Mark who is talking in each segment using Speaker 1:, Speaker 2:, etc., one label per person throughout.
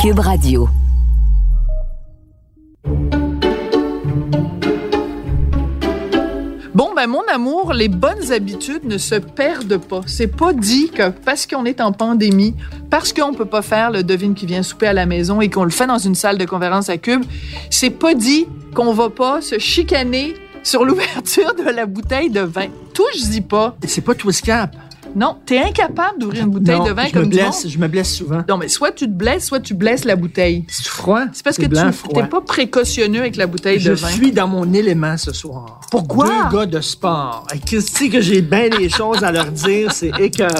Speaker 1: Cube Radio.
Speaker 2: Bon, ben mon amour, les bonnes habitudes ne se perdent pas. C'est pas dit que parce qu'on est en pandémie, parce qu'on peut pas faire le devine qui vient souper à la maison et qu'on le fait dans une salle de conférence à cube, c'est pas dit qu'on va pas se chicaner sur l'ouverture de la bouteille de vin. Touche-y pas.
Speaker 3: C'est pas twist cap.
Speaker 2: Non, t'es incapable d'ouvrir une bouteille
Speaker 3: Non,
Speaker 2: de vin
Speaker 3: je
Speaker 2: comme
Speaker 3: me
Speaker 2: du
Speaker 3: blesse,
Speaker 2: monde.
Speaker 3: Je me blesse souvent.
Speaker 2: Non, mais soit tu te blesses, soit tu blesses la bouteille.
Speaker 3: C'est froid.
Speaker 2: C'est parce que
Speaker 3: blanc,
Speaker 2: tu
Speaker 3: froid.
Speaker 2: t'es pas précautionneux avec la bouteille
Speaker 3: Je
Speaker 2: de vin.
Speaker 3: suis dans mon élément ce soir.
Speaker 2: Pourquoi?
Speaker 3: Deux gars de sport. Et Christy, que j'ai bien des choses à leur dire, c'est écœurant.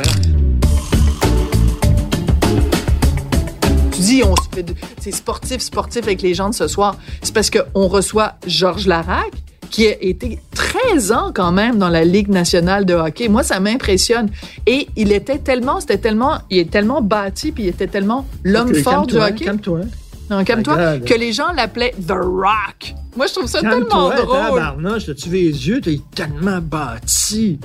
Speaker 2: Tu dis, on se fait, de- c'est sportif, sportif avec les gens de ce soir. C'est parce qu'on reçoit Georges Larac, qui a été 13 ans quand même dans la Ligue nationale de hockey. Moi, ça m'impressionne. Et il était tellement, c'était tellement, il est tellement bâti, puis il était tellement l'homme
Speaker 3: Ok,
Speaker 2: fort du
Speaker 3: calme-toi,
Speaker 2: hockey.
Speaker 3: Calme-toi.
Speaker 2: Non, calme-toi,
Speaker 3: Regarde.
Speaker 2: que les gens l'appelaient The Rock. Moi, je trouve ça tellement
Speaker 3: Calme-toi,
Speaker 2: drôle.
Speaker 3: tabarnouche. T'as-tu vu les yeux? T'es tellement bâti.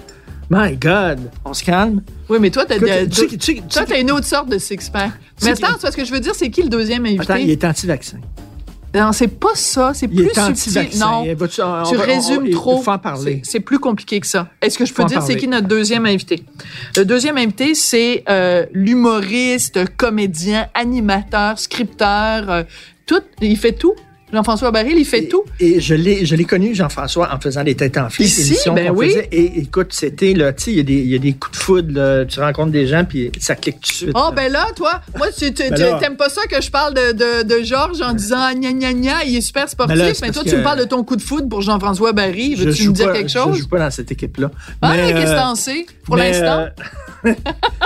Speaker 3: My God. On se calme.
Speaker 2: Oui, mais toi, t'as,
Speaker 3: Écoute,
Speaker 2: des-
Speaker 3: tu sais que- tu sais que- tu
Speaker 2: toi,
Speaker 3: sais que-
Speaker 2: t'as une autre sorte de six-pack.
Speaker 3: Tu
Speaker 2: Mais
Speaker 3: sais
Speaker 2: attends,
Speaker 3: que-
Speaker 2: c'est parce que je veux dire, c'est qui le deuxième invité?
Speaker 3: Attends, il est anti-vaccin.
Speaker 2: Non, c'est pas ça. C'est
Speaker 3: Il
Speaker 2: plus
Speaker 3: est
Speaker 2: subtil.
Speaker 3: anti-vaccin.
Speaker 2: Non.
Speaker 3: Eh, vas-tu- on-
Speaker 2: Tu
Speaker 3: on- on-
Speaker 2: résumes
Speaker 3: il
Speaker 2: trop.
Speaker 3: faut en parler.
Speaker 2: C'est c'est plus compliqué que ça. Est-ce que je
Speaker 3: Faut
Speaker 2: peux
Speaker 3: en
Speaker 2: dire c'est
Speaker 3: parler.
Speaker 2: qui notre deuxième invité? Le deuxième invité, c'est euh, l'humoriste, comédien, animateur, scripteur, euh, tout. Il fait tout. Jean-François Baril, il fait
Speaker 3: Et-
Speaker 2: tout.
Speaker 3: Et je l'ai, je l'ai connu, Jean-François, en faisant des têtes en fil.
Speaker 2: Ici,
Speaker 3: l'émission
Speaker 2: ben
Speaker 3: qu'on
Speaker 2: oui.
Speaker 3: faisait. Et écoute, c'était là, tu sais, il y a des- il y, a des coups de foudre, là, tu rencontres des gens, puis ça clique tout de suite.
Speaker 2: Oh,
Speaker 3: là.
Speaker 2: ben là, toi, moi, tu tu-
Speaker 3: Ben
Speaker 2: tu-
Speaker 3: là.
Speaker 2: t'aimes pas ça que je parle de, de, de Georges en disant ah, gna gna gna, il est super sportif,
Speaker 3: Ben là, c'est
Speaker 2: mais toi,
Speaker 3: parce
Speaker 2: tu me
Speaker 3: que-
Speaker 2: parles de ton coup de foot pour Jean-François Barry.
Speaker 3: je
Speaker 2: Veux-tu
Speaker 3: joue
Speaker 2: me dire
Speaker 3: pas-
Speaker 2: quelque
Speaker 3: Je
Speaker 2: chose?
Speaker 3: joue pas dans cette équipe-là.
Speaker 2: Ah,
Speaker 3: Mais,
Speaker 2: qu'est-ce que
Speaker 3: euh,
Speaker 2: t'en sais? Pour
Speaker 3: mais,
Speaker 2: l'instant,
Speaker 3: euh,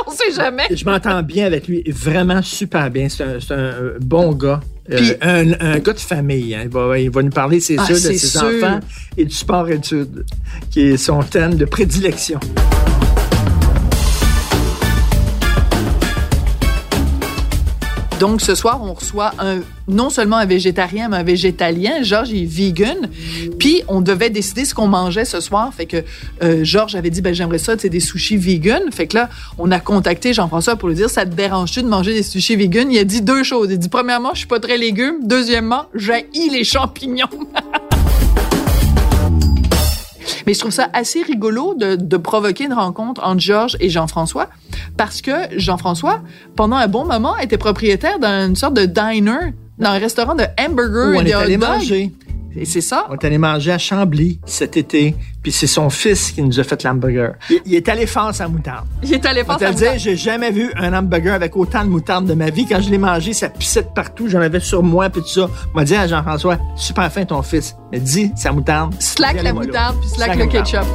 Speaker 2: on sait jamais.
Speaker 3: je m'entends bien avec lui, vraiment super bien. C'est un, c'est un, euh, bon gars. Euh,
Speaker 2: Puis-
Speaker 3: un, un gars de famille. hein. Il, va, il va nous parler, c'est
Speaker 2: Ah,
Speaker 3: sûr, de
Speaker 2: c'est
Speaker 3: ses
Speaker 2: sûr.
Speaker 3: enfants et du sport-études, qui est son thème de prédilection.
Speaker 2: Donc, ce soir, on reçoit un, non seulement un végétarien, mais un végétalien. Georges est vegan. Puis, on devait décider ce qu'on mangeait ce soir. Fait que euh, Georges avait dit, ben, j'aimerais ça, c'est des sushis vegan. Fait que là, on a contacté Jean-François pour lui dire, ça te dérange-tu de manger des sushis vegan? Il a dit deux choses. Il dit, premièrement, je suis pas très légume. Deuxièmement, j'haïs les champignons. Mais je trouve ça assez rigolo de, de provoquer une rencontre entre Georges et Jean-François parce que Jean-François, pendant un bon moment, était propriétaire d'une sorte de diner, d'un restaurant de hamburger
Speaker 3: Où on
Speaker 2: et de
Speaker 3: est
Speaker 2: hot
Speaker 3: allé
Speaker 2: dog.
Speaker 3: manger.
Speaker 2: Et c'est ça.
Speaker 3: On est allé manger à Chambly cet été, puis c'est son fils qui nous a fait l'hamburger. Il, il est allé faire sa moutarde.
Speaker 2: Il est allé
Speaker 3: On
Speaker 2: faire
Speaker 3: te
Speaker 2: sa
Speaker 3: le dit, j'ai jamais vu un hamburger avec autant de moutarde de ma vie. Quand je l'ai mangé, ça pissait de partout. J'en avais sur moi, puis tout ça. On m'a dit à Jean-François, super fin ton fils. Mais dis, sa moutarde.
Speaker 2: Slack la
Speaker 3: Regardez-moi là.
Speaker 2: moutarde, puis slack, le
Speaker 3: Slack la moutarde.
Speaker 2: ketchup.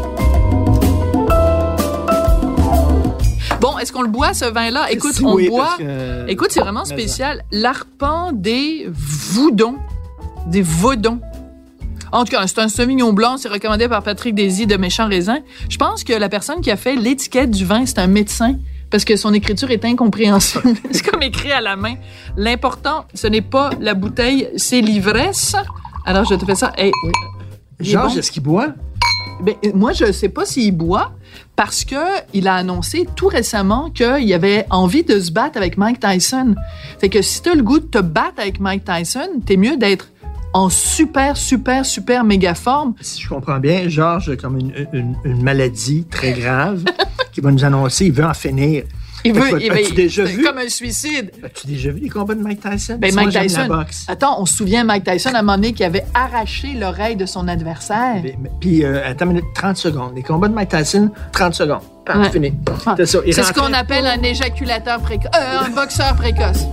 Speaker 2: Bon, est-ce qu'on le boit, ce vin-là? Écoute,
Speaker 3: Si,
Speaker 2: on
Speaker 3: oui,
Speaker 2: boit.
Speaker 3: parce que- euh,
Speaker 2: Écoute, c'est vraiment spécial. L'arpent des voudons. Des vaudons. En tout cas, c'est un Sauvignon blanc, c'est recommandé par Patrick Désy de Méchant Raisin. Je pense que la personne qui a fait l'étiquette du vin, c'est un médecin, parce que son écriture est incompréhensible. c'est comme écrit à la main. L'important, ce n'est pas la bouteille, c'est l'ivresse. Alors, je te fais ça. Hey, oui. Il est
Speaker 3: Georges,
Speaker 2: bon.
Speaker 3: est-ce qu'il boit?
Speaker 2: Ben, euh, moi, je ne sais pas s'il boit parce que il a annoncé tout récemment qu'il avait envie de se battre avec Mike Tyson. Fait que si tu as le goût de te battre avec Mike Tyson, t'es mieux d'être en super, super, super méga forme.
Speaker 3: Si je comprends bien, Georges a comme une, une- une maladie très grave qui va nous annoncer, il veut en finir.
Speaker 2: Il veut,
Speaker 3: Écoute,
Speaker 2: il
Speaker 3: as-tu
Speaker 2: veut-
Speaker 3: déjà
Speaker 2: c'est
Speaker 3: vu?
Speaker 2: comme un suicide.
Speaker 3: As-tu déjà vu les combats de Mike Tyson?
Speaker 2: Ben,
Speaker 3: Moi,
Speaker 2: Mike
Speaker 3: j'aime
Speaker 2: Tyson.
Speaker 3: La boxe.
Speaker 2: Attends, on se souvient Mike Tyson à un moment donné qui avait arraché l'oreille de son adversaire.
Speaker 3: Mais- mais- Puis, euh, attends une minute, 30 secondes. Les combats de Mike Tyson, 30 secondes. Pam,
Speaker 2: Ouais.
Speaker 3: fini.
Speaker 2: Ah,
Speaker 3: C'est ça. Il
Speaker 2: C'est ce
Speaker 3: rentrait-
Speaker 2: qu'on appelle un éjaculateur précoce, euh, un boxeur précoce.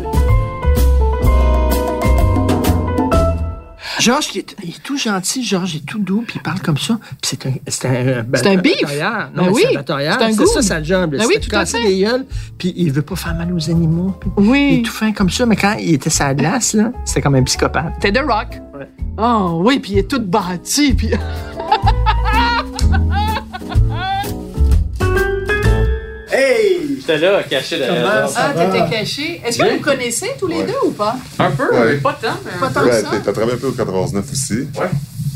Speaker 4: Georges, qui est, il est tout gentil, Georges, il est tout doux, puis il parle comme ça. Puis c'est un. C'est un, euh, ba-
Speaker 2: C'est un beef.
Speaker 4: batailleur. Non,
Speaker 2: Ben
Speaker 4: mais
Speaker 2: oui,
Speaker 4: c'est un batailleur.
Speaker 2: c'est un
Speaker 4: C'est
Speaker 2: goon.
Speaker 4: ça, sa job.
Speaker 2: Ben
Speaker 4: c'est
Speaker 2: oui,
Speaker 4: de
Speaker 2: tout à
Speaker 4: casser
Speaker 2: fait.
Speaker 4: des gueules, puis il veut pas faire mal aux animaux. puis Il est
Speaker 2: Oui.
Speaker 4: tout fin comme ça, mais quand il était sa glace, là, c'était comme un psychopathe.
Speaker 2: T'es The Rock.
Speaker 4: Ouais.
Speaker 2: Oh oui, puis il est tout bâti, puis...
Speaker 4: Hey!
Speaker 5: J'étais là, caché derrière.
Speaker 4: Comment ça va?
Speaker 2: Ah, caché. Est-ce que vous connaissez tous les
Speaker 6: Ouais.
Speaker 2: deux ou pas?
Speaker 5: Un peu,
Speaker 6: Ouais.
Speaker 5: mais pas tant.
Speaker 2: Pas tant que
Speaker 6: Ouais,
Speaker 2: ça.
Speaker 6: t'as- t'as travaillé un peu au 99 aussi.
Speaker 5: Ouais.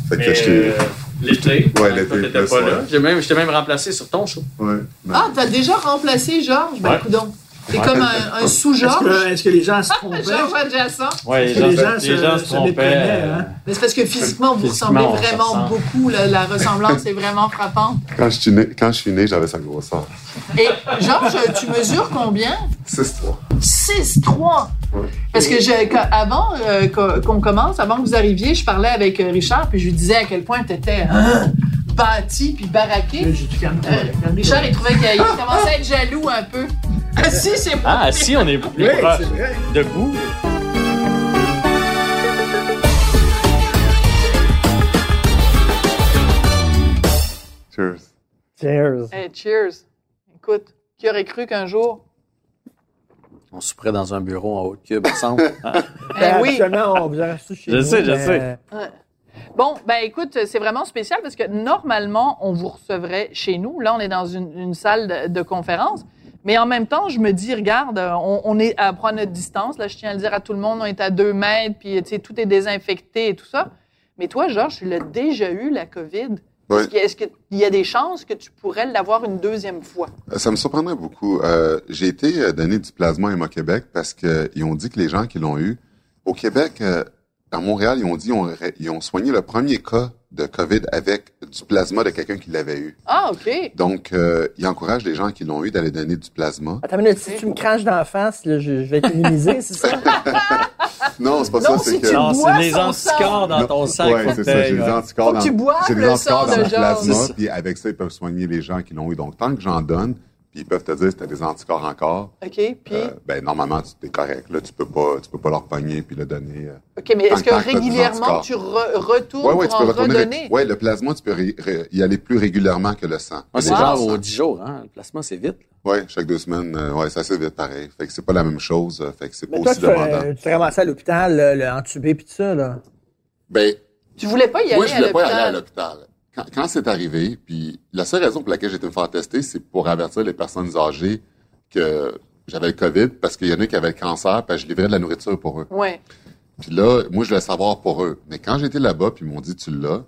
Speaker 6: Fait que
Speaker 5: Mais,
Speaker 6: je
Speaker 5: euh,
Speaker 6: t'ai.
Speaker 5: L'été.
Speaker 6: Ouais,
Speaker 5: quand
Speaker 6: l'été,
Speaker 5: T'étais
Speaker 6: plus,
Speaker 5: pas
Speaker 6: ouais.
Speaker 5: là. J'ai même, j'étais même remplacé sur ton show.
Speaker 6: Ouais. mais-
Speaker 2: Ah, t'as déjà remplacé Georges? Ben,
Speaker 5: Ouais.
Speaker 2: coudonc. T'es
Speaker 6: Ouais.
Speaker 2: comme un, un
Speaker 4: Est-ce
Speaker 2: sous-Georges.
Speaker 4: que, est-ce que les gens se trompaient?
Speaker 3: euh,
Speaker 2: Georges adjacent.
Speaker 5: Ouais,
Speaker 4: Parce que les gens se- se déprenaient,
Speaker 5: euh.
Speaker 4: hein.
Speaker 2: Mais c'est parce que physiquement, vous ressemblez
Speaker 5: Physiquement, on se
Speaker 2: vraiment
Speaker 5: ressemble.
Speaker 2: beaucoup. là. la ressemblance est vraiment frappante.
Speaker 6: Quand je suis né, quand je suis né, j'avais sa grosseur.
Speaker 2: Et Georges, euh, tu mesures combien?
Speaker 6: 6-3.
Speaker 2: 6-3.
Speaker 6: Ouais.
Speaker 2: Parce que je- quand- avant euh, qu'on- qu'on commence, avant que vous arriviez, je parlais avec euh, Richard, puis je lui disais à quel point tu étais bâti puis baraqué.
Speaker 4: J'ai dit, calme-toi,
Speaker 2: Euh,
Speaker 4: calme-toi.
Speaker 2: Richard, il trouvait qu'il commençait à être jaloux un peu. Ah si, c'est pas.
Speaker 5: Ah, si, on est plus
Speaker 4: Oui,
Speaker 5: proche.
Speaker 4: c'est vrai.
Speaker 5: Debout.
Speaker 6: Cheers.
Speaker 3: Cheers.
Speaker 2: Hein? Hey, cheers. Écoute, qui aurait cru qu'un jour.
Speaker 7: On souperait dans un bureau en haut de cube ensemble.
Speaker 2: Eh oui.
Speaker 3: Absolument, on vous a resté chez
Speaker 5: Je
Speaker 3: nous,
Speaker 5: sais, je
Speaker 3: mais- euh,
Speaker 5: sais.
Speaker 2: Bon, ben écoute, c'est vraiment spécial parce que normalement, on vous recevrait chez nous. Là, on est dans une, une salle de, de conférence. Mais en même temps, je me dis, regarde, euh, on, on est à prendre notre distance. Là, je tiens à le dire à tout le monde, on est à deux mètres, puis tu sais, tout est désinfecté et tout ça. Mais toi, Georges, tu l'as déjà eu, la COVID.
Speaker 6: Oui.
Speaker 2: Est-ce qu'il y a- Est-ce qu'il y a des chances que tu pourrais l'avoir une deuxième fois?
Speaker 6: Euh, Ça me surprenait beaucoup. Euh, J'ai été euh, donné du plasma à Québec parce qu'ils ont dit que les gens qui l'ont eu, au Québec, euh, à Montréal, ils ont dit on ré- ils ont soigné le premier cas de COVID avec du plasma de quelqu'un qui l'avait eu.
Speaker 2: Ah, OK.
Speaker 6: Donc, euh, ils encouragent les gens qui l'ont eu d'aller donner du plasma.
Speaker 3: Attends une minute, si tu me craches dans la face, là, je, je vais être immunisé, c'est ça?
Speaker 6: Non, c'est pas
Speaker 2: Non,
Speaker 6: ça,
Speaker 2: si
Speaker 6: c'est que...
Speaker 2: tu
Speaker 5: Non,
Speaker 2: bois
Speaker 5: c'est des
Speaker 2: son
Speaker 5: anticorps dans ton sang.
Speaker 6: Ouais, c'est ça, j'ai des
Speaker 7: euh,
Speaker 6: anticorts
Speaker 2: Faut que
Speaker 6: dans,
Speaker 2: tu boives
Speaker 6: j'ai des
Speaker 2: le sang
Speaker 6: anticorps dans
Speaker 2: de
Speaker 6: mon
Speaker 2: Georges. C'est
Speaker 6: plasma,
Speaker 2: ça.
Speaker 6: puis avec ça, ils peuvent soigner les gens qui l'ont eu. Donc, tant que j'en donne, puis ils peuvent te dire si t'as des anticorps encore,
Speaker 2: OK, puis...
Speaker 6: euh, ben normalement, tu t'es correct. Là, tu peux pas, tu peux pas leur pogner puis le donner. euh.
Speaker 2: OK, mais est-ce que
Speaker 6: tant que t'as des
Speaker 2: régulièrement,
Speaker 6: anticorps.
Speaker 2: tu re- retournes
Speaker 6: Ouais, ouais, tu
Speaker 2: pour
Speaker 6: peux
Speaker 2: en
Speaker 6: retourner.
Speaker 2: redonner?
Speaker 6: Ouais, le plasma, tu peux ré- ré- y aller plus régulièrement que le sang.
Speaker 7: Ouais, Ah, c'est
Speaker 6: Les
Speaker 7: genre
Speaker 6: gens
Speaker 7: aux 10 jours, hein? Le placement, c'est vite.
Speaker 6: sont- Ouais, chaque deux semaines, euh, ouais, ça c'est vite pareil. Fait que c'est pas la même chose. euh, Fait que c'est pas
Speaker 3: Mais toi,
Speaker 6: aussi
Speaker 3: tu,
Speaker 6: demandant.
Speaker 3: euh, tu t'es ramassé à l'hôpital, là, le, entubé puis tout ça, là.
Speaker 6: Ben,
Speaker 2: Tu voulais pas y aller
Speaker 6: Moi, je
Speaker 2: à
Speaker 6: voulais pas aller à
Speaker 2: l'hôpital?
Speaker 6: l'hôpital. Quand, quand c'est arrivé, puis la seule raison pour laquelle j'étais me faire tester, c'est pour avertir les personnes âgées que j'avais le COVID, parce qu'il y en a qui avaient le cancer, puis je livrais de la nourriture pour eux.
Speaker 2: Ouais.
Speaker 6: Puis là, moi, je voulais savoir pour eux. Mais quand j'étais là-bas, puis ils m'ont dit, tu l'as,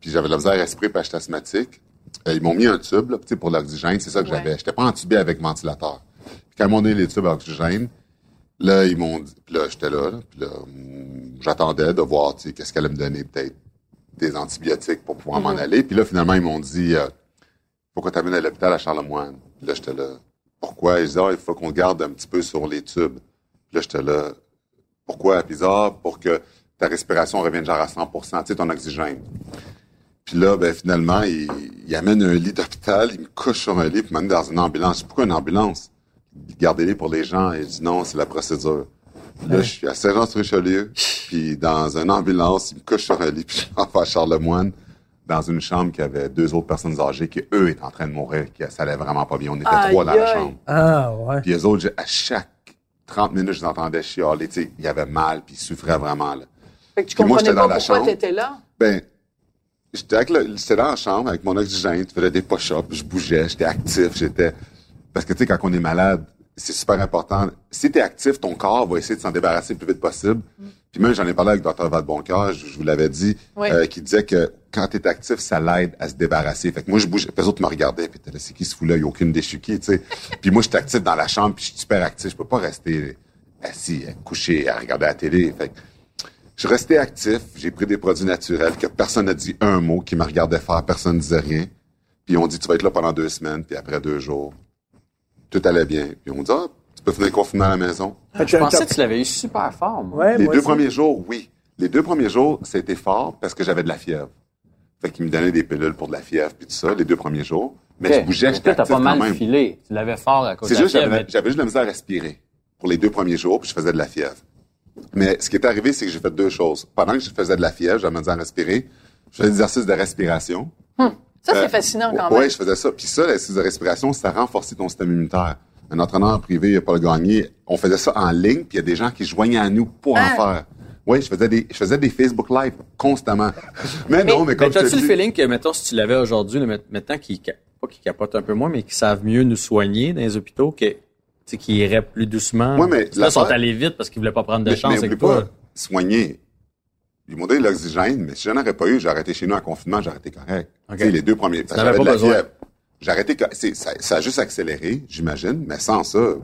Speaker 6: puis j'avais de la misère à respirer, puis j'étais asthmatique, euh, ils m'ont mis un tube là, tu sais, pour l'oxygène, c'est ça que
Speaker 2: Ouais.
Speaker 6: j'avais. J'étais pas entubé avec ventilateur. Puis quand ils m'ont donné les tubes à oxygène, là, ils m'ont dit, puis là, j'étais là, là, puis là, hum, j'attendais de voir, tu sais, qu'est-ce qu'elle allait me donner, peut-être des antibiotiques pour pouvoir m'en aller. Puis là, finalement, ils m'ont dit, euh, pourquoi t'amènes à l'hôpital à Charlemagne? Puis là, j'étais là, pourquoi? Ils disaient, Ah, il faut qu'on le garde un petit peu sur les tubes. Puis là, j'étais là, pourquoi? Puis ils disaient, Ah, pour que ta respiration revienne genre à 100 tu sais, ton oxygène. Puis là, ben, finalement, ils il amènent un lit d'hôpital, ils me couchent sur un lit, puis ils m'amènent dans une ambulance. Je dis, Pourquoi une ambulance? Gardez-les pour les gens. Ils disent, non, c'est la procédure. Là, je suis à Saint-Jean-sur-Richelieu, puis dans une ambulance, ils me couchent sur un lit, puis je m'en vais à Charlemagne, dans une chambre qui avait deux autres personnes âgées qui, eux, étaient en train de mourir, qui ça allait vraiment pas bien. On était
Speaker 2: Aïe,
Speaker 6: trois dans
Speaker 2: aïe.
Speaker 6: la chambre.
Speaker 3: Ah, ouais.
Speaker 6: Puis eux autres, j'ai- à chaque 30 minutes, je les entendais chialer. Tu sais, ils avaient mal, puis ils souffraient vraiment. Là.
Speaker 2: Fait que tu
Speaker 6: Puis moi,
Speaker 2: comprenais
Speaker 6: j'étais dans
Speaker 2: pas
Speaker 6: la
Speaker 2: pourquoi
Speaker 6: chambre.
Speaker 2: t'étais là.
Speaker 6: Ben, j'étais avec le- j'étais dans la chambre avec mon oxygène, tu faisais des push-ups, je bougeais, j'étais actif, j'étais. Parce que tu sais, quand on est malade, c'est super important. Si t'es actif, ton corps va essayer de s'en débarrasser le plus vite possible. Puis même, j'en ai parlé avec Dr. Vadeboncoeur, je, je vous l'avais dit,
Speaker 2: Oui.
Speaker 6: euh, qui disait que quand t'es actif, ça l'aide à se débarrasser. Fait que moi, je bougeais, puis eux autres me regardaient, puis t'es là, c'est qui ce fou-là, il n'y a aucune déchuquée, tu sais. puis moi, j'étais actif dans la chambre, puis je suis super actif, je peux pas rester assis, couché, à regarder la télé. Fait que je restais actif, j'ai pris des produits naturels que personne n'a dit un mot, qui me regardait faire, personne ne disait rien. Puis on dit, tu vas être là pendant deux semaines, puis après deux jours, tout allait bien. Puis on dit, ah, tu peux finir le confinement à la maison.
Speaker 3: Fait que
Speaker 7: Je
Speaker 3: t'as-
Speaker 7: pensais que tu l'avais eu super fort, moi.
Speaker 3: Ouais,
Speaker 6: Les
Speaker 3: moi
Speaker 6: deux
Speaker 3: aussi.
Speaker 6: premiers jours, oui. Les deux premiers jours, c'était fort parce que j'avais de la fièvre. Fait qu'ils me donnaient des pilules pour de la fièvre, puis tout ça, les deux premiers jours. Mais
Speaker 7: Ok.
Speaker 6: je bougeais,
Speaker 7: Donc
Speaker 6: j'étais
Speaker 7: là, t'as
Speaker 6: actif
Speaker 7: pas
Speaker 6: quand
Speaker 7: mal
Speaker 6: même.
Speaker 7: filé. Tu l'avais fort à cause
Speaker 6: C'est
Speaker 7: de la
Speaker 6: juste,
Speaker 7: fièvre.
Speaker 6: j'avais
Speaker 7: mais-
Speaker 6: j'avais juste de la misère à respirer pour les deux premiers jours, puis je faisais de la fièvre. Mais ce qui est arrivé, c'est que j'ai fait deux choses. Pendant que je faisais de la fièvre, j'avais mis à respirer, je faisais des exercices de respiration.
Speaker 2: Ça, c'est
Speaker 6: Euh,
Speaker 2: fascinant quand
Speaker 6: Oui,
Speaker 2: même.
Speaker 6: je faisais ça. Puis ça, l'exercice de respiration, ça renforçait ton système immunitaire. Un entraîneur privé, Paul Gagné, on faisait ça en ligne, puis il y a des gens qui se joignaient à nous pour
Speaker 2: Hein?
Speaker 6: en faire. Oui, je faisais des, je faisais des Facebook Live constamment. Mais, non, mais comme je te
Speaker 7: as-tu le
Speaker 6: dis-
Speaker 7: feeling que, mettons, si tu l'avais aujourd'hui, là, mett- maintenant qu'ils ca- pas qu'ils capotent un peu moins, mais qu'ils savent mieux nous soigner dans les hôpitaux, que, tu sais, qu'ils iraient plus doucement.
Speaker 6: Ouais, mais
Speaker 7: là,
Speaker 6: la
Speaker 7: ils sont
Speaker 6: part-
Speaker 7: allés vite parce qu'ils voulaient pas prendre de
Speaker 6: mais,
Speaker 7: chance.
Speaker 6: mais
Speaker 7: avec
Speaker 6: oublie
Speaker 7: toi.
Speaker 6: pas, soigner. Ils m'ont donné de l'oxygène, mais si j'en aurais pas eu, j'ai arrêté chez nous en confinement, j'aurais été correct.
Speaker 7: Ok.
Speaker 6: Tu sais, les deux premiers. parce que
Speaker 7: n'avais
Speaker 6: j'avais
Speaker 7: pas
Speaker 6: de la
Speaker 7: besoin.
Speaker 6: fièvre. J'ai arrêté, co- c'est- ça, ça a juste accéléré, j'imagine, mais sans ça,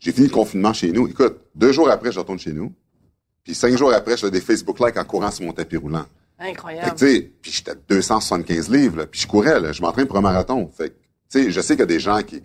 Speaker 6: j'ai fini le confinement chez nous. Écoute, deux jours après, je retourne chez nous. Puis cinq jours après, je fais des Facebook Live en courant sur mon tapis roulant. Fait
Speaker 2: Incroyable.
Speaker 6: que, tu sais, puis j'étais à 275 livres, là, puis je courais, là, je m'entraîne pour un marathon. Fait que, tu sais, je sais qu'il y a des gens qui...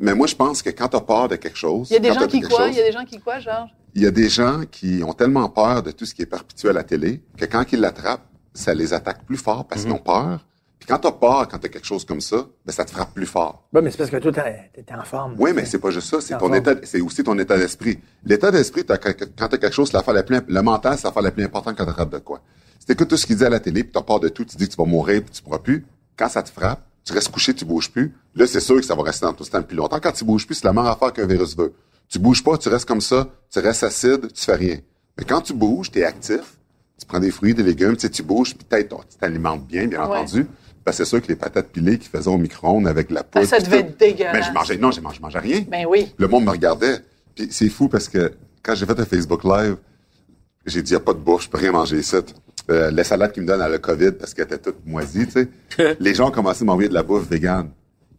Speaker 6: Mais moi, je pense que quand t'as peur de quelque chose...
Speaker 2: Il y a des
Speaker 6: quand
Speaker 2: gens
Speaker 6: t'as
Speaker 2: qui
Speaker 6: quelque
Speaker 2: quoi?
Speaker 6: chose-
Speaker 2: Il y a des gens qui quoi, Georges?
Speaker 6: il y a des gens qui ont tellement peur de tout ce qui est perpétuel à la télé que quand ils l'attrapent, ça les attaque plus fort parce qu'ils ont peur. Puis quand t'as peur, quand t'as quelque chose comme ça, ben ça te frappe plus fort.
Speaker 3: Bah, mais c'est parce que toi, t'as- t'étais en forme.
Speaker 6: Oui, mais c'est pas juste ça, c'est ton
Speaker 3: D'accord.
Speaker 6: état, c'est aussi ton état d'esprit. L'état d'esprit, t'as- quand quand t'as quelque chose, c'est l'affaire la plus, imp- le mental, c'est l'affaire la plus importante quand t'attrapes de quoi. Si t'écoutes tout ce qu'il dit à la télé, puis t'as peur de tout, tu dis que tu vas mourir, puis tu pourras plus. Quand ça te frappe, tu restes couché, tu bouges plus. Là, c'est sûr que ça va rester dans ton système plus longtemps. Quand tu bouges plus, c'est la même affaire qu'un virus veut. Tu bouges pas, tu restes comme ça, tu restes acide, tu fais rien. Mais quand tu bouges, t'es actif, tu prends des fruits, des légumes, tu sais, tu bouges, puis peut-être oh, tu t'alimentes bien, bien
Speaker 2: Ouais.
Speaker 6: entendu. Ben, c'est sûr que les patates pilées qu'ils faisaient au micro-ondes avec de la
Speaker 2: Ah,
Speaker 6: poudre.
Speaker 2: ça
Speaker 6: puis
Speaker 2: devait
Speaker 6: tout.
Speaker 2: être dégueulasse.
Speaker 6: Mais je mangeais, non, je mangeais, je mangeais rien.
Speaker 2: Ben oui.
Speaker 6: Le monde me regardait. Puis c'est fou parce que quand j'ai fait un Facebook Live, j'ai dit, il n'y a pas de bourse, je peux rien manger ici. Euh, les salades qu'ils me donnent à la COVID parce qu'elles étaient toutes moisies, tu sais. les gens ont commencé à m'envoyer de la bouffe végane.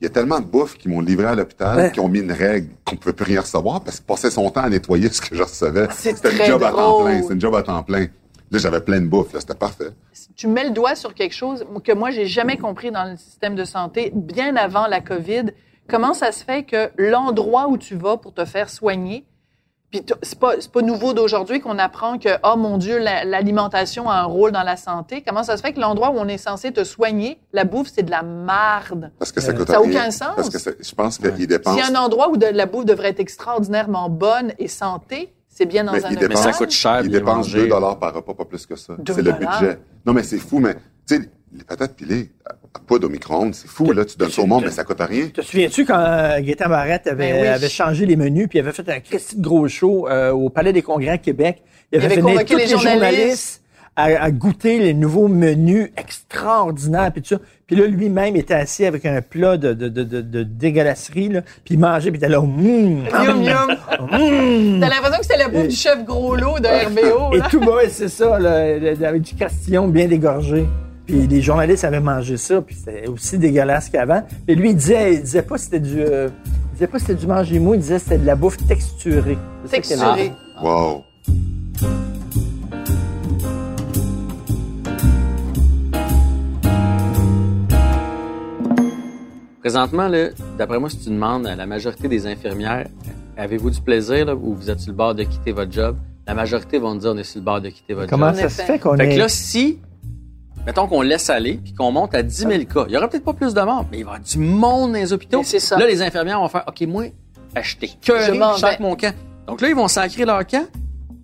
Speaker 6: Il y a tellement de bouffe qui m'ont livré à l'hôpital,
Speaker 3: Ouais.
Speaker 6: qui ont mis une règle qu'on ne pouvait plus rien recevoir parce qu'ils passaient son temps à nettoyer ce que je recevais.
Speaker 2: Ah, C'est
Speaker 6: C'était
Speaker 2: très
Speaker 6: une job à temps
Speaker 2: drôle.
Speaker 6: plein. C'était une job à temps plein. Là, j'avais plein de bouffe. Là, c'était parfait.
Speaker 2: Si tu mets le doigt sur quelque chose que moi, j'ai jamais compris dans le système de santé, bien avant la COVID. Comment ça se fait que l'endroit où tu vas pour te faire soigner, puis t- c'est pas, c'est pas nouveau d'aujourd'hui qu'on apprend que, oh mon Dieu, la- l'alimentation a un rôle dans la santé. Comment ça se fait que l'endroit où on est censé te soigner, la bouffe, c'est de la marde?
Speaker 6: Parce que ça coûte
Speaker 2: Euh, ça a
Speaker 6: rien.
Speaker 2: aucun sens.
Speaker 6: Parce que ça- je pense qu'ils
Speaker 2: S'il
Speaker 6: dépensent.
Speaker 2: y a un endroit où de, la bouffe devrait être extraordinairement bonne et santé, c'est bien dans
Speaker 6: Mais
Speaker 2: un
Speaker 6: il
Speaker 2: hôpital.
Speaker 7: Mais ça coûte cher.
Speaker 6: Ils
Speaker 7: bien
Speaker 6: dépensent
Speaker 7: manger.
Speaker 6: 2 dollars par repas, pas plus que ça.
Speaker 2: Deux
Speaker 6: C'est le
Speaker 2: dollars?
Speaker 6: budget. Non, mais c'est fou, mais tu sais, les patates pilées à, à poudre au micro-ondes, c'est fou, là, tu donnes ça au monde, mais ça coûte rien.
Speaker 3: Te souviens-tu quand euh, Gaétan Barrette avait,
Speaker 2: Ben oui.
Speaker 3: avait changé les menus puis avait fait un Christy de gros show euh, au Palais des Congrès à Québec?
Speaker 2: Il avait
Speaker 3: fait venir
Speaker 2: convoqué
Speaker 3: tous
Speaker 2: les journalistes.
Speaker 3: à, à goûter les nouveaux menus extraordinaires puis tout ça. Puis là, lui-même était assis avec un plat de, de, de, de, de dégueulasserie, là, puis il mangeait, puis il était là, Hum,
Speaker 2: Yum, yum.
Speaker 3: hum.
Speaker 2: T'as l'impression que c'était la bouffe du chef gros lot de RBO.
Speaker 3: Et
Speaker 2: là.
Speaker 3: tout bas, c'est ça, là, le- avec du castillon bien dégorgé. Puis les journalistes avaient mangé ça, puis c'était aussi dégueulasse qu'avant. Mais lui, il disait, il disait pas que c'était du, euh, il disait pas que c'était du manger mou, il disait que c'était de la bouffe texturée. C'est ça qu'il aimait.
Speaker 2: Texturé.
Speaker 6: Wow.
Speaker 7: Présentement, là, d'après moi, si tu demandes à la majorité des infirmières, avez-vous du plaisir là, ou vous êtes sur le bord de quitter votre job, la majorité vont te dire on est sur le bord de quitter votre
Speaker 3: Comment
Speaker 2: En
Speaker 7: job.
Speaker 3: ça se
Speaker 2: effet.
Speaker 3: fait qu'on
Speaker 7: Fait
Speaker 3: est...
Speaker 7: que là, si, mettons qu'on laisse aller puis qu'on monte à 10 000 cas, il y aura peut-être pas plus de morts, mais il va y avoir du monde dans les hôpitaux.
Speaker 2: Mais c'est ça.
Speaker 7: Là, les infirmières vont faire OK, moi, acheter que
Speaker 2: Je m'en
Speaker 7: je sacre
Speaker 2: vais.
Speaker 7: mon camp. Donc là, ils vont sacrer leur camp.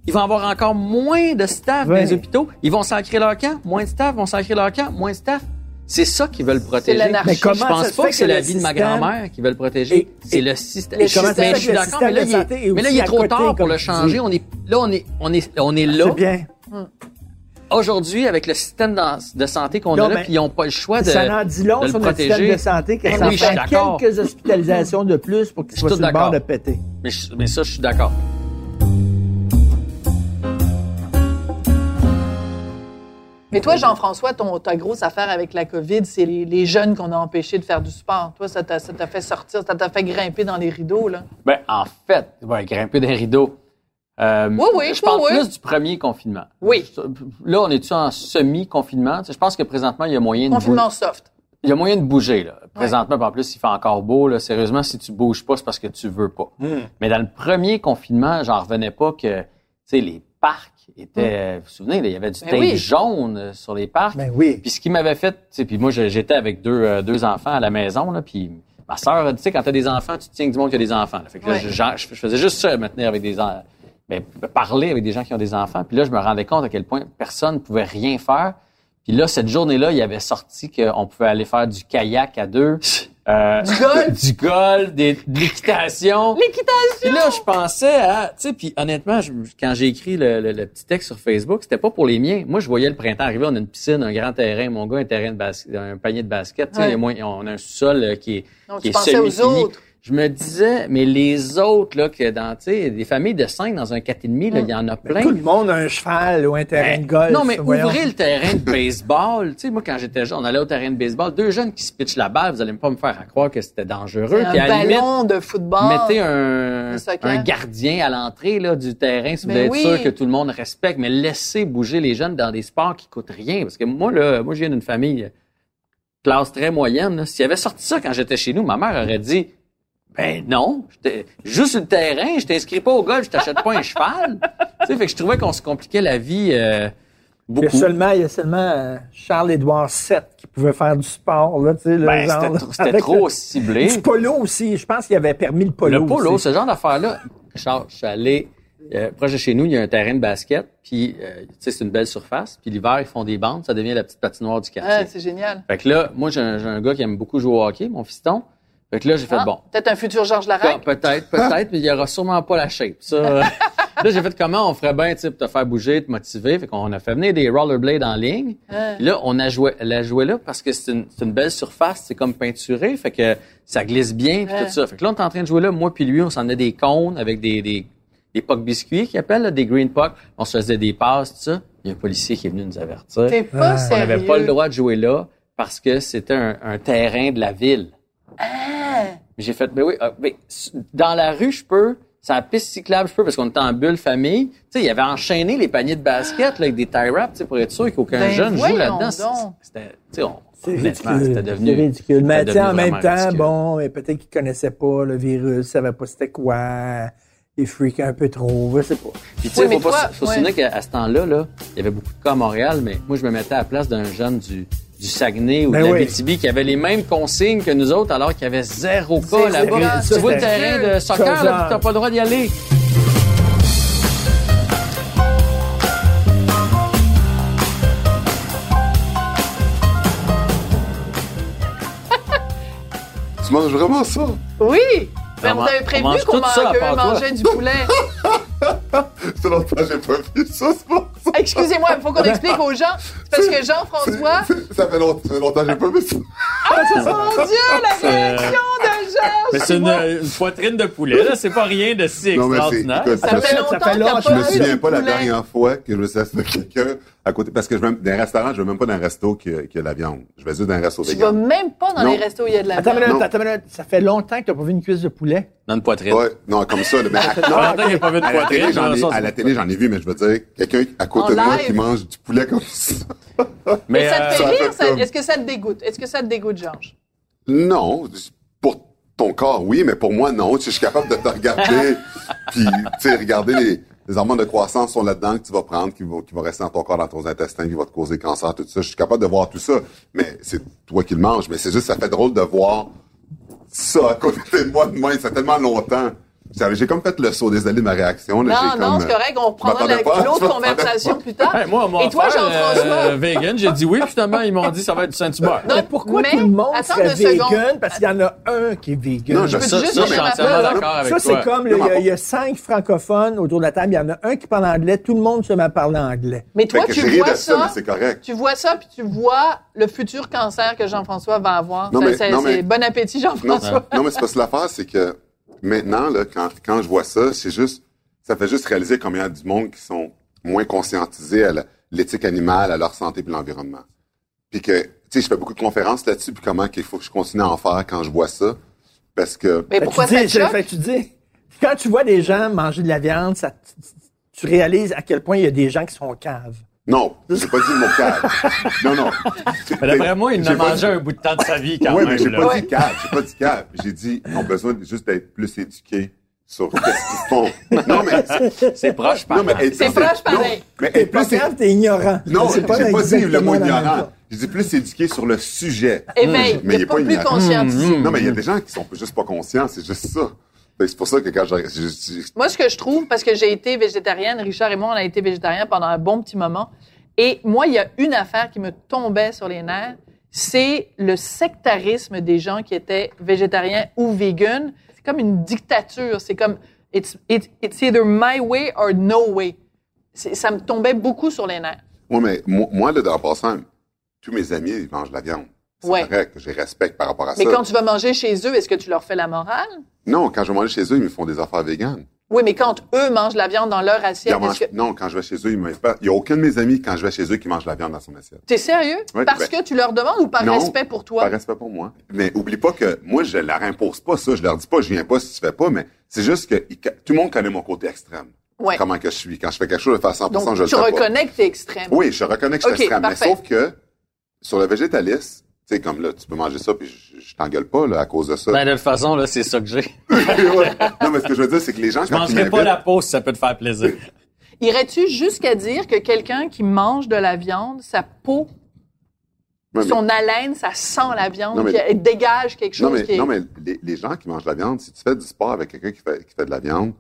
Speaker 7: Ils vont avoir encore moins de staff dans
Speaker 3: Ouais.
Speaker 7: les hôpitaux. Ils vont sacrer leur camp, moins de staff, vont sacrer leur camp, moins de staff. C'est ça qu'ils veulent protéger.
Speaker 2: l'anarchie. Mais
Speaker 3: comment
Speaker 7: je
Speaker 3: ça
Speaker 7: pense
Speaker 3: se
Speaker 7: pas
Speaker 3: fait
Speaker 7: que c'est
Speaker 3: que
Speaker 7: la
Speaker 3: le
Speaker 7: vie de ma
Speaker 3: système-
Speaker 7: grand-mère qu'ils veulent
Speaker 3: Et-
Speaker 7: protéger. C'est
Speaker 3: et-
Speaker 7: le système.
Speaker 3: et
Speaker 7: Je
Speaker 3: comment ça
Speaker 7: mais
Speaker 3: se fait
Speaker 7: je suis
Speaker 3: que le
Speaker 7: d'accord, mais
Speaker 3: système
Speaker 7: là,
Speaker 3: de
Speaker 7: il est-
Speaker 3: santé est
Speaker 7: mais là,
Speaker 3: aussi
Speaker 7: il est
Speaker 3: à
Speaker 7: trop
Speaker 3: côté,
Speaker 7: tard pour
Speaker 3: comme
Speaker 7: le
Speaker 3: tu
Speaker 7: changer.
Speaker 3: dis. Ah,
Speaker 7: On est, là, on est, on est, on est là
Speaker 3: C'est bien.
Speaker 7: aujourd'hui, avec le système dans- de santé qu'on
Speaker 3: Non,
Speaker 7: a là,
Speaker 3: mais
Speaker 7: puis ils n'ont pas le choix de.
Speaker 3: ça en dit long
Speaker 7: de le
Speaker 3: sur notre système
Speaker 7: protéger.
Speaker 3: de santé que
Speaker 7: Ben
Speaker 3: ça
Speaker 7: oui, je suis
Speaker 3: prend
Speaker 7: d'accord.
Speaker 3: quelques hospitalisations de plus pour qu'il
Speaker 7: Je suis
Speaker 3: soit
Speaker 7: tout
Speaker 3: sur le bord
Speaker 7: d'accord.
Speaker 3: de péter.
Speaker 7: Mais, je- mais ça, je suis d'accord.
Speaker 2: Mais toi, Jean-François, ton, ta grosse affaire avec la COVID, c'est les, les jeunes qu'on a empêchés de faire du sport. Toi, ça t'a, ça t'a fait sortir, ça t'a fait grimper dans les rideaux, là.
Speaker 7: Ben, en fait, ouais, grimper des rideaux. Euh,
Speaker 2: Oui, oui,
Speaker 7: je
Speaker 2: oui,
Speaker 7: parle
Speaker 2: oui.
Speaker 7: plus du premier confinement.
Speaker 2: Oui.
Speaker 7: Je- Là, on est-tu en semi-confinement? Tu sais, Je pense que présentement, il y a moyen de bouger.
Speaker 2: Confinement soft.
Speaker 7: Il y a moyen de bouger. Là. Présentement, puis en plus, il fait encore beau. Là. Sérieusement, si tu bouges pas, c'est parce que tu veux pas.
Speaker 3: Hmm.
Speaker 7: Mais dans le premier confinement, j'en revenais pas que tu sais, les parcs étaient. Vous vous souvenez, là, il y avait du
Speaker 2: Ben
Speaker 7: tape
Speaker 2: oui.
Speaker 7: jaune euh, sur les parcs.
Speaker 3: Ben oui.
Speaker 7: Puis ce qui m'avait fait, tu sais, puis moi je- j'étais avec deux, euh, deux enfants à la maison là, puis ma sœur, tu sais, quand t'as des enfants, tu te tiens que du monde qui a des enfants. là. Fait que là,
Speaker 2: Ouais.
Speaker 7: je, je- je faisais juste ça, me tenir avec des enfants. ben, parler avec des gens qui ont des enfants. Puis là, je me rendais compte à quel point personne ne pouvait rien faire. Puis là, cette journée-là, il y avait sorti qu'on pouvait aller faire du kayak à deux. euh, du golf, du golf, des- de l'équitation.
Speaker 2: L'équitation!
Speaker 7: Puis là, je pensais à, tu sais, puis honnêtement, je- quand j'ai écrit le, le- le petit texte sur Facebook, c'était pas pour les miens. Moi, je voyais le printemps arriver, on a une piscine, un grand terrain, mon gars, un terrain de basket, un panier de basket, tu sais,
Speaker 2: Ouais.
Speaker 7: et moi, on a un sol euh, qui est,
Speaker 2: Non,
Speaker 7: qui
Speaker 2: tu
Speaker 7: est
Speaker 2: pensais aux
Speaker 7: semi-fini.
Speaker 2: autres.
Speaker 7: Je me disais, mais les autres, là, que dans, tu sais, des familles de cinq dans un 4,5, là, il y en a plein.
Speaker 3: Tout le monde a un cheval ou un terrain
Speaker 7: Ben,
Speaker 3: de golf.
Speaker 7: Non, mais
Speaker 3: voyons.
Speaker 7: ouvrez le terrain de baseball. tu sais, moi, quand j'étais jeune, on allait au terrain de baseball. Deux jeunes qui se pitchent la balle, vous allez pas me faire à croire que c'était dangereux.
Speaker 2: un
Speaker 7: Puis à la limite,
Speaker 2: ballon de football.
Speaker 7: mettez un,
Speaker 2: Ah, Un soccer.
Speaker 7: un gardien à l'entrée là, du terrain si vous
Speaker 2: Ben
Speaker 7: êtes
Speaker 2: oui.
Speaker 7: sûr que tout le monde respecte, mais laissez bouger les jeunes dans des sports qui coûtent rien. Parce que moi, là, moi, je viens d'une famille euh, classe très moyenne. là. S'il avait sorti ça quand j'étais chez nous, ma mère aurait dit Ben non, j'étais juste sur le terrain, je t'inscris pas au golf, je t'achète pas un cheval. tu sais, fait que je trouvais qu'on se compliquait la vie
Speaker 3: Il y
Speaker 7: euh,
Speaker 3: a
Speaker 7: beaucoup.
Speaker 3: seulement, il y a seulement euh, Charles-Édouard VII qui pouvait faire du sport, là, tu sais, le
Speaker 7: Ben,
Speaker 3: genre,
Speaker 7: c'était
Speaker 3: là,
Speaker 7: trop- c'était
Speaker 3: avec
Speaker 7: trop
Speaker 3: le-
Speaker 7: ciblé.
Speaker 3: Du polo aussi. Je pense qu'il avait permis le polo.
Speaker 7: Le polo,
Speaker 3: aussi.
Speaker 7: ce genre d'affaires-là. Charles, je suis allé euh, proche de chez nous, il y a un terrain de basket, puis euh, tu sais, c'est une belle surface. Puis l'hiver, ils font des bandes, ça devient la petite patinoire du
Speaker 2: Ah,
Speaker 7: quartier.
Speaker 2: c'est génial.
Speaker 7: fait que là, moi, j'ai un, j'ai un gars qui aime beaucoup jouer au hockey, mon fiston. Fait que là, j'ai fait
Speaker 2: Hein?
Speaker 7: bon.
Speaker 2: Peut-être un futur Georges
Speaker 7: Ah,
Speaker 2: Larac.
Speaker 7: Peut-être, peut-être, mais il y aura sûrement pas la shape. Ça, euh, là, j'ai fait comment on ferait bien, tu sais, pour te faire bouger, te motiver. Fait qu'on a fait venir des rollerblades en ligne.
Speaker 2: Hein.
Speaker 7: Puis là, on a joué, la joué là parce que c'est une, c'est une belle surface, c'est comme peinturé, fait que ça glisse bien, puis
Speaker 2: Ouais.
Speaker 7: tout ça. Fait que là, on est en train de jouer là, moi puis lui, on s'en a des cônes avec des, des, des pucks biscuits qui appellent, là, des green pucks. On se faisait des passes, tout ça. Il y a un policier qui est venu nous avertir.
Speaker 2: T'es pas
Speaker 7: On
Speaker 2: sérieux.
Speaker 7: n'avait pas le droit de jouer là parce que c'était un, un terrain de la ville.
Speaker 2: Ah!
Speaker 7: J'ai fait, ben oui, ah, ben, s- dans la rue, je peux. Sur la piste cyclable, je peux, parce qu'on était en bulle famille. Tu sais, il avait enchaîné les paniers de basket là, avec des tie wraps, tu sais, pour être sûr qu'aucun
Speaker 2: Ben,
Speaker 7: jeune joue
Speaker 2: voyons
Speaker 7: là-dedans.
Speaker 2: donc.
Speaker 7: C'était, tu sais, on-
Speaker 3: C'est
Speaker 7: honnêtement,
Speaker 3: ridicule.
Speaker 7: c'était devenu.
Speaker 3: C'est ridicule. Mais
Speaker 7: c'était
Speaker 3: tu sais, en
Speaker 7: devenu
Speaker 3: même
Speaker 7: vraiment
Speaker 3: temps,
Speaker 7: ridicule.
Speaker 3: bon, et peut-être qu'il connaissait pas le virus, il savait pas c'était quoi. Il freakait un peu trop, je sais pas.
Speaker 7: Puis tu
Speaker 2: Oui,
Speaker 7: sais,
Speaker 2: mais
Speaker 7: faut pas
Speaker 2: toi,
Speaker 7: se- faut se
Speaker 2: ouais.
Speaker 7: souvenir qu'à à ce temps-là, là, il y avait beaucoup de cas à Montréal, mais moi, je me mettais à la place d'un jeune du, du Saguenay ou
Speaker 3: Ben
Speaker 7: de
Speaker 3: oui.
Speaker 7: l'Abitibi qui avait les mêmes consignes que nous autres, alors qu'il y avait zéro cas là-bas.
Speaker 3: ça,
Speaker 7: Tu vois le
Speaker 3: c'était-
Speaker 7: terrain de soccer,
Speaker 3: Ça,
Speaker 7: là,
Speaker 3: genre-
Speaker 7: puis t'as pas le droit d'y aller.
Speaker 2: Ah,
Speaker 6: Tu manges vraiment ça?
Speaker 2: Oui! Mais
Speaker 7: On
Speaker 2: on
Speaker 7: man-
Speaker 2: t'avait
Speaker 7: on
Speaker 2: prévenu
Speaker 7: mange
Speaker 2: qu'on
Speaker 7: tout ça, à
Speaker 2: man- que
Speaker 7: part toi.
Speaker 2: mangeait du poulet.
Speaker 6: C'est longtemps que j'ai pas vu ça, c'est pas ça.
Speaker 2: Excusez-moi, il faut qu'on explique aux gens. C'est parce que Jean-François,
Speaker 6: Ça fait longtemps, ça fait longtemps que j'ai pas vu ça.
Speaker 2: mon Dieu, la réaction de Georges!
Speaker 5: Mais c'est une, une poitrine de poulet, là. C'est pas rien de si
Speaker 6: Non, mais c'est-
Speaker 5: extraordinaire.
Speaker 6: écoute,
Speaker 2: Ça
Speaker 6: je-
Speaker 2: fait longtemps
Speaker 3: fait
Speaker 2: que
Speaker 3: longtemps,
Speaker 2: t'as
Speaker 3: je
Speaker 6: Je
Speaker 2: pas
Speaker 6: me
Speaker 2: eu
Speaker 6: souviens
Speaker 2: de
Speaker 6: pas la
Speaker 2: poulet.
Speaker 6: dernière fois que je me suis assis avec quelqu'un à côté. Parce que je vais dans un restaurant, je vais même pas dans un resto qui a, qui a de la viande. Je vais juste dans un resto
Speaker 2: Tu vas
Speaker 6: vegan.
Speaker 2: même pas dans
Speaker 6: Non.
Speaker 2: les restos où il y a de la
Speaker 3: Attends une
Speaker 2: viande.
Speaker 3: minute,
Speaker 6: Non.
Speaker 3: attends une minute. Ça fait longtemps que t'as pas vu une cuisse de poulet.
Speaker 7: Dans une poitrine.
Speaker 6: Ouais, non, comme ça, là, mais à, non,
Speaker 5: Valentin, il a pas vu de
Speaker 6: à
Speaker 2: Ah,
Speaker 6: la
Speaker 5: poitrine.
Speaker 6: télé, j'en ai,
Speaker 5: dans le
Speaker 6: à la
Speaker 5: sens-
Speaker 6: télé, j'en ai vu, mais je veux dire, quelqu'un à côté
Speaker 2: En
Speaker 6: de moi
Speaker 2: live.
Speaker 6: qui mange du poulet comme ça.
Speaker 2: Mais ça te
Speaker 6: euh,
Speaker 2: fait
Speaker 6: ça
Speaker 2: rire?
Speaker 6: fait
Speaker 2: ça-
Speaker 6: comme-
Speaker 2: Est-ce que ça te dégoûte? Est-ce que ça te dégoûte, Georges?
Speaker 6: Non, pour ton corps, oui, mais pour moi, non. Tu sais, Je suis capable de te regarder, puis tu sais, regarder les, les hormones de croissance sont là-dedans que tu vas prendre, qui vont, qui vont rester dans ton corps, dans ton intestin, qui va te causer cancer, tout ça. Je suis capable de voir tout ça, mais c'est toi qui le manges. Mais c'est juste, ça fait drôle de voir ça à côté de moi de même. Ça fait tellement longtemps. Vous savez, J'ai comme fait le saut. Désolé de ma réaction. là,
Speaker 2: Non,
Speaker 6: j'ai
Speaker 2: non,
Speaker 6: comme, euh,
Speaker 2: c'est correct, on reprendra
Speaker 6: m'attendais
Speaker 2: la-
Speaker 6: pas, je
Speaker 2: l'autre
Speaker 6: m'attendais
Speaker 2: conversation plus tard.
Speaker 5: Ouais, moi, on m'a
Speaker 2: Et toi,
Speaker 5: offert,
Speaker 2: Jean-François?
Speaker 5: euh, vegan, j'ai dit oui, puis finalement, ils m'ont dit ça va être du Saint-Hubert.
Speaker 2: Non,
Speaker 3: Mais pourquoi
Speaker 2: mais-
Speaker 3: tout le monde
Speaker 2: attends
Speaker 3: serait
Speaker 2: deux secondes.
Speaker 3: vegan? Parce qu'il y en a un qui est vegan.
Speaker 6: Non, je
Speaker 2: peux
Speaker 6: sais,
Speaker 2: juste
Speaker 6: ça,
Speaker 2: me
Speaker 6: mais-
Speaker 7: je suis
Speaker 2: faire
Speaker 7: entièrement
Speaker 2: mal, hein?
Speaker 7: d'accord avec
Speaker 3: Ça,
Speaker 7: toi.
Speaker 3: c'est comme, là, il y a- il y, a cinq francophones autour de la table. Il y en a un qui parle anglais. Tout le monde se met à parler anglais.
Speaker 2: Mais
Speaker 6: Fait
Speaker 2: toi,
Speaker 6: que
Speaker 2: tu
Speaker 6: j'ai ri de
Speaker 2: vois
Speaker 6: ça,
Speaker 2: ça,
Speaker 6: mais c'est correct.
Speaker 2: tu vois ça, puis tu vois le futur cancer que Jean-François va avoir.
Speaker 6: Non,
Speaker 2: Ça,
Speaker 6: mais-
Speaker 2: c'est-
Speaker 6: non, mais-
Speaker 2: c'est bon appétit,
Speaker 6: Non,
Speaker 2: Jean-François.
Speaker 6: non, mais c'est parce que l'affaire, c'est que maintenant, là, quand, quand je vois ça, c'est juste, ça fait juste réaliser combien il y a du monde qui sont moins conscientisés à la- l'éthique animale, à leur santé et l'environnement. Puis que, tu sais, je fais beaucoup de conférences là-dessus, puis comment qu'il faut que je continue à en faire quand je vois ça. Parce que,
Speaker 2: Mais
Speaker 3: Fait que
Speaker 2: pourquoi
Speaker 3: tu
Speaker 2: ça
Speaker 3: dis,
Speaker 2: te choque?
Speaker 3: fait que tu dis, quand tu vois des gens manger de la viande, ça, tu, tu réalises à quel point il y a des gens qui sont caves.
Speaker 6: non, j'ai pas dit le mot cave. Non, non.
Speaker 5: Mais d'après moi, il
Speaker 6: J'ai
Speaker 5: n'a
Speaker 6: pas
Speaker 5: mangé
Speaker 6: dit-
Speaker 5: un bout de temps de sa vie quand
Speaker 6: Oui,
Speaker 5: même.
Speaker 6: mais j'ai
Speaker 5: là.
Speaker 6: pas dit cave, j'ai pas dit cave. J'ai dit, on a besoin de- juste d'être plus éduqués sur qu'est-ce qu'ils font. Non, mais,
Speaker 7: C'est proche, par
Speaker 6: non, mais,
Speaker 2: C'est proche pareil.
Speaker 6: Non, mais
Speaker 3: T'es
Speaker 6: être
Speaker 3: pas
Speaker 6: plus
Speaker 3: cave, t'es ignorant.
Speaker 6: Non, j'ai
Speaker 3: C'est
Speaker 6: pas, dit le mot
Speaker 3: exactement la même
Speaker 6: ignorant.
Speaker 3: chose.
Speaker 6: Je dis plus éduqué sur le sujet.
Speaker 2: Éveille,
Speaker 6: Mais il
Speaker 2: t'es
Speaker 6: est
Speaker 2: pas
Speaker 6: pas
Speaker 2: plus
Speaker 6: ignorant.
Speaker 5: Mmh,
Speaker 2: conscientisé.
Speaker 6: Non, mais il y a des gens qui sont juste pas conscients, c'est juste ça. Fait que C'est pour ça que quand j'ai- j'ai- j'ai-
Speaker 2: Moi, ce que je trouve, parce que j'ai été végétarienne, Richard et moi, on a été végétariens pendant un bon petit moment. Et moi, il y a une affaire qui me tombait sur les nerfs, c'est le sectarisme des gens qui étaient végétariens ou vegan. C'est comme une dictature. C'est comme it's, it- it's either my way or no way. C'est- Ça me tombait beaucoup sur les nerfs.
Speaker 6: Ouais, mais moi, moi là, dans le passant, hein, tous mes amis, ils mangent de la viande. C'est
Speaker 2: Ouais.
Speaker 6: correct, je les respecte par rapport à
Speaker 2: Mais
Speaker 6: ça.
Speaker 2: quand tu vas manger chez eux, est-ce que tu leur fais la morale?
Speaker 6: Non, quand je vais manger chez eux, ils me font des affaires véganes.
Speaker 2: Oui, mais quand eux mangent la viande dans leur
Speaker 6: Ils en
Speaker 2: assiette, est-ce
Speaker 6: mangent-
Speaker 2: que...
Speaker 6: Non, quand je vais chez eux, ils me pas. Il n'y a aucun de mes amis, quand je vais chez eux, qui mange de la viande dans son assiette.
Speaker 2: T'es sérieux?
Speaker 6: Ouais,
Speaker 2: Parce
Speaker 6: ben-
Speaker 2: que tu leur demandes ou par
Speaker 6: Non,
Speaker 2: respect pour toi?
Speaker 6: Par respect pour moi. Mais oublie pas que moi, je leur impose pas ça. Je leur dis pas, je viens pas si tu fais pas, mais c'est juste que ils- tout le monde connaît mon côté extrême.
Speaker 2: Ouais.
Speaker 6: Comment que je suis. Quand je fais quelque chose, je le fais à 100
Speaker 2: Donc,
Speaker 6: je le
Speaker 2: tu
Speaker 6: fais pas.
Speaker 2: reconnais que t'es extrême.
Speaker 6: Oui, je reconnais que je suis
Speaker 2: Ok,
Speaker 6: extrême,
Speaker 2: parfait.
Speaker 6: mais sauf que sur le végétalisme, tu sais, comme là, tu peux manger ça, puis je, je t'engueule pas là, à cause de ça.
Speaker 7: Ben, de toute façon, là, c'est ça que j'ai.
Speaker 6: Ouais. non, mais ce que je veux dire, c'est que les gens,
Speaker 7: Je
Speaker 2: Ah,
Speaker 6: quand ils
Speaker 7: mangerai
Speaker 6: m'invitent,
Speaker 7: pas la pause si ça peut te faire plaisir.
Speaker 2: Irais-tu jusqu'à dire que quelqu'un qui mange de la viande, sa peau,
Speaker 6: Ouais, mais-
Speaker 2: son haleine, ça sent la viande,
Speaker 6: Non, mais-
Speaker 2: puis elle dégage quelque chose
Speaker 6: non, mais,
Speaker 2: qui est...
Speaker 6: non, mais les, les gens qui mangent de la viande, si tu fais du sport avec quelqu'un qui fait, qui fait de la viande,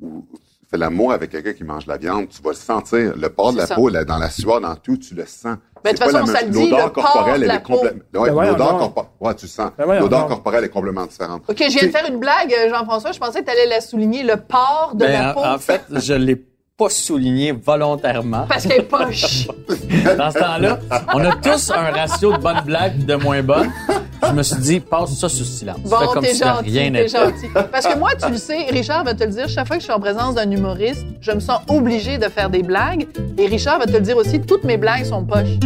Speaker 6: ou tu fais l'amour avec quelqu'un qui mange de la viande, tu vas le sentir. Le port de
Speaker 2: C'est
Speaker 6: la
Speaker 2: ça.
Speaker 6: peau, la- dans la sueur, dans tout, tu le sens.
Speaker 2: Mais de
Speaker 6: C'est
Speaker 2: toute
Speaker 6: pas la
Speaker 2: façon,
Speaker 6: même-
Speaker 2: ça le dit,
Speaker 6: l'odeur
Speaker 2: le port
Speaker 6: corporelle,
Speaker 2: de
Speaker 6: elle
Speaker 2: la
Speaker 6: est complètement. Ouais,
Speaker 3: Ben voyons
Speaker 6: l'odeur
Speaker 3: donc.
Speaker 6: corporelle. Ouais, tu le sens.
Speaker 3: Ben voyons
Speaker 6: l'odeur
Speaker 3: donc.
Speaker 6: corporelle est complètement différente.
Speaker 2: OK, je viens de faire une blague, euh, Jean-François. Je pensais que tu allais la souligner, le port de
Speaker 7: Ben,
Speaker 2: la
Speaker 7: en-
Speaker 2: peau.
Speaker 7: en, fait, je l'ai pas souligné volontairement.
Speaker 2: Parce qu'elle est poche.
Speaker 7: Dans ce temps-là, on a tous un ratio de bonnes blagues et de moins bonnes. Je me suis dit, passe ça sous silence. Fais
Speaker 2: Bon,
Speaker 7: comme
Speaker 2: t'es
Speaker 7: si
Speaker 2: gentil,
Speaker 7: rien
Speaker 2: t'es
Speaker 7: n'était.
Speaker 2: gentil. Parce que moi, tu le sais, Richard va te le dire, chaque fois que je suis en présence d'un humoriste, je me sens obligée de faire des blagues. Et Richard va te le dire aussi, toutes mes blagues sont poches.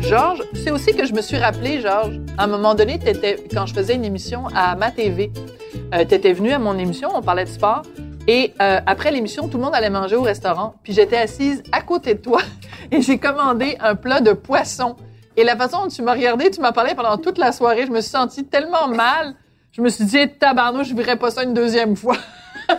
Speaker 2: Georges, c'est aussi que je me suis rappelé, Georges, à un moment donné, t'étais, quand je faisais une émission à ma TV, euh, t'étais venu à mon émission, on parlait de sport, et euh, après l'émission, tout le monde allait manger au restaurant, puis j'étais assise à côté de toi, et j'ai commandé un plat de poisson. Et la façon dont tu m'as regardé, tu m'as parlé pendant toute la soirée, je me suis sentie tellement mal, je me suis dit, Eh, tabarnouche, je ne pas ça une deuxième fois.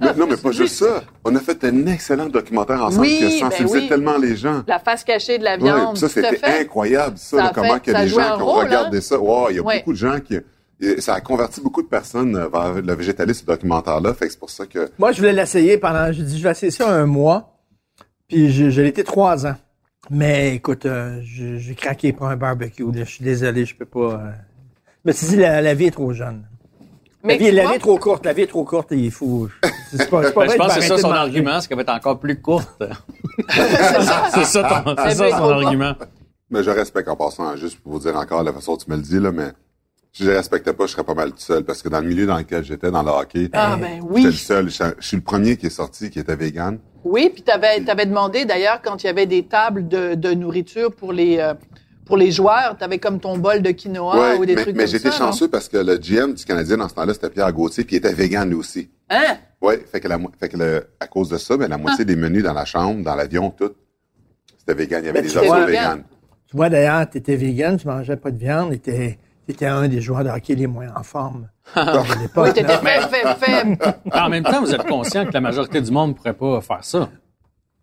Speaker 6: Mais- non, mais pas juste ça. On a fait un excellent documentaire ensemble
Speaker 2: Oui,
Speaker 6: qui a
Speaker 2: ben
Speaker 6: sensibilisé
Speaker 2: oui.
Speaker 6: tellement les gens.
Speaker 2: La face cachée de la
Speaker 6: Ouais,
Speaker 2: viande,
Speaker 6: puis ça,
Speaker 2: tout à
Speaker 6: c'était
Speaker 2: fait.
Speaker 6: incroyable,
Speaker 2: Ça
Speaker 6: ça, là,
Speaker 2: a
Speaker 6: comment
Speaker 2: fait-
Speaker 6: qu'il y
Speaker 2: ça
Speaker 6: a
Speaker 2: a
Speaker 6: des
Speaker 2: joué un
Speaker 6: gens qui ont
Speaker 2: rôle, hein.
Speaker 6: regardé ça. Wow, il y a
Speaker 2: Ouais.
Speaker 6: beaucoup de gens qui... et Ça a converti beaucoup de personnes euh, vers le végétalisme, ce documentaire-là. Fait que c'est pour ça que...
Speaker 3: Moi, je voulais l'essayer pendant. J'ai dit, je vais essayer ça un mois. Puis je, je l'ai été trois ans. Mais écoute, euh, je- j'ai craqué pour un barbecue. là. Je suis désolé, je peux pas. euh. Je me suis dit, la, la vie est trop jeune.
Speaker 2: Mais
Speaker 3: la
Speaker 2: tu
Speaker 3: vie, la
Speaker 2: vois-
Speaker 3: vie est trop courte. La vie est trop courte et il faut. C'est pas, c'est pas
Speaker 7: Ben,
Speaker 3: vrai
Speaker 7: je
Speaker 3: de
Speaker 7: pense que c'est ça
Speaker 3: m'arrêter
Speaker 7: son
Speaker 3: de manger.
Speaker 7: argument, c'est qu'elle va être encore plus courte.
Speaker 2: C'est ça.
Speaker 7: c'est ça, ton, c'est
Speaker 2: Eh
Speaker 7: ça
Speaker 2: ben,
Speaker 7: son
Speaker 2: faut pas.
Speaker 7: argument.
Speaker 6: Mais je respecte en passant, hein, juste pour vous dire encore la façon dont tu me le dis, là, mais si je les respectais pas, je serais pas mal tout seul. Parce que dans le milieu dans lequel j'étais, dans le hockey,
Speaker 2: Ah,
Speaker 6: euh,
Speaker 2: ben oui.
Speaker 6: j'étais le seul. Je, je suis le premier qui est sorti, qui était vegan.
Speaker 2: Oui, puis tu avais, demandé d'ailleurs quand il y avait des tables de, de nourriture pour les euh, pour les joueurs, tu avais comme ton bol de quinoa
Speaker 6: Ouais,
Speaker 2: ou des
Speaker 6: mais
Speaker 2: trucs
Speaker 6: mais
Speaker 2: comme ça.
Speaker 6: j'étais
Speaker 2: non?
Speaker 6: chanceux parce que le GM du Canadien, dans ce temps-là, c'était Pierre Gauthier, puis il était vegan lui aussi.
Speaker 2: Hein?
Speaker 6: Oui, fait que, la, mo- fait que le- à cause de ça, ben,
Speaker 7: Ah.
Speaker 6: la moitié des menus dans la chambre, dans l'avion, tout, c'était vegan. Il y avait
Speaker 2: Mais
Speaker 6: des
Speaker 2: Ben, tu étais
Speaker 6: options
Speaker 2: vegan.
Speaker 6: véganes.
Speaker 3: Tu vois, d'ailleurs, tu étais vegan, tu mangeais pas de viande. Tu étais un des joueurs de hockey les moins en forme.
Speaker 7: Ah.
Speaker 3: à l'époque,
Speaker 2: Oui, t'étais
Speaker 3: là.
Speaker 2: faible, faible, faible.
Speaker 7: En même temps, vous êtes conscient que la majorité du monde ne pourrait pas faire ça.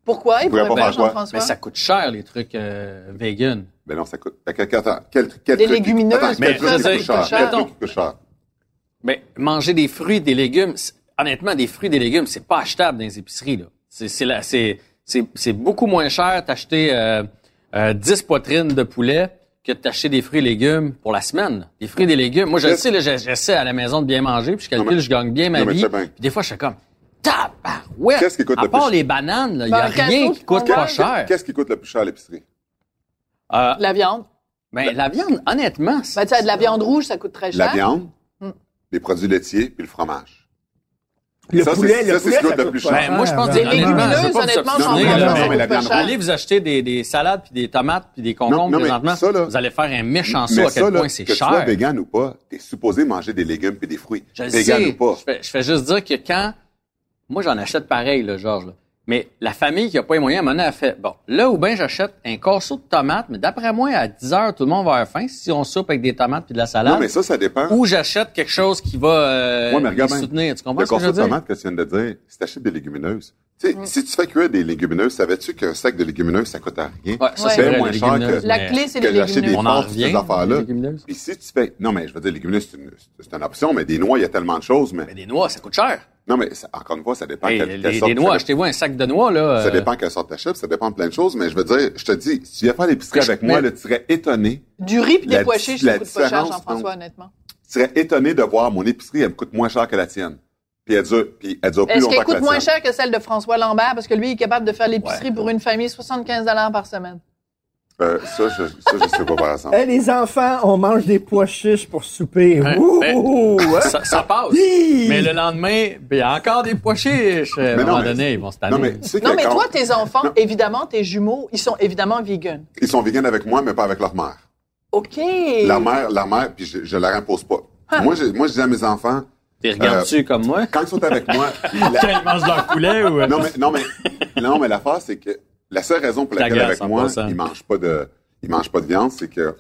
Speaker 2: Pourquoi? Il pourrait
Speaker 6: Pourquoi pas
Speaker 2: pas,
Speaker 6: faire quoi?
Speaker 2: Jean-François?
Speaker 7: Mais ça coûte cher, les trucs euh, vegan.
Speaker 6: Ben non, ça coûte. Fait que, attends, quel, quel
Speaker 2: Des
Speaker 6: truc qui-
Speaker 2: légumineuses,
Speaker 6: attends,
Speaker 2: mais
Speaker 6: quel truc
Speaker 7: ça,
Speaker 6: qui
Speaker 7: ça coûte
Speaker 6: coûte cher?
Speaker 7: cher.
Speaker 6: Quel truc qui coûte cher?
Speaker 7: Mais manger des fruits, des légumes, c'est- honnêtement, des fruits, des légumes, c'est pas achetable dans les épiceries. Là. C'est, c'est, la- c'est, c'est, c'est beaucoup moins cher d'acheter euh, euh, 10 poitrines de poulet que de t'acheter des fruits et légumes pour la semaine. Des fruits et des légumes. Moi, je le sais, là, j'ai- j'essaie à la maison de bien manger, puis je calcule,
Speaker 6: Non, mais-
Speaker 7: je gagne bien ma
Speaker 6: non, mais
Speaker 7: vie.
Speaker 6: c'est bien.
Speaker 7: Puis des fois, je fais comme, tabarouette!
Speaker 6: Qu'est-ce qui coûte
Speaker 7: À
Speaker 6: le
Speaker 7: part
Speaker 6: plus-
Speaker 7: les bananes, il n'y a
Speaker 2: Ben, un
Speaker 7: rien
Speaker 2: casseau,
Speaker 7: qui coûte
Speaker 2: tu
Speaker 7: pas
Speaker 2: comprends?
Speaker 7: cher.
Speaker 6: Qu'est-ce qui coûte le plus cher à l'épicerie?
Speaker 7: Euh,
Speaker 2: La viande.
Speaker 7: ben, la viande, honnêtement, c'est-
Speaker 2: Ben, tu sais, de la viande rouge, ça coûte très cher. Mm.
Speaker 6: La viande, les produits laitiers, puis le fromage.
Speaker 3: Le
Speaker 6: Ça,
Speaker 3: poulet,
Speaker 6: c'est-
Speaker 3: le
Speaker 6: ça,
Speaker 3: poulet,
Speaker 6: c'est ce qui
Speaker 3: ça
Speaker 6: coûte le
Speaker 3: coûte
Speaker 6: plus
Speaker 3: pas
Speaker 6: cher.
Speaker 7: Ben, moi, je pense
Speaker 3: Ah,
Speaker 7: que
Speaker 2: Les
Speaker 3: ben, honnêtement,
Speaker 7: je veux
Speaker 2: légumineuses,
Speaker 7: pas vous
Speaker 2: honnêtement, j'en
Speaker 7: obstiner,
Speaker 6: prends
Speaker 2: prends
Speaker 6: là,
Speaker 2: pas,
Speaker 6: mais
Speaker 2: ça
Speaker 6: la
Speaker 2: coûte pas
Speaker 6: viande
Speaker 2: cher.
Speaker 7: Allez vous acheter des, des salades puis des tomates puis des concombres
Speaker 6: Non, non, mais
Speaker 7: présentement.
Speaker 6: ça, là-
Speaker 7: vous allez faire un méchant
Speaker 6: Mais
Speaker 7: saut à quel
Speaker 6: là,
Speaker 7: point c'est
Speaker 6: que tu sois
Speaker 7: cher.
Speaker 6: vegan ou pas, t'es supposé manger des légumes puis des fruits.
Speaker 7: Je le
Speaker 6: vegan
Speaker 7: sais.
Speaker 6: ou pas.
Speaker 7: Je fais, je fais juste dire que quand moi j'en achète pareil là, Georges. là. Mais la famille qui a pas les moyens, à un moment donné, elle fait bon. Là où bien j'achète un corso de tomates, mais d'après moi à 10 heures tout le monde va avoir faim si on soupe avec des tomates puis de la salade.
Speaker 6: Non, mais ça, ça dépend.
Speaker 7: Ou j'achète quelque chose qui va euh,
Speaker 6: Ouais, mais regarde
Speaker 7: les
Speaker 6: bien.
Speaker 7: soutenir. Tu comprends
Speaker 6: Le
Speaker 7: ce que je
Speaker 6: corset
Speaker 7: veux
Speaker 6: de
Speaker 7: dire?
Speaker 6: tomate que tu viens de dire, si t'achètes des légumineuses, Tu sais,
Speaker 2: Mm.
Speaker 6: si tu fais cuire des légumineuses, savais-tu qu'un sac de légumineuses, ça coûte à rien?
Speaker 7: Ouais, ça,
Speaker 2: Ouais.
Speaker 7: c'est
Speaker 6: Ben,
Speaker 7: vrai,
Speaker 6: moins
Speaker 7: les
Speaker 6: cher que-
Speaker 7: légumineuses,
Speaker 2: La
Speaker 7: mais-
Speaker 2: clé, c'est
Speaker 6: que
Speaker 2: les
Speaker 6: d'acheter des
Speaker 2: légumineuses.
Speaker 7: On en
Speaker 6: forces,
Speaker 7: revient.
Speaker 6: ces affaires-là.
Speaker 7: les légumineuses.
Speaker 6: Puis si tu fais. Non, mais je veux dire, les légumineuses, c'est une, c'est une option, mais des noix, il y a tellement de choses. Mais,
Speaker 7: Mais Ben, des noix, ça coûte cher.
Speaker 6: non, mais ça- encore une fois, ça dépend
Speaker 7: Hey,
Speaker 6: quelle, quelle
Speaker 7: les,
Speaker 6: sorte
Speaker 7: des
Speaker 6: tu
Speaker 7: noix,
Speaker 6: fais.
Speaker 7: achetez-vous un sac de noix, là.
Speaker 6: Ça
Speaker 7: euh,
Speaker 6: dépend quelle sorte t'achètes, ça dépend de plein de choses, mais je veux dire, je te dis, si tu viens faire l'épicerie
Speaker 7: Je-
Speaker 6: avec moi,
Speaker 7: mais-
Speaker 6: là, tu serais étonné.
Speaker 2: Du riz puis des
Speaker 6: La
Speaker 2: pois
Speaker 6: di-
Speaker 2: chiches,
Speaker 6: la
Speaker 2: ça coûte pas cher,
Speaker 6: différence,
Speaker 2: Jean-François, honnêtement.
Speaker 6: Tu serais étonné de voir mon épicerie, elle me coûte moins cher que la tienne. Puis elle dure, puis elle dure plus
Speaker 2: Est-ce qu'elle
Speaker 6: longtemps que la
Speaker 2: coûte
Speaker 6: tienne.
Speaker 2: moins cher que celle de François Lambert? Parce que lui, il est capable de faire l'épicerie pour une famille 75 par semaine.
Speaker 6: Euh, ça, je, ça, je sais pas, par exemple.
Speaker 3: Eh, les enfants, on mange des pois chiches pour souper.
Speaker 7: Ouais,
Speaker 3: Ouh,
Speaker 7: mais-
Speaker 3: ouh, ouh, hein?
Speaker 7: ça, ça passe.
Speaker 3: Hi!
Speaker 7: Hein? Ben, mais le lendemain, ben, il y a encore des pois chiches. euh, À un
Speaker 6: Mais non,
Speaker 7: moment
Speaker 6: mais-
Speaker 7: donné, ils vont se tanner.
Speaker 6: Non, mais tu sais
Speaker 2: Non,
Speaker 6: que
Speaker 2: mais
Speaker 6: quand-
Speaker 2: toi, tes enfants, évidemment, tes jumeaux, ils sont évidemment vegan.
Speaker 6: ils sont véganes avec moi, mais pas avec leur mère.
Speaker 2: OK.
Speaker 6: La mère, la mère, puis je, je leur impose pas.
Speaker 2: Ah.
Speaker 6: Moi, je, moi, je dis à mes enfants,
Speaker 7: T'es
Speaker 6: euh,
Speaker 7: regardes-tu comme moi?
Speaker 6: quand ils sont avec moi, la-
Speaker 5: Quand ils mangent leur poulet ou.
Speaker 7: euh,
Speaker 6: non, mais, non, mais, non, mais l'affaire, c'est que la seule raison pour laquelle,
Speaker 7: T'agaces,
Speaker 6: avec
Speaker 7: en
Speaker 6: moi,
Speaker 7: passant.
Speaker 6: ils mangent pas de, ils mangent pas de viande, c'est que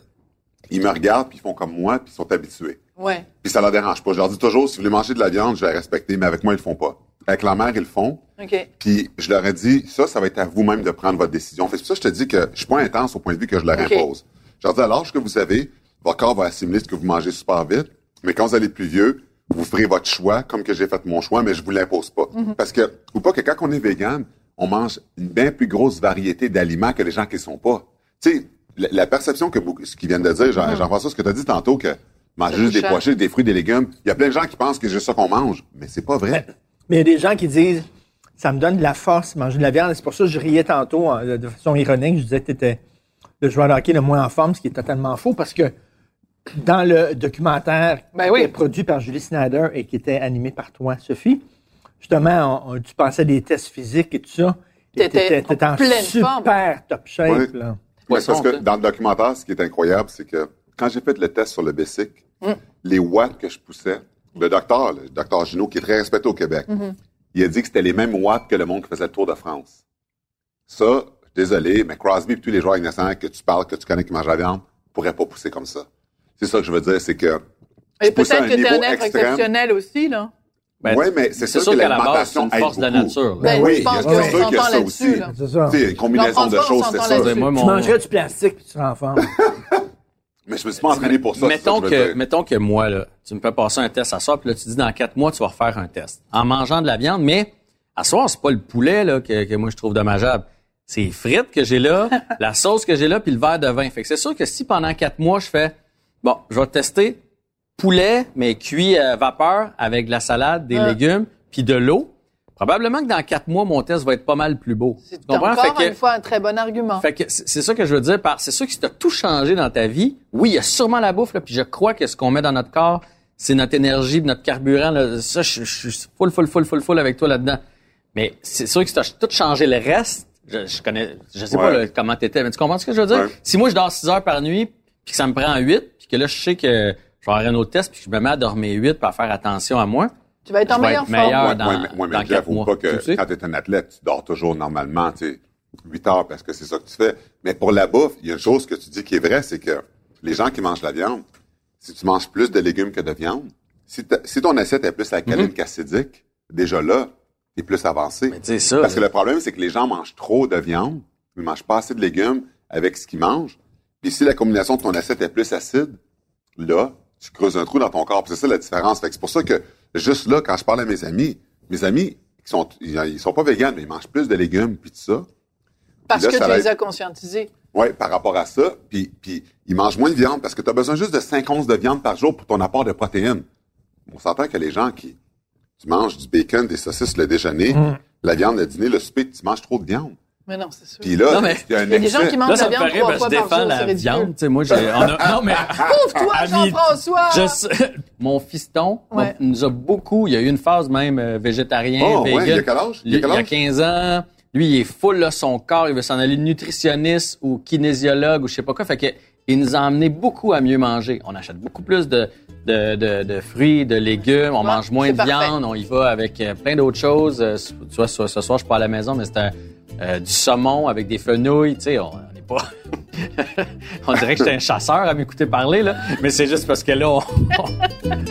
Speaker 6: ils me regardent, puis ils font comme moi, puis ils sont habitués.
Speaker 2: Ouais.
Speaker 6: Puis ça leur dérange pas. Je leur dis toujours, si vous voulez manger de la viande, je vais la respecter, mais avec moi, ils le font pas. Avec la mère, ils le font.
Speaker 2: OK.
Speaker 6: Puis je leur ai dit, ça, ça va être à vous-même de prendre votre décision. Fait que C'est pour ça que je te dis que je suis pas intense au point de vue que je leur
Speaker 2: Ok.
Speaker 6: impose. Je leur dis, à l'âge que vous avez, votre corps va assimiler ce que vous mangez super vite, mais quand vous allez plus vieux, vous ferez votre choix comme que j'ai fait mon choix, mais je vous l'impose pas. Parce que, ou pas que quand on est vegan, on mange une bien plus grosse variété d'aliments que les gens qui ne sont pas. Tu sais, la, la perception que beaucoup- ce qu'ils viennent de dire, Jean- Jean-François, ce que tu as dit tantôt, que manger
Speaker 2: C'est
Speaker 6: juste des
Speaker 2: cher.
Speaker 6: pois chiches, des fruits, des légumes, il y a plein de gens qui pensent que c'est juste ça qu'on mange, mais c'est pas vrai.
Speaker 3: Ben, Mais il y a des gens qui disent ça me donne de la force de manger de la viande. C'est pour ça que je riais tantôt hein, de de façon ironique. Je disais que tu étais le joueur de hockey le moins en forme, ce qui est totalement faux parce que dans le documentaire
Speaker 2: Ben
Speaker 3: qui
Speaker 2: oui.
Speaker 3: est produit par Julie Snyder et qui était animé par toi, Sophie, justement, on- on- tu pensais des tests physiques et tout ça. Et
Speaker 2: T'étais
Speaker 3: t'étais- t'étais
Speaker 2: en
Speaker 3: en
Speaker 2: pleine
Speaker 3: super top shape.
Speaker 6: Ouais.
Speaker 3: là.
Speaker 6: Mais
Speaker 7: Poisson,
Speaker 6: parce que
Speaker 7: t'sais.
Speaker 6: dans le documentaire, ce qui est incroyable, c'est que quand j'ai fait le test sur le Bessic,
Speaker 7: Mm.
Speaker 6: les watts que je poussais, le docteur, le docteur Junot, qui est très respecté au Québec,
Speaker 7: Mm-hmm.
Speaker 6: il a dit que c'était les mêmes watts que le monde qui faisait le Tour de France. Ça, désolé, mais Crosby et tous les joueurs innocents que tu parles, que tu connais, qui mangent la viande, pourraient pas pousser comme ça. C'est ça que je veux dire, c'est que.
Speaker 2: Et
Speaker 6: pousse à
Speaker 2: peut-être
Speaker 6: un
Speaker 2: que t'es un
Speaker 6: niveau
Speaker 2: être
Speaker 6: extrême.
Speaker 2: exceptionnel aussi, là.
Speaker 7: Ben,
Speaker 6: ouais, mais c'est
Speaker 7: C'est
Speaker 6: sûr,
Speaker 7: sûr
Speaker 6: que
Speaker 7: qu'à la base, c'est
Speaker 6: l'alimentation
Speaker 7: une force de
Speaker 6: aide
Speaker 7: la
Speaker 6: beaucoup.
Speaker 7: nature. là.
Speaker 2: Ben,
Speaker 6: oui,
Speaker 2: je pense
Speaker 6: il y a-
Speaker 2: qu'on
Speaker 6: c'est sûr qu'il y a
Speaker 2: s'entend
Speaker 6: ça
Speaker 2: là-dessus,
Speaker 6: aussi.
Speaker 2: là.
Speaker 3: C'est ça.
Speaker 6: Tu sais, une combinaison de
Speaker 2: Jean-François, on
Speaker 6: choses, c'est
Speaker 2: s'entend
Speaker 6: ça.
Speaker 2: là-dessus.
Speaker 7: Ben, moi,
Speaker 3: Tu
Speaker 7: mon-
Speaker 3: mangerais du plastique puis tu renformes.
Speaker 6: Mais je me suis pas entraîné pour ça. c'est ça
Speaker 7: mettons,
Speaker 6: je veux
Speaker 7: que,
Speaker 6: dire.
Speaker 7: mettons que moi, là, tu me fais passer un test à soir, puis là, tu dis dans quatre mois, tu vas refaire un test. En mangeant de la viande, mais à soir, c'est pas le poulet là, que, que moi je trouve dommageable. C'est les frites que j'ai là, la sauce que j'ai là, puis le verre de vin. Fait que c'est sûr que si pendant quatre mois, je fais Bon, je vais tester poulet, mais cuit à vapeur avec de la salade,
Speaker 6: Ah.
Speaker 7: des légumes, puis de l'eau. Probablement que dans quatre mois, mon test va être pas mal plus beau.
Speaker 2: C'est
Speaker 7: Tu comprends?
Speaker 2: encore
Speaker 7: Fait que-
Speaker 2: une fois un très bon argument.
Speaker 7: fait que c'est c'est ça que je veux dire par c'est sûr que si t'as tout changé dans ta vie, oui, il y a sûrement la bouffe là, puis je crois que ce qu'on met dans notre corps, c'est notre énergie, puis notre carburant là, ça je je suis full full full full full avec toi là-dedans. Mais c'est sûr que si t'as tout changé le reste, je, je connais je sais pas
Speaker 6: Ouais.
Speaker 7: là, comment t'étais, mais tu comprends ce que je veux dire
Speaker 6: Ouais.
Speaker 7: Si moi je dors 6 heures par nuit, puis que ça me prend 8, puis que là je sais que je vais avoir un autre test, puis que je me mets à dormir 8 pour faire attention à moi.
Speaker 2: Tu vas être en
Speaker 7: je vais
Speaker 2: meilleure
Speaker 7: être
Speaker 2: forme.
Speaker 7: meilleur.
Speaker 6: Ouais,
Speaker 7: dans-
Speaker 6: ouais, mais- ouais, mais
Speaker 7: dans
Speaker 6: Jeff,
Speaker 7: quatre
Speaker 6: faut
Speaker 7: mois.
Speaker 6: pas
Speaker 7: Tu le
Speaker 6: que
Speaker 7: sais.
Speaker 6: quand tu es un athlète, tu dors toujours normalement, tu sais, 8 heures parce que c'est ça que tu fais. Mais pour la bouffe, il y a une chose que tu dis qui est vraie, c'est que les gens qui mangent la viande, si tu manges plus de légumes que de viande, si, ta- si ton assiette est plus
Speaker 7: Mm-hmm.
Speaker 6: alcaline qu'acidique, déjà là, t'es plus avancé.
Speaker 7: Mais tu sais ça.
Speaker 6: Parce que le problème, c'est que les gens mangent trop de viande, ils mangent pas assez de légumes avec ce qu'ils mangent. Puis si la combinaison de ton assiette est plus acide, là, tu creuses un trou dans ton corps. Puis C'est ça la différence. Fait que c'est pour ça que juste là, quand je parle à mes amis, mes amis, ils sont, ils, ils sont pas véganes, mais ils mangent plus de légumes puis tout ça.
Speaker 2: Parce
Speaker 6: Là,
Speaker 2: que
Speaker 6: ça
Speaker 2: tu
Speaker 6: va
Speaker 2: les
Speaker 6: être-
Speaker 2: as conscientisés.
Speaker 6: Ouais, par rapport à ça, puis, puis ils mangent moins de viande parce que tu as besoin juste de 5 onces de viande par jour pour ton apport de protéines. On s'entend que les gens qui tu manges du bacon, des saucisses le déjeuner, la viande le dîner, le souper, tu manges trop de viande.
Speaker 2: Mais non, c'est sûr.
Speaker 6: Puis là,
Speaker 7: Non, mais
Speaker 6: il y a un
Speaker 2: Il y a des
Speaker 6: excès.
Speaker 2: gens qui mangent
Speaker 7: Là,
Speaker 2: de
Speaker 7: ça
Speaker 2: la
Speaker 7: me
Speaker 2: viande
Speaker 7: paraît,
Speaker 2: trois
Speaker 7: ben, je
Speaker 2: fois par
Speaker 7: défends
Speaker 2: jour, c'est
Speaker 7: la viande. Ah,
Speaker 2: ridicule.
Speaker 7: Tu sais, moi, j'ai- on a- non, mais
Speaker 2: Toi,
Speaker 7: Ami-
Speaker 2: Jean-François!
Speaker 7: ah, Je sais- mon fiston
Speaker 2: Ouais.
Speaker 7: on- nous a beaucoup. Il y a eu une phase même euh, végétarien,
Speaker 6: Oh, ouais,
Speaker 7: vegan.
Speaker 6: il y a quel âge? Il y a
Speaker 7: Lui,
Speaker 6: quel
Speaker 7: il y a
Speaker 6: âge?
Speaker 7: 15 ans. Lui, il est full là, son corps. Il veut s'en aller nutritionniste ou kinésiologue ou je sais pas quoi. Fait que il nous a amené beaucoup à mieux manger. On achète beaucoup plus de de, de, de fruits, de légumes. On
Speaker 2: Ouais,
Speaker 7: mange moins
Speaker 2: c'est
Speaker 7: de
Speaker 2: parfait.
Speaker 7: viande. On y va avec euh, plein d'autres choses. Euh, ce- tu vois, ce, ce soir, je suis pas à la maison, mais c'était euh, du saumon avec des fenouilles. Tu sais, on on n'est pas. on dirait que j'étais un chasseur à m'écouter parler là. Mais c'est juste parce que là, on,
Speaker 1: Pendant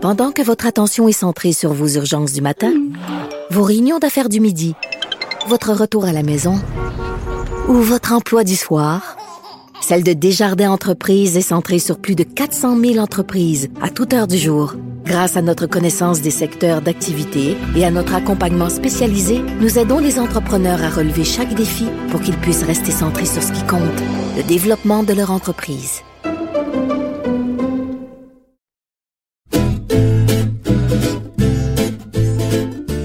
Speaker 1: Pendant que votre attention est centrée sur vos urgences du matin, vos réunions d'affaires du midi, votre retour à la maison ou votre emploi du soir, celle de Desjardins Entreprises est centrée sur plus de 400 000 entreprises à toute heure du jour. Grâce à notre connaissance des secteurs d'activité et à notre accompagnement spécialisé, nous aidons les entrepreneurs à relever chaque défi pour qu'ils puissent rester centrés sur ce qui compte, le développement de leur entreprise.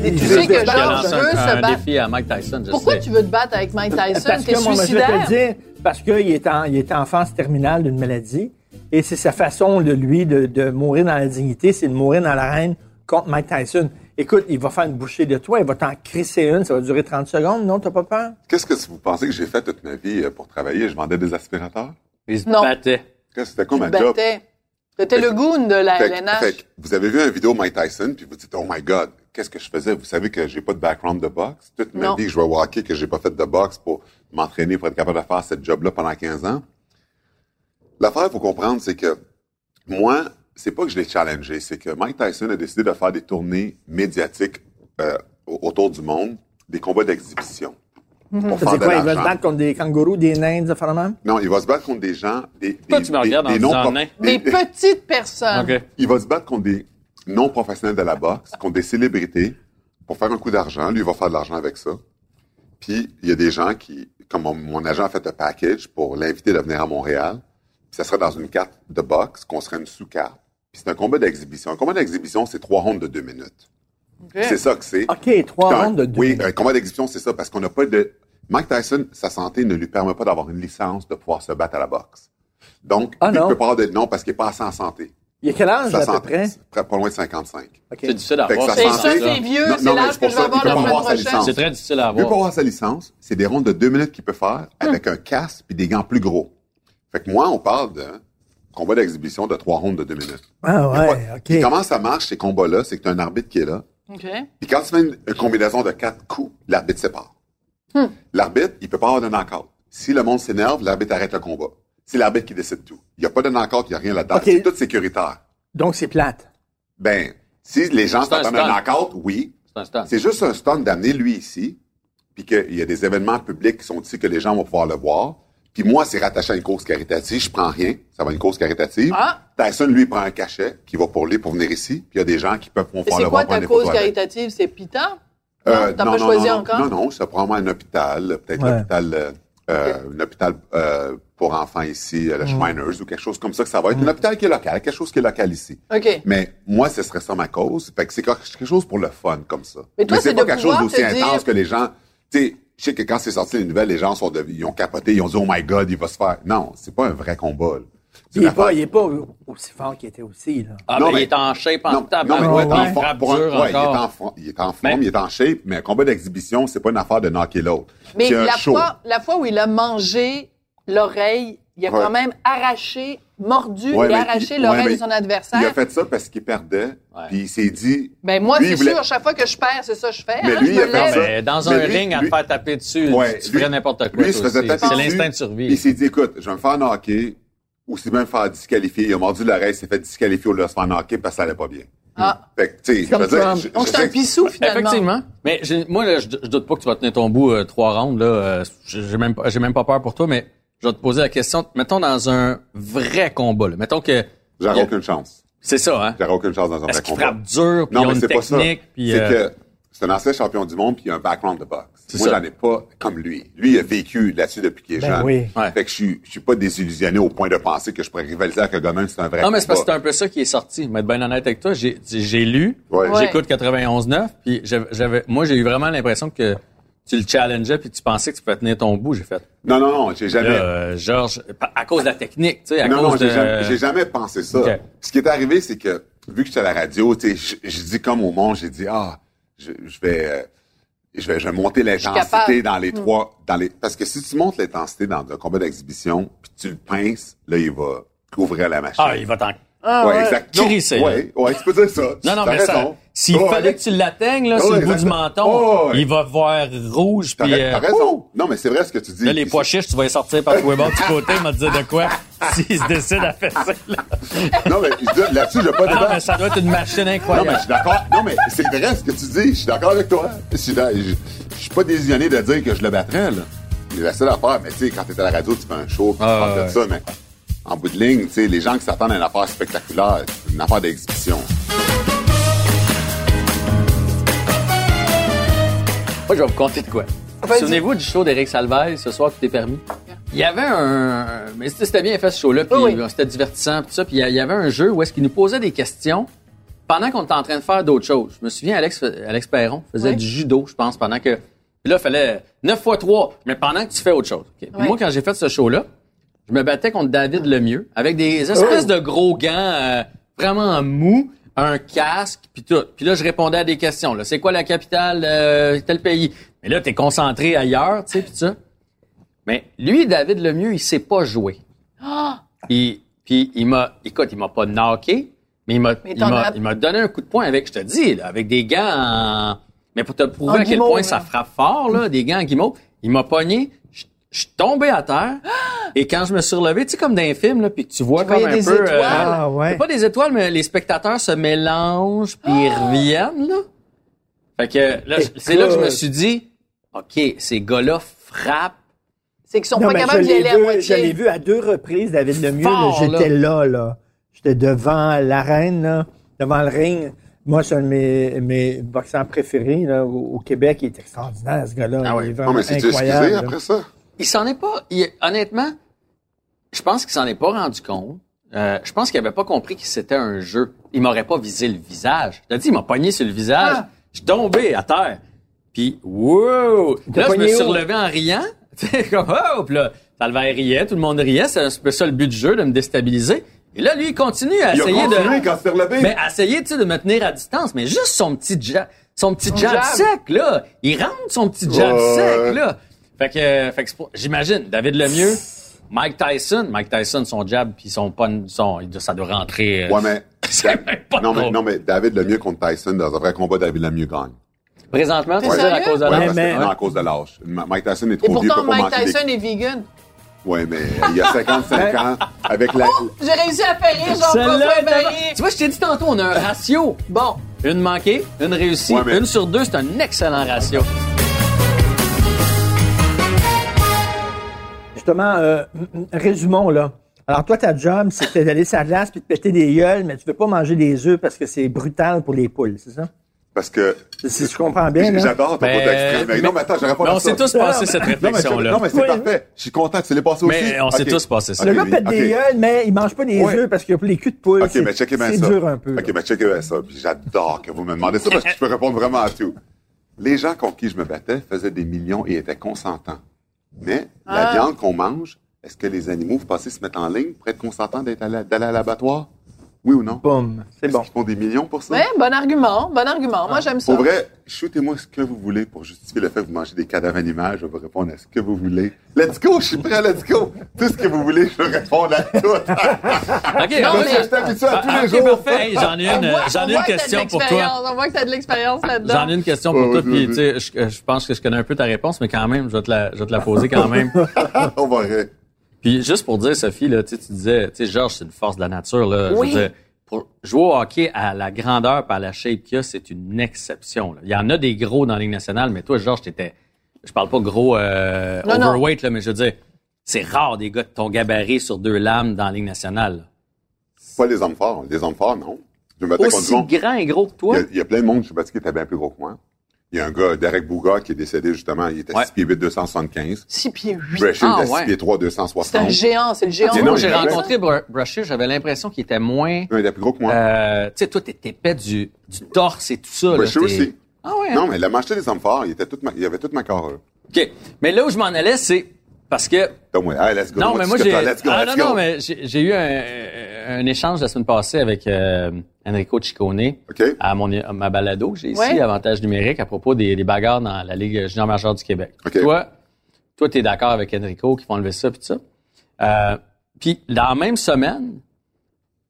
Speaker 2: Tu sais que
Speaker 5: Il a
Speaker 2: genre,
Speaker 5: lancé
Speaker 2: je veux se
Speaker 5: un, un
Speaker 2: battre.
Speaker 5: défi à Mike Tyson, je
Speaker 2: Pourquoi
Speaker 5: sais.
Speaker 2: tu veux te battre avec Mike Tyson?
Speaker 3: Parce
Speaker 2: T'es
Speaker 3: que, moi, moi, je vais
Speaker 2: suicidaire?
Speaker 3: te le dire, parce qu'il est, en, il est en phase terminale d'une maladie. Et c'est sa façon de lui de, de mourir dans la dignité, c'est de mourir dans l'arène contre Mike Tyson. Écoute, il va faire une bouchée de toi, il va t'en crisser une, ça va durer 30 secondes, non, t'as pas peur?
Speaker 6: Qu'est-ce que vous pensez que j'ai fait toute ma vie euh, pour travailler? Je vendais des aspirateurs?
Speaker 7: Il se
Speaker 2: Non.
Speaker 7: battait.
Speaker 6: Qu'est-ce- C'était quoi
Speaker 2: Tu
Speaker 6: ma
Speaker 2: te
Speaker 6: job?
Speaker 2: battais. T'étais le goon de la
Speaker 6: Fait, que- fait que
Speaker 2: LNH.
Speaker 6: vous avez vu un vidéo Mike Tyson, puis vous dites, oh my God, qu'est-ce que je faisais? Vous savez que j'ai pas de background de boxe. Toute ma
Speaker 2: Non.
Speaker 6: vie que je vais walker, que j'ai pas fait de boxe pour m'entraîner, pour être capable de faire cette job-là pendant 15 ans. L'affaire, il faut comprendre, c'est que moi, c'est pas que je l'ai challengé, c'est que Mike Tyson a décidé de faire des tournées médiatiques euh, au- autour du monde, des combats d'exhibition. Pour
Speaker 3: Ça
Speaker 6: faire
Speaker 3: dit
Speaker 6: de
Speaker 3: quoi, il va se
Speaker 6: l'argent.
Speaker 3: battre contre des kangourous, des nains, des affaires de même?
Speaker 6: Non, il va se battre contre des gens, des, des,
Speaker 7: Pourquoi tu me regardes en
Speaker 6: des non-
Speaker 7: disant nain?
Speaker 2: Des petites personnes.
Speaker 7: OK.
Speaker 6: il va se battre contre des non-professionnels de la boxe, contre des célébrités, pour faire un coup d'argent. Lui, il va faire de l'argent avec ça. Puis, il y a des gens qui, comme mon, mon agent a fait un package pour l'inviter de venir à Montréal, puis ça serait dans une carte de boxe, qu'on serait une sous-carte. Puis c'est un combat d'exhibition. Un combat d'exhibition, c'est trois rondes de deux minutes. C'est ça que c'est.
Speaker 3: OK, Ah, trois
Speaker 6: Putain,
Speaker 3: rondes de deux.
Speaker 6: Oui, un combat d'exhibition, c'est ça, parce qu'on n'a pas de. Mike Tyson, sa santé ne lui permet pas d'avoir une licence de pouvoir se battre à la boxe. Donc,
Speaker 3: Ah,
Speaker 6: il
Speaker 3: non.
Speaker 6: peut pas avoir de. Non, parce qu'il n'est pas assez en santé.
Speaker 3: Il y a quel âge,
Speaker 6: Sa
Speaker 3: à peu
Speaker 6: santé,
Speaker 3: près?
Speaker 6: c'est près- pas loin de 55.
Speaker 3: OK.
Speaker 7: C'est difficile à
Speaker 6: Fait que
Speaker 7: voir.
Speaker 6: ça
Speaker 2: Ah, C'est
Speaker 6: sent
Speaker 2: ça,
Speaker 6: bien.
Speaker 2: c'est vieux,
Speaker 6: Non,
Speaker 2: c'est
Speaker 6: non, mais
Speaker 2: l'âge
Speaker 6: c'est
Speaker 2: que
Speaker 6: pour
Speaker 2: je
Speaker 6: ça,
Speaker 2: vais avoir
Speaker 6: il peut pas
Speaker 2: la
Speaker 6: avoir sa
Speaker 2: semaine prochaine.
Speaker 6: licence.
Speaker 7: C'est très difficile à
Speaker 6: Il peut pas
Speaker 7: voir.
Speaker 6: avoir sa licence. C'est des rondes de deux minutes qu'il peut faire avec un casque puis des gants plus gros. Fait que moi, on parle de combat d'exhibition de trois rondes de deux minutes.
Speaker 3: Ah ouais,
Speaker 6: Puis
Speaker 3: OK.
Speaker 6: comment ça marche, ces combats-là? C'est que tu as un arbitre qui est là.
Speaker 2: OK.
Speaker 6: Puis quand tu fais une, une combinaison de quatre coups, l'arbitre sépare.
Speaker 2: Hmm.
Speaker 6: L'arbitre, il peut pas avoir de knock-out. Si le monde s'énerve, l'arbitre arrête le combat. C'est l'arbitre qui décide tout. Il n'y a pas de knock-out, il n'y a rien là-dedans.
Speaker 3: Ok.
Speaker 6: C'est tout sécuritaire.
Speaker 3: Donc, c'est plate.
Speaker 6: Ben, si les gens
Speaker 7: C'est un
Speaker 6: s'entendent à un
Speaker 7: stunt.
Speaker 6: knock-out, oui,
Speaker 7: C'est un stand.
Speaker 6: c'est juste un stunt d'amener lui ici, puis qu'il y a des événements publics qui sont ici que les gens vont pouvoir le voir. Puis moi, c'est rattaché à une cause caritative, je prends rien, ça va être une cause caritative.
Speaker 2: Ah!
Speaker 6: Tyson, lui, prend un cachet qui va pour lui pour venir ici, puis il y a des gens qui peuvent vont
Speaker 2: Et
Speaker 6: pouvoir
Speaker 2: c'est
Speaker 6: le
Speaker 2: quoi
Speaker 6: voir.
Speaker 2: ta
Speaker 6: prendre des
Speaker 2: cause
Speaker 6: photos avec.
Speaker 2: caritative? C'est Pita?
Speaker 6: Euh,
Speaker 2: Non, t'as pas
Speaker 6: non,
Speaker 2: choisi
Speaker 6: non,
Speaker 2: encore?
Speaker 6: Non, non, c'est probablement un hôpital, peut-être
Speaker 3: Ouais.
Speaker 6: l'hôpital, euh, euh, un hôpital euh, pour enfants ici, euh, le Shriners ou quelque chose comme ça que ça va être. Un hôpital qui est local, quelque chose qui est local ici.
Speaker 2: OK.
Speaker 6: Mais moi, ce serait ça ma cause. Fait que c'est quelque chose pour le fun, comme ça.
Speaker 2: Mais toi, c'est
Speaker 6: pas
Speaker 2: de
Speaker 6: quelque chose
Speaker 2: pouvoir
Speaker 6: d'aussi
Speaker 2: te dire-
Speaker 6: intense que les gens. Tu sais, je sais que quand c'est sorti les nouvelles, les gens sont de- ils ont capoté, ils ont dit Oh my God, il va se faire. Non, c'est pas un vrai combat. là. C'est
Speaker 3: Il
Speaker 6: une
Speaker 3: est pas,
Speaker 6: affaire-
Speaker 3: il est pas aussi fort qu'il était aussi, là.
Speaker 7: Ah,
Speaker 6: Non,
Speaker 7: ben,
Speaker 6: mais-
Speaker 7: il est en shape en
Speaker 6: Non,
Speaker 7: table.
Speaker 6: non, mais
Speaker 3: ouais,
Speaker 6: il est en
Speaker 3: ouais.
Speaker 6: forme. pour un-
Speaker 7: Frappe dure
Speaker 6: ouais, il est
Speaker 7: encore.
Speaker 6: en forme, il est en forme,
Speaker 7: Mais-
Speaker 6: il est en shape, mais un combat d'exhibition, c'est pas une affaire de knocker l'autre.
Speaker 2: Mais
Speaker 6: C'est un
Speaker 2: la
Speaker 6: show.
Speaker 2: fois, la fois où il a mangé l'oreille, il a
Speaker 6: Ouais.
Speaker 2: quand même arraché, mordu
Speaker 6: Ouais,
Speaker 2: et
Speaker 6: mais
Speaker 2: arraché
Speaker 6: il-
Speaker 2: l'oreille
Speaker 6: ouais,
Speaker 2: de son
Speaker 6: mais Il a
Speaker 2: adversaire.
Speaker 6: fait ça parce qu'il perdait,
Speaker 7: Ouais.
Speaker 6: puis il s'est dit.
Speaker 2: hein? Ben moi,
Speaker 6: Lui,
Speaker 2: c'est
Speaker 6: il voulait-
Speaker 2: sûr, chaque fois que je perds, c'est ça que je fais.
Speaker 6: Mais
Speaker 2: hein,
Speaker 6: lui,
Speaker 2: je
Speaker 6: il a
Speaker 2: me
Speaker 6: fait
Speaker 2: lève.
Speaker 6: ça.
Speaker 7: Mais dans
Speaker 6: Mais
Speaker 7: un
Speaker 6: lui-
Speaker 7: ring, à
Speaker 6: lui-
Speaker 7: te faire taper dessus,
Speaker 6: Ouais,
Speaker 7: tu
Speaker 6: lui-
Speaker 7: ferais n'importe quoi.
Speaker 6: Lui, il se
Speaker 7: toi
Speaker 6: faisait
Speaker 7: aussi.
Speaker 6: taper
Speaker 7: C'est
Speaker 6: dessus.
Speaker 7: l'instinct de
Speaker 6: Il
Speaker 7: survie.
Speaker 6: s'est dit, écoute, je vais me faire knocker, ou si bien faire disqualifier. Il a mordu l'oreille, il s'est fait disqualifier au lieu de se faire knocker parce que ça allait pas bien.
Speaker 2: Ah.
Speaker 6: Fait que, tu sais, je
Speaker 3: Comme
Speaker 6: veux dire,
Speaker 3: Trump.
Speaker 6: je-
Speaker 2: Donc
Speaker 6: je
Speaker 2: c'est un
Speaker 6: sais que-
Speaker 2: pissou finalement.
Speaker 5: Effectivement.
Speaker 7: Mais j'ai- moi, là, je, je doute pas que tu vas tenir ton bout euh, trois rondes. Là, Euh, j'ai j'ai même, pas- j'ai même pas peur pour toi, mais je vais te poser la question. Mettons dans un vrai combat. Là. Mettons que
Speaker 6: J'aurais
Speaker 7: Il-
Speaker 6: aucune chance.
Speaker 7: c'est ça, hein?
Speaker 6: J'aurais aucune chance dans un
Speaker 7: Est-ce
Speaker 6: vrai
Speaker 7: qu'il
Speaker 6: combat.
Speaker 7: frappe dur, puis
Speaker 6: Non,
Speaker 7: ils ont
Speaker 6: mais
Speaker 7: une
Speaker 6: c'est pas ça.
Speaker 7: technique, puis...
Speaker 6: C'est
Speaker 7: euh,
Speaker 6: que c'est un ancien champion du monde, puis il a un background de boxe.
Speaker 7: C'est
Speaker 6: Moi,
Speaker 7: ça.
Speaker 6: j'en ai pas comme lui. Lui, il a vécu là-dessus depuis qu'il est
Speaker 3: Ben
Speaker 6: jeune.
Speaker 3: oui.
Speaker 7: Ouais.
Speaker 6: Fait que je suis, je suis pas désillusionné au point de penser que je pourrais rivaliser avec un gars même si c'est un vrai
Speaker 7: Non, mais c'est parce que c'est
Speaker 6: combat.
Speaker 7: un peu ça qui est sorti. Mais être bien honnête avec toi, j'ai j'ai lu,
Speaker 6: Ouais.
Speaker 2: Ouais.
Speaker 7: j'écoute 91.9, puis j'avais- j'avais, moi, j'ai eu vraiment l'impression que tu le challengeais, puis tu pensais que tu pouvais tenir ton bout. J'ai fait,
Speaker 6: Non, non, non, j'ai
Speaker 7: là,
Speaker 6: jamais.
Speaker 7: euh, Georges, pa- à cause de la technique, tu sais, à
Speaker 6: Ah, non,
Speaker 7: cause
Speaker 6: non,
Speaker 7: de...
Speaker 6: j'ai jamais, j'ai jamais pensé ça.
Speaker 7: Ok.
Speaker 6: Ce qui est arrivé, c'est que, vu que j'étais à la radio, tu sais, je je dis comme au monde, j'ai dit, ah, je, je vais, euh, je vais, je vais monter l'intensité
Speaker 2: capable.
Speaker 6: dans les trois, dans les, parce que si tu montes l'intensité dans un combat d'exhibition, puis tu le pinces, là, il va ouvrir la machine.
Speaker 7: Ah, il va t'en...
Speaker 6: ouais, exact. Non,
Speaker 7: Crisser,
Speaker 6: ouais, ouais, tu peux dire ça.
Speaker 7: hein? Non, non,
Speaker 6: T'as
Speaker 7: mais ça,
Speaker 6: raison.
Speaker 7: s'il
Speaker 6: Ouais,
Speaker 7: fallait que tu l'atteignes, là,
Speaker 6: Ouais,
Speaker 7: sur le bout du
Speaker 6: exactement. Oh,
Speaker 7: menton,
Speaker 6: Ouais, ouais.
Speaker 7: il va voir rouge,
Speaker 6: T'as
Speaker 7: puis...
Speaker 6: ra- t'as
Speaker 7: euh,
Speaker 6: raison. Non, mais c'est vrai ce que tu dis.
Speaker 7: Là, les
Speaker 6: Puis
Speaker 7: pois chiches, tu vas les sortir par tous les bords du côté, m'a dit de quoi.
Speaker 5: s'il se décide à faire ça.
Speaker 6: Non, mais je dis- là-dessus, je
Speaker 7: Ah,
Speaker 6: pas de
Speaker 5: Non,
Speaker 6: débat.
Speaker 5: mais ça doit être une machine
Speaker 6: Non, mais
Speaker 5: incroyable.
Speaker 6: je suis d'accord. Non, mais c'est vrai ce que tu dis. Je suis d'accord avec toi. Je suis, dans- je, je suis pas désillusionné de dire que je le battrais, là. C'est la seule affaire, mais tu sais, quand t'es à la radio, tu fais un show, tu
Speaker 5: Ah,
Speaker 6: parles
Speaker 5: ouais.
Speaker 6: de ça, mais en bout de ligne, tu sais, les gens qui s'attendent à une affaire spectaculaire, une affaire d'exhibition.
Speaker 7: Moi, je vais vous conter de quoi. Souvenez-vous du show d'Éric Salvaille ce soir qui t'est permis? Il y avait un. Mais c'était c'était bien fait ce show-là, puis euh, c'était divertissant, puis tout ça. Puis il y a- il y avait un jeu où est-ce qu'il nous posait des questions pendant qu'on était en train de faire d'autres choses. Je me souviens, Alex, Alex Perron faisait du judo, je pense, pendant que. Puis là, il fallait 9 fois 3, mais pendant que tu fais autre chose. OK. Puis
Speaker 2: Ouais.
Speaker 7: moi, quand j'ai fait ce show-là, je me battais contre
Speaker 2: Ah.
Speaker 7: David Lemieux avec
Speaker 2: Oh.
Speaker 7: des espèces de gros gants euh, vraiment mous, un casque, puis tout. Puis là, je répondais à des questions. Là, c'est quoi la capitale euh, tel pays Mais là, t'es concentré ailleurs, tu sais, puis ça. Mais lui, David Lemieux, il sait pas jouer.
Speaker 2: Ah!
Speaker 7: Il- puis il m'a, écoute, il m'a pas knocké, mais il m'a,
Speaker 2: Mais
Speaker 7: il
Speaker 2: t'en
Speaker 7: m'a-
Speaker 2: as-
Speaker 7: il m'a donné un coup de poing avec, je te dis, là, avec des gants. en- Mais pour te prouver à quel
Speaker 2: guimauve, hein.
Speaker 7: point
Speaker 2: là.
Speaker 7: ça frappe fort, là, des gants en guimauve, il m'a pogné. Je je suis tombé à terre et quand je me suis relevé, tu sais comme dans un film là, puis que tu vois
Speaker 2: Tu
Speaker 7: comme un
Speaker 2: voyais des
Speaker 7: peu euh,
Speaker 2: étoiles.
Speaker 3: Ah, ouais.
Speaker 7: c'est pas des étoiles mais les spectateurs se mélangent puis ils
Speaker 2: Ah!
Speaker 7: reviennent là. Fait que là, je- c'est là que je me suis dit OK, ces gars-là frappent
Speaker 2: C'est qu'ils sont
Speaker 3: Non,
Speaker 2: pas
Speaker 3: mais
Speaker 2: capables
Speaker 3: je
Speaker 2: d'y aller
Speaker 3: l'ai
Speaker 2: à
Speaker 3: vu- Je l'ai
Speaker 2: moitié.
Speaker 3: vu à deux reprises, David Lemieux. là,
Speaker 7: Fort,
Speaker 3: J'étais là, là. J'étais devant l'arène, là, devant le ring. Moi, c'est un de mes, mes boxeurs préférés là, au, au Québec. Il est extraordinaire, ce gars-là.
Speaker 7: Ah ouais.
Speaker 3: Il est
Speaker 6: Non,
Speaker 3: vraiment
Speaker 6: mais c'est-tu
Speaker 3: incroyable.
Speaker 6: excusé
Speaker 3: là.
Speaker 6: après ça?
Speaker 7: Il s'en est pas. il- honnêtement, je pense qu'il s'en est pas rendu compte. Euh, je pense qu'il avait pas compris que c'était un jeu. Il m'aurait pas visé le visage. Je t'ai dit, il m'a pogné sur le visage. Je suis tombé à terre. Puis, wow!
Speaker 3: t'a
Speaker 7: Là, je me
Speaker 3: pogné
Speaker 7: suis
Speaker 3: où?
Speaker 7: relevé en riant. Tu sais, comme, oh! Puis là, Salvaire riait, tout le monde riait. C'est un peu ça le but du jeu, de me déstabiliser. Et là, lui, il continue à
Speaker 6: Il a
Speaker 7: essayer
Speaker 6: continué
Speaker 7: de...
Speaker 6: quand c'est relevé.
Speaker 7: Mais essayez tu sais, de me tenir à distance, mais juste son petit jab, son petit jab,
Speaker 2: jab.
Speaker 7: sec là, il rentre son petit jab
Speaker 6: Ouais.
Speaker 7: sec là. Fait que, euh, fait que c'est pour- j'imagine David Lemieux, Mike Tyson, Mike Tyson son jab puis son pun, son il doit- ça doit rentrer. euh,
Speaker 6: Ouais, mais.
Speaker 7: c'est même pas
Speaker 6: non, mais,
Speaker 7: drôle.
Speaker 6: non, mais David Lemieux contre Tyson, dans un vrai combat, David Lemieux gagne.
Speaker 7: Présentement, tu
Speaker 2: T'es
Speaker 7: veux dire à
Speaker 2: sérieux?
Speaker 7: cause de
Speaker 6: Ouais,
Speaker 7: l'âge?
Speaker 6: parce que-
Speaker 3: mais-
Speaker 6: non, à cause de l'âge. Ma- Mike Tyson est
Speaker 2: Et
Speaker 6: trop vieux
Speaker 2: pourtant,
Speaker 6: pour pas
Speaker 2: Mike
Speaker 6: manger des-
Speaker 2: Tyson est vegan.
Speaker 6: Ouais, mais il y a 55 ans, avec la,
Speaker 3: Oh!
Speaker 2: J'ai réussi à faire rire
Speaker 7: Celle-là,
Speaker 2: Jean-François Barry.
Speaker 7: tu vois, je t'ai dit tantôt, on a un ratio. Bon, une manquée, une réussie,
Speaker 6: Ouais, mais-
Speaker 7: une sur deux, c'est un excellent ratio.
Speaker 3: Justement, euh, m- m- résumons, là. Alors, toi, ta job, c'était d'aller sur la glace puis de péter des gueules, mais tu veux pas manger des œufs parce que c'est brutal pour les poules, c'est ça?
Speaker 6: Parce que.
Speaker 3: Si je comprends bien, là.
Speaker 6: J'adore ton
Speaker 7: Mais-
Speaker 6: contexte. Mais, non, mais attends, j'aurais pas
Speaker 7: Euh, Mais
Speaker 6: fait
Speaker 7: on
Speaker 6: ça.
Speaker 7: s'est tous passé cette
Speaker 6: Non, mais, c'est-
Speaker 7: réflexion là.
Speaker 6: non, mais c'est
Speaker 3: Oui.
Speaker 6: parfait. Je suis content que tu l'aies passé aussi.
Speaker 7: Mais on s'est
Speaker 6: Ok.
Speaker 7: tous passé ça.
Speaker 6: Ok,
Speaker 3: Le gars
Speaker 6: oui,
Speaker 3: pète des
Speaker 6: ok.
Speaker 3: gueules, mais il mange pas des
Speaker 6: Ouais.
Speaker 3: œufs parce qu'il a les culs de poule.
Speaker 6: OK,
Speaker 3: c'est-
Speaker 6: mais checkez bien ça.
Speaker 3: C'est dur un peu. là.
Speaker 6: OK, ben- mais checkez bien ça. Puis j'adore que vous me demandez ça parce que je peux répondre vraiment à tout. Les gens contre qui je me battais faisaient des millions et étaient consentants. Mais
Speaker 7: Ah.
Speaker 6: la viande qu'on mange, est-ce que les animaux, vous pensez, se mettent en ligne pour être consentants d'être à la- d'aller à l'abattoir? Oui ou non?
Speaker 3: Boum. C'est bon.
Speaker 6: Ils font des millions pour ça?
Speaker 2: Ouais, bon argument, bon argument. Moi, j'aime ça.
Speaker 6: Ah. Pour vrai, shootez-moi ce que vous voulez pour justifier le fait que vous mangez des cadavres animaux. Je vais vous répondre à ce que vous voulez. Let's go, je suis prêt, let's go. Tout ce que vous voulez, je vais répondre à tout.
Speaker 2: Non,
Speaker 7: Ok, on-
Speaker 6: Parce que je t'habitue à tous
Speaker 7: Ah,
Speaker 6: les
Speaker 7: ok,
Speaker 6: jours.
Speaker 7: parfait. Hey, j'en ai
Speaker 2: On
Speaker 7: une,
Speaker 2: voit- on
Speaker 7: Euh, j'en ai
Speaker 2: voit
Speaker 7: une
Speaker 2: que t'as de
Speaker 7: question pour toi.
Speaker 2: l'expérience, On voit que t'as de l'expérience là-dedans.
Speaker 7: J'en ai une question pour
Speaker 6: Ouais,
Speaker 7: toi,
Speaker 6: vas-y,
Speaker 7: puis tu
Speaker 6: vas-y.
Speaker 7: sais, je, je pense que je connais un peu ta réponse, mais quand même, je vais te la, je vais te la poser quand même.
Speaker 6: On va rire.
Speaker 7: puis juste pour dire, Sophie, là, tu sais, tu disais, tu sais, Georges, c'est une force de la nature, là. Je veux
Speaker 2: Oui.
Speaker 7: dire, pour jouer au hockey à la grandeur par la shape qu'il y a, c'est une exception. là. Il y en a des gros dans la Ligue nationale, mais toi, Georges, t'étais, je parle pas gros euh,
Speaker 2: Non, non.
Speaker 7: overweight, là, mais je veux dire, c'est rare des gars de ton gabarit sur deux lames dans la Ligue nationale. là.
Speaker 6: Pas les hommes forts. Les hommes forts, non. Je me battais contre du
Speaker 7: Aussi
Speaker 6: monde.
Speaker 7: grand et gros que
Speaker 6: Il
Speaker 7: toi.
Speaker 6: y, a, il y a plein de monde que je me battais qui était bien plus gros que moi. Il y a un gars, Derek Bouga, qui est décédé justement. Il était
Speaker 7: Ouais.
Speaker 6: 6 pieds 8, 275.
Speaker 2: 6 pieds 8.
Speaker 6: Brashill
Speaker 7: Ah,
Speaker 6: était 6
Speaker 7: ouais.
Speaker 6: pieds 3,
Speaker 2: C'est un
Speaker 6: 260.
Speaker 2: géant, c'est le géant.
Speaker 6: Ah,
Speaker 7: Moi,
Speaker 6: non,
Speaker 7: j'ai
Speaker 6: mais-
Speaker 7: rencontré Br- Brashear, j'avais l'impression qu'il était moins
Speaker 6: Non, il était plus gros que moi.
Speaker 7: Euh, tu sais, toi, t'es épais du, du torse et tout ça. là,
Speaker 6: Brashill
Speaker 7: t'es-
Speaker 6: aussi.
Speaker 7: Ah ouais. hein?
Speaker 6: Non, mais la manchette des hommes forts, il, était toute ma- il avait toute ma carrure.
Speaker 7: OK. Mais là où je m'en allais, c'est parce que...
Speaker 6: Donc, ouais, hey, let's go.
Speaker 7: Non, mais
Speaker 6: tu
Speaker 7: moi,
Speaker 6: sais
Speaker 7: j'ai...
Speaker 6: que t'as- Let's go,
Speaker 7: Ah,
Speaker 6: let's
Speaker 7: non,
Speaker 6: go.
Speaker 7: non, mais j'ai j'ai eu un, un échange la semaine passée avec euh, Enrico Ciccone
Speaker 6: OK.
Speaker 7: à, mon, à ma balado que j'ai ici,
Speaker 2: Ouais.
Speaker 7: Avantage numérique, à propos des, des bagarres dans la Ligue junior majeure du Québec.
Speaker 6: OK.
Speaker 7: Toi, toi, t'es d'accord avec Enrico qui font enlever ça, puis tout ça. Euh, puis dans la même semaine,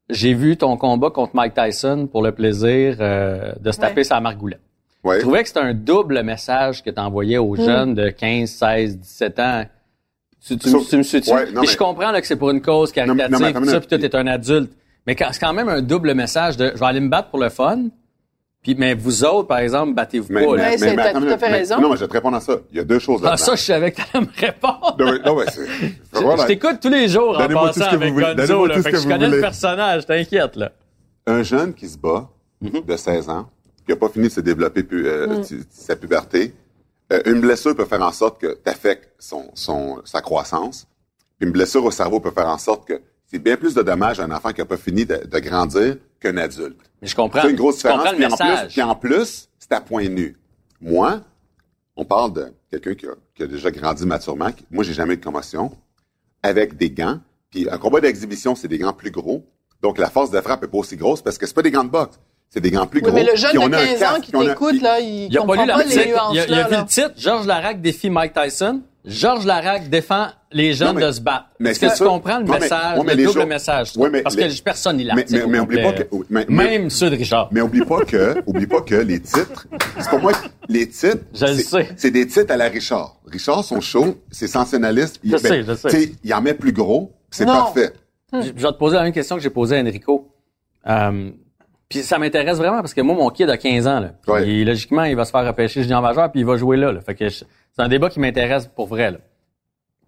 Speaker 7: j'ai vu ton combat contre Mike Tyson pour le plaisir euh, de se taper
Speaker 2: Ouais.
Speaker 7: sa margoulette.
Speaker 6: Ouais. Hmm.
Speaker 7: Je trouvais que c'était un double message que tu envoyais aux jeunes de 15, 16, 17 ans. Tu, tu,
Speaker 6: Sauf-
Speaker 7: tu me suis-tu?
Speaker 6: Ouais,
Speaker 7: Puis
Speaker 6: non, mais-
Speaker 7: je comprends là, que c'est pour une cause
Speaker 6: mais-
Speaker 7: caritative,
Speaker 6: non, mais attends
Speaker 7: tout ça,
Speaker 6: une
Speaker 7: puis toi, t'es un adulte. Mais quand- c'est quand même un double message de je vais aller me battre pour le fun, puis mais vous autres, par exemple, battez-vous
Speaker 6: Mais,
Speaker 7: pas. là.
Speaker 2: Ouais, c'est- t'as
Speaker 6: attends
Speaker 2: tout
Speaker 6: une
Speaker 2: à fait
Speaker 6: minute.
Speaker 2: raison.
Speaker 6: Non, mais je vais te répondre à ça. Il y a deux choses là-dedans.
Speaker 7: Ah, ça, je savais que t'allais me répondre.
Speaker 6: Non, mais- non, mais c'est-
Speaker 7: Je,
Speaker 6: voilà.
Speaker 7: je t'écoute tous les jours en
Speaker 6: Donnez-moi tout ce
Speaker 7: passant
Speaker 6: que vous
Speaker 7: avec
Speaker 6: voulez.
Speaker 7: Gonzo,
Speaker 6: Donnez-moi
Speaker 7: là,
Speaker 6: tout ce
Speaker 7: fait
Speaker 6: que
Speaker 7: que je
Speaker 6: vous
Speaker 7: connais le
Speaker 6: voulez.
Speaker 7: personnage, t'inquiète, là.
Speaker 6: un jeune qui se bat
Speaker 7: Mm-hmm.
Speaker 6: de 16 ans, qui n'a pas fini de se développer pu- euh,
Speaker 2: Mm.
Speaker 6: ti- sa puberté, euh, une blessure peut faire en sorte que tu affectes son, son, sa croissance. Puis une blessure au cerveau peut faire en sorte que c'est bien plus de dommages à un enfant qui n'a pas fini de, de grandir qu'un adulte.
Speaker 7: Mais je comprends.
Speaker 6: C'est une grosse
Speaker 7: Je comprends
Speaker 6: différence.
Speaker 7: le
Speaker 6: Puis en, plus,
Speaker 7: message.
Speaker 6: puis en plus, c'est à point nu. Moi, on parle de quelqu'un qui a, qui a déjà grandi maturement. qui- Moi, j'ai jamais eu de commotion. Avec des gants. Puis un combat d'exhibition, c'est des gants plus gros. Donc la force de frappe est pas aussi grosse parce que c'est pas des gants de boxe. C'est des gants plus
Speaker 2: Oui,
Speaker 6: gros.
Speaker 2: mais le jeune
Speaker 6: Puis on
Speaker 2: de
Speaker 6: a un
Speaker 2: 15 ans
Speaker 6: casque,
Speaker 2: qui
Speaker 6: puis on a-
Speaker 2: t'écoute,
Speaker 6: puis-
Speaker 2: là, il
Speaker 7: Il a pas
Speaker 2: comprend
Speaker 7: lu
Speaker 2: pas, les
Speaker 7: l'article. Il a,
Speaker 2: nuances
Speaker 7: il a
Speaker 2: là.
Speaker 7: vu
Speaker 2: là.
Speaker 7: le titre. Georges Larac défie Mike Tyson. Georges Larac défend les jeunes
Speaker 6: Non, mais-
Speaker 7: de se battre.
Speaker 6: mais
Speaker 7: Est-ce que
Speaker 6: c'est
Speaker 7: tu
Speaker 6: ça.
Speaker 7: comprends le
Speaker 6: Non, mais-
Speaker 7: message,
Speaker 6: ouais, mais
Speaker 7: le
Speaker 6: les
Speaker 7: double
Speaker 6: gens-
Speaker 7: message?
Speaker 6: Ouais, mais
Speaker 7: parce
Speaker 6: les-
Speaker 7: que personne n'y l'a.
Speaker 6: mais- mais- mais oublie pas que- mais- mais-
Speaker 7: Même ceux de Richard.
Speaker 6: Mais oublie pas que, oublie pas que les titres, c'est pour moi, les titres,
Speaker 7: Je le
Speaker 6: c'est-
Speaker 7: sais.
Speaker 6: c'est des titres à la Richard. Richard, son show, c'est sensationnaliste. Il,
Speaker 7: Je sais, je sais.
Speaker 6: tu Il en met plus gros, c'est
Speaker 2: Non.
Speaker 6: parfait.
Speaker 7: Je je vais te poser la même question que j'ai posée à Enrico. Euh, puis ça m'intéresse vraiment parce que moi, mon kid a 15 ans. Là.
Speaker 6: Ouais.
Speaker 7: Et logiquement, il va se faire repêcher junior majeur puis il va jouer là. là. Fait que je- c'est un débat qui m'intéresse pour vrai. Là.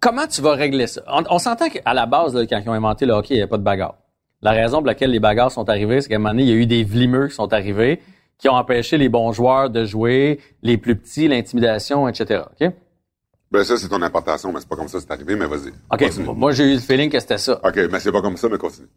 Speaker 7: Comment tu vas régler ça? On, on s'entend qu'à la base, là, quand ils ont inventé le hockey, il n'y avait pas de bagarre. La raison pour laquelle les bagarres sont arrivées, c'est qu'à un moment donné, il y a eu des vlimeux qui sont arrivés, qui ont empêché les bons joueurs de jouer, les plus petits, l'intimidation, etc. OK?
Speaker 6: Ben, ça, c'est ton importation, mais c'est pas comme ça, c'est arrivé, mais vas-y.
Speaker 7: OK,
Speaker 6: Continue.
Speaker 7: moi, j'ai eu le feeling que c'était ça.
Speaker 6: OK, mais c'est pas comme ça, mais continue.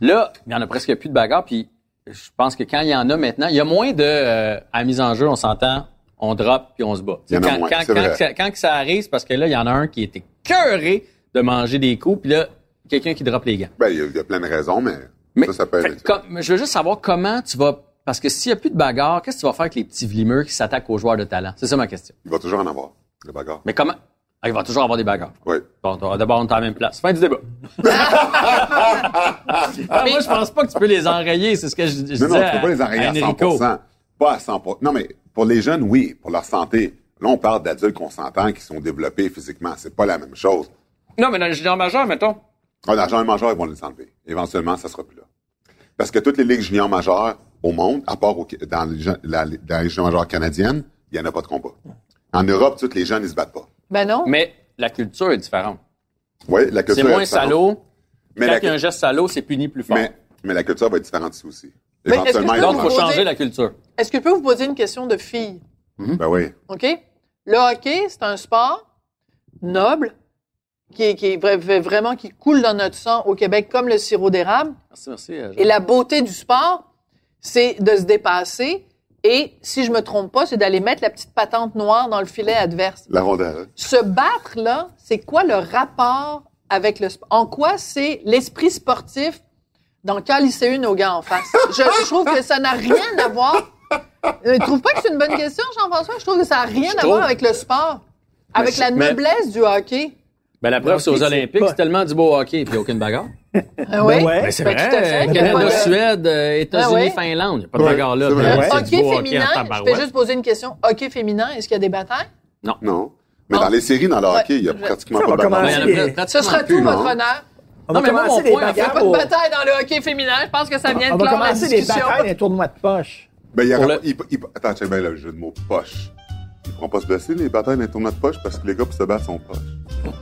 Speaker 7: Là, il y en a presque plus de bagarres, puis je pense que quand il y en a maintenant, il y a moins de euh, à mise en jeu, on s'entend, on drop puis on se bat.
Speaker 6: Il y en a
Speaker 7: quand,
Speaker 6: moins,
Speaker 7: quand,
Speaker 6: c'est
Speaker 7: quand
Speaker 6: vrai.
Speaker 7: que ça, quand que ça arrive, c'est parce que là, il y en a un qui était cœuré de manger des coups, puis là, quelqu'un qui drop les gants.
Speaker 6: Ben, il y a- il y, a plein de raisons, mais,
Speaker 7: Mais
Speaker 6: ça, ça peut
Speaker 7: fait-
Speaker 6: être.
Speaker 7: comme- je veux juste savoir comment tu vas. Parce que s'il n'y a plus de bagarre, qu'est-ce que tu vas faire avec les petits vlimeux qui s'attaquent aux joueurs de talent? C'est ça ma question.
Speaker 6: Il va toujours en avoir, le bagarre.
Speaker 7: Mais comment. Ah, il va toujours avoir des bagarres.
Speaker 6: Oui.
Speaker 7: Bon, donc, d'abord, on est à la même place. Fin du débat. Ah, moi, je pense pas que tu peux les enrayer, c'est ce que je, je
Speaker 6: Non, non,
Speaker 7: disais
Speaker 6: tu peux pas les
Speaker 7: à
Speaker 6: enrayer à
Speaker 7: Enrico.
Speaker 6: 100 Pas à 100 Non, mais pour les jeunes, oui, pour leur santé. Là, on parle d'adultes consentants qui sont développés physiquement. C'est pas la même chose.
Speaker 7: Non, mais dans le junior majeur, mettons.
Speaker 6: Ah, l'argent et majeur, ils vont les enlever. Éventuellement, ça sera plus là. Parce que toutes les ligues juniors majeures au monde, à part au- dans, les, jeunes- la- dans les juniors majeures canadiennes, il n'y en a pas de combat. En Europe, toutes les jeunes, ils se battent pas.
Speaker 2: Ben non.
Speaker 7: Mais la culture est différente.
Speaker 6: Oui, la
Speaker 7: C'est
Speaker 6: culture est
Speaker 7: moins
Speaker 6: différente.
Speaker 7: salaud.
Speaker 6: Mais
Speaker 7: Quand
Speaker 6: la,
Speaker 7: il y a un geste salaud, c'est puni plus fort.
Speaker 6: mais, mais la culture va être différente ici aussi.
Speaker 2: Mais est-ce que
Speaker 6: Éventuellement,
Speaker 2: je
Speaker 6: ils
Speaker 2: peux
Speaker 6: vont
Speaker 7: Donc, il
Speaker 2: vous
Speaker 7: faut
Speaker 6: l'enlever.
Speaker 7: changer
Speaker 2: poser-
Speaker 7: la culture.
Speaker 2: Est-ce que je peux vous poser une question de fille?
Speaker 6: Ben oui.
Speaker 2: OK? Le hockey, c'est un sport noble qui, est, qui est vra- vra- vraiment qui coule dans notre sang au Québec comme le sirop d'érable.
Speaker 7: Merci, merci. euh, Jean.
Speaker 2: Et la beauté du sport, c'est de se dépasser. Et si je me trompe pas, c'est d'aller mettre la petite patente noire dans le filet adverse.
Speaker 6: La rondelle.
Speaker 2: Se battre là, c'est quoi le rapport avec le sport En quoi c'est l'esprit sportif dans quel lycée une aux gars en face je, je trouve que ça n'a rien à voir. Euh, Tu trouves pas que c'est une bonne question, Jean-François Je trouve que ça n'a rien
Speaker 7: Je
Speaker 2: à
Speaker 7: trouve-
Speaker 2: voir avec le sport, avec
Speaker 7: je-
Speaker 2: la
Speaker 7: mais-
Speaker 2: noblesse du hockey.
Speaker 7: Ben, la preuve, c'est aux
Speaker 3: hockey, c'est
Speaker 7: Olympiques,
Speaker 3: pas-
Speaker 7: c'est tellement du beau hockey, puis aucune bagarre.
Speaker 2: Ah oui?
Speaker 3: Ben ouais.
Speaker 2: Ben, tout à fait.
Speaker 7: Euh,
Speaker 2: Quel
Speaker 7: Canada,
Speaker 2: est le-
Speaker 7: Suède, euh, États-Unis,
Speaker 2: Ah ouais?
Speaker 7: Finlande. Il n'y a pas de
Speaker 6: Ouais,
Speaker 7: bagarre là.
Speaker 6: c'est vrai.
Speaker 7: mais
Speaker 3: Ouais.
Speaker 7: c'est
Speaker 2: Hockey
Speaker 7: du beau hockey en
Speaker 2: féminin, je
Speaker 7: tabarouette.
Speaker 2: vais juste poser une question. Hockey féminin, est-ce qu'il y a des batailles?
Speaker 6: Non. Mais
Speaker 2: Non.
Speaker 6: dans les séries, dans le
Speaker 2: Ah. Ouais.
Speaker 6: hockey, il y a
Speaker 2: Je-
Speaker 6: pratiquement
Speaker 3: Ça, on
Speaker 6: pas de
Speaker 3: va
Speaker 6: bagarre.
Speaker 7: Mais il y en a
Speaker 3: commencer.
Speaker 7: pla- pratiquement
Speaker 2: Ah, Ce sera
Speaker 7: plus,
Speaker 2: tout,
Speaker 7: non?
Speaker 2: votre honneur.
Speaker 3: On
Speaker 7: Non,
Speaker 3: va
Speaker 7: mais moi,
Speaker 3: commencer
Speaker 7: mon
Speaker 3: les
Speaker 7: point, en fait,
Speaker 2: Il n'y a
Speaker 3: bagarres
Speaker 2: pas de
Speaker 3: au-
Speaker 2: bataille dans le hockey féminin. Je pense que ça vient de
Speaker 3: On va
Speaker 2: clore la
Speaker 3: commencer les
Speaker 2: discussion.
Speaker 3: batailles, les tournois de poche.
Speaker 6: Ben, il y
Speaker 7: Pour
Speaker 6: aura-
Speaker 7: le-
Speaker 6: il- il- Attends, j'ai bien le jeu de mots poche. Ils pourront pas se blesser, les batailles dans les tournois de poche, parce que les gars, pour se battre, sont poches.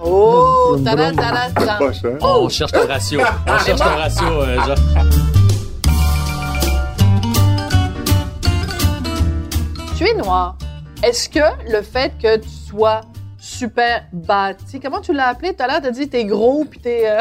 Speaker 2: Oh, talan, talan, talan.
Speaker 6: Poche, hein?
Speaker 7: On cherche ton ratio.
Speaker 2: Ah,
Speaker 7: On cherche ton ratio, euh, Jean.
Speaker 2: Tu es noir. Est-ce que le fait que tu sois super bâti, comment tu l'as appelé tout à l'heure, t'as dit t'es gros puis t'es euh,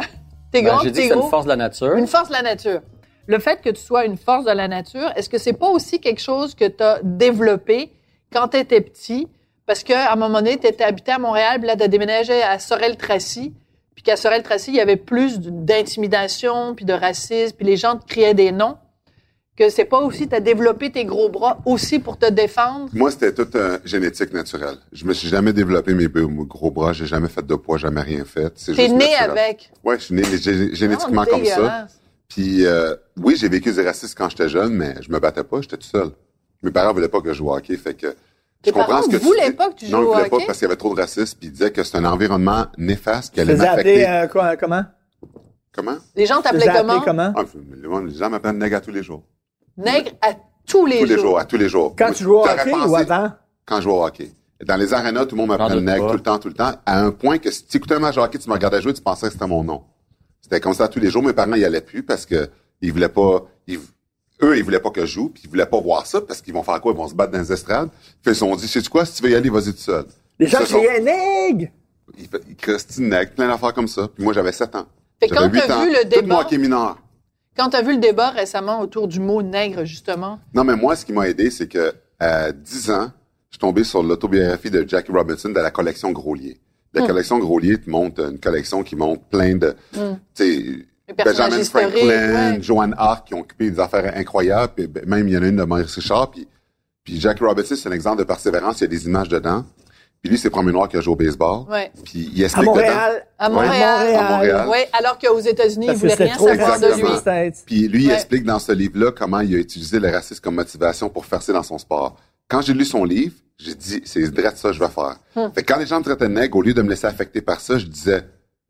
Speaker 2: t'es
Speaker 7: Ben,
Speaker 2: grand, puis
Speaker 7: J'ai dit que
Speaker 2: t'es
Speaker 7: c'est une
Speaker 2: gros.
Speaker 7: force de la nature.
Speaker 2: Une force de la nature. Le fait que tu sois une force de la nature, est-ce que c'est pas aussi quelque chose que tu as développé quand tu étais petit? Parce qu'à un moment donné, tu étais habité à Montréal, puis là, tu as déménagé à Sorel-Tracy. Puis qu'à Sorel-Tracy, il y avait plus d'intimidation, puis de racisme, puis les gens te criaient des noms. Que c'est pas aussi, tu as développé tes gros bras aussi pour te défendre.
Speaker 6: Moi, c'était tout euh, génétique naturelle. Je me suis jamais développé mes, be- mes gros bras, j'ai jamais fait de poids, jamais rien fait. C'est
Speaker 2: T'es
Speaker 6: juste
Speaker 2: né
Speaker 6: naturel.
Speaker 2: avec.
Speaker 6: Ouais, je suis né gé- génétiquement
Speaker 2: Non,
Speaker 6: comme ça.
Speaker 2: dégueulasse.
Speaker 6: Puis euh, oui, j'ai vécu du racisme quand j'étais jeune, mais je me battais pas, j'étais tout seul. Mes parents voulaient pas que je joue au hockey, fait que
Speaker 2: Tes
Speaker 6: Je
Speaker 2: parents
Speaker 6: tu
Speaker 2: voulaient
Speaker 6: dis.
Speaker 2: pas que tu joues
Speaker 6: Non, ils
Speaker 2: au
Speaker 6: voulaient pas
Speaker 2: hockey?
Speaker 6: parce qu'il y avait trop de racisme, puis ils disaient que c'est un environnement néfaste qui allait
Speaker 3: Faisais appeler,
Speaker 6: m'affecter.
Speaker 3: euh, quoi, comment?
Speaker 6: Comment?
Speaker 2: Les gens
Speaker 3: Faisais
Speaker 2: t'appelaient
Speaker 3: appeler
Speaker 2: comment?
Speaker 3: comment?
Speaker 6: Ah, les gens- les gens m'appellent nègre à tous les jours.
Speaker 2: Nègre à tous les
Speaker 6: tous les
Speaker 2: jours.
Speaker 6: jours, à tous les jours.
Speaker 3: Quand
Speaker 6: Moi,
Speaker 3: tu jouais au
Speaker 6: t'aurais
Speaker 3: hockey
Speaker 6: pensé-
Speaker 3: ou avant?
Speaker 6: Quand je jouais au hockey. Dans les arénas, tout le monde
Speaker 8: J'en
Speaker 6: m'appelait
Speaker 8: doute
Speaker 6: nègre
Speaker 8: pas.
Speaker 6: tout le temps, tout le temps, à un point que si tu écoutais un match de hockey, tu me regardais jouer, tu pensais que c'était mon nom. C'était comme ça tous les jours. Mes parents y allaient plus parce que ils voulaient pas, ils- eux, ils voulaient pas que je joue, puis ils voulaient pas voir ça parce qu'ils vont faire quoi? Ils vont se battre dans les estrades. Puis ils se sont dit, sais-tu quoi? Si tu veux y aller, vas-y tout seul.
Speaker 3: Les gens
Speaker 6: Ils se sont-
Speaker 3: criaient Nègre!
Speaker 6: il, fait- il crastinait, plein d'affaires comme ça. Puis moi, j'avais 7 ans.
Speaker 2: Fait que
Speaker 6: J'avais
Speaker 2: quand
Speaker 6: huit
Speaker 2: t'as
Speaker 6: ans.
Speaker 2: vu le
Speaker 6: Tout mon
Speaker 2: débat-
Speaker 6: hockey mineur.
Speaker 2: Quand t'as vu le débat récemment autour du mot nègre, justement,
Speaker 6: Non, mais moi, ce qui m'a aidé, c'est que à 10 ans, je suis tombé sur l'autobiographie de Jackie Robinson de la collection Grolier.
Speaker 2: Hmm.
Speaker 6: La collection Grolier te montre euh, une collection qui montre plein de, tu sais,
Speaker 2: Hmm. Les personnages
Speaker 6: Benjamin
Speaker 2: historiques,
Speaker 6: Franklin,
Speaker 2: ouais.
Speaker 6: Joanne Arc qui ont occupé des affaires incroyables. Puis ben, même il y en a une de Maurice Richard. Puis, puis Jackie Robinson, c'est un exemple de persévérance. Il y a des images dedans. Puis lui, c'est le premier noir qui a joué au baseball.
Speaker 2: Ouais.
Speaker 6: Puis il
Speaker 3: À
Speaker 6: explique dedans.
Speaker 3: Montréal!
Speaker 2: à
Speaker 6: Ouais.
Speaker 2: Montréal.
Speaker 6: À Montréal.
Speaker 2: Ouais, alors qu'aux États-Unis, ils
Speaker 3: Parce que
Speaker 2: voulaient
Speaker 3: c'était
Speaker 2: rien
Speaker 3: trop
Speaker 2: savoir de
Speaker 6: raciste.
Speaker 2: lui.
Speaker 3: raciste. peut-être.
Speaker 6: Puis lui, il
Speaker 2: Ouais.
Speaker 6: explique dans ce livre-là comment il a utilisé le racisme comme motivation pour faire ça dans son sport. Quand j'ai lu son livre, j'ai dit, c'est direct ça que je vais faire.
Speaker 2: Hmm.
Speaker 6: Fait que quand les gens me traitaient de nègre, au lieu de me laisser affecter par ça, je disais,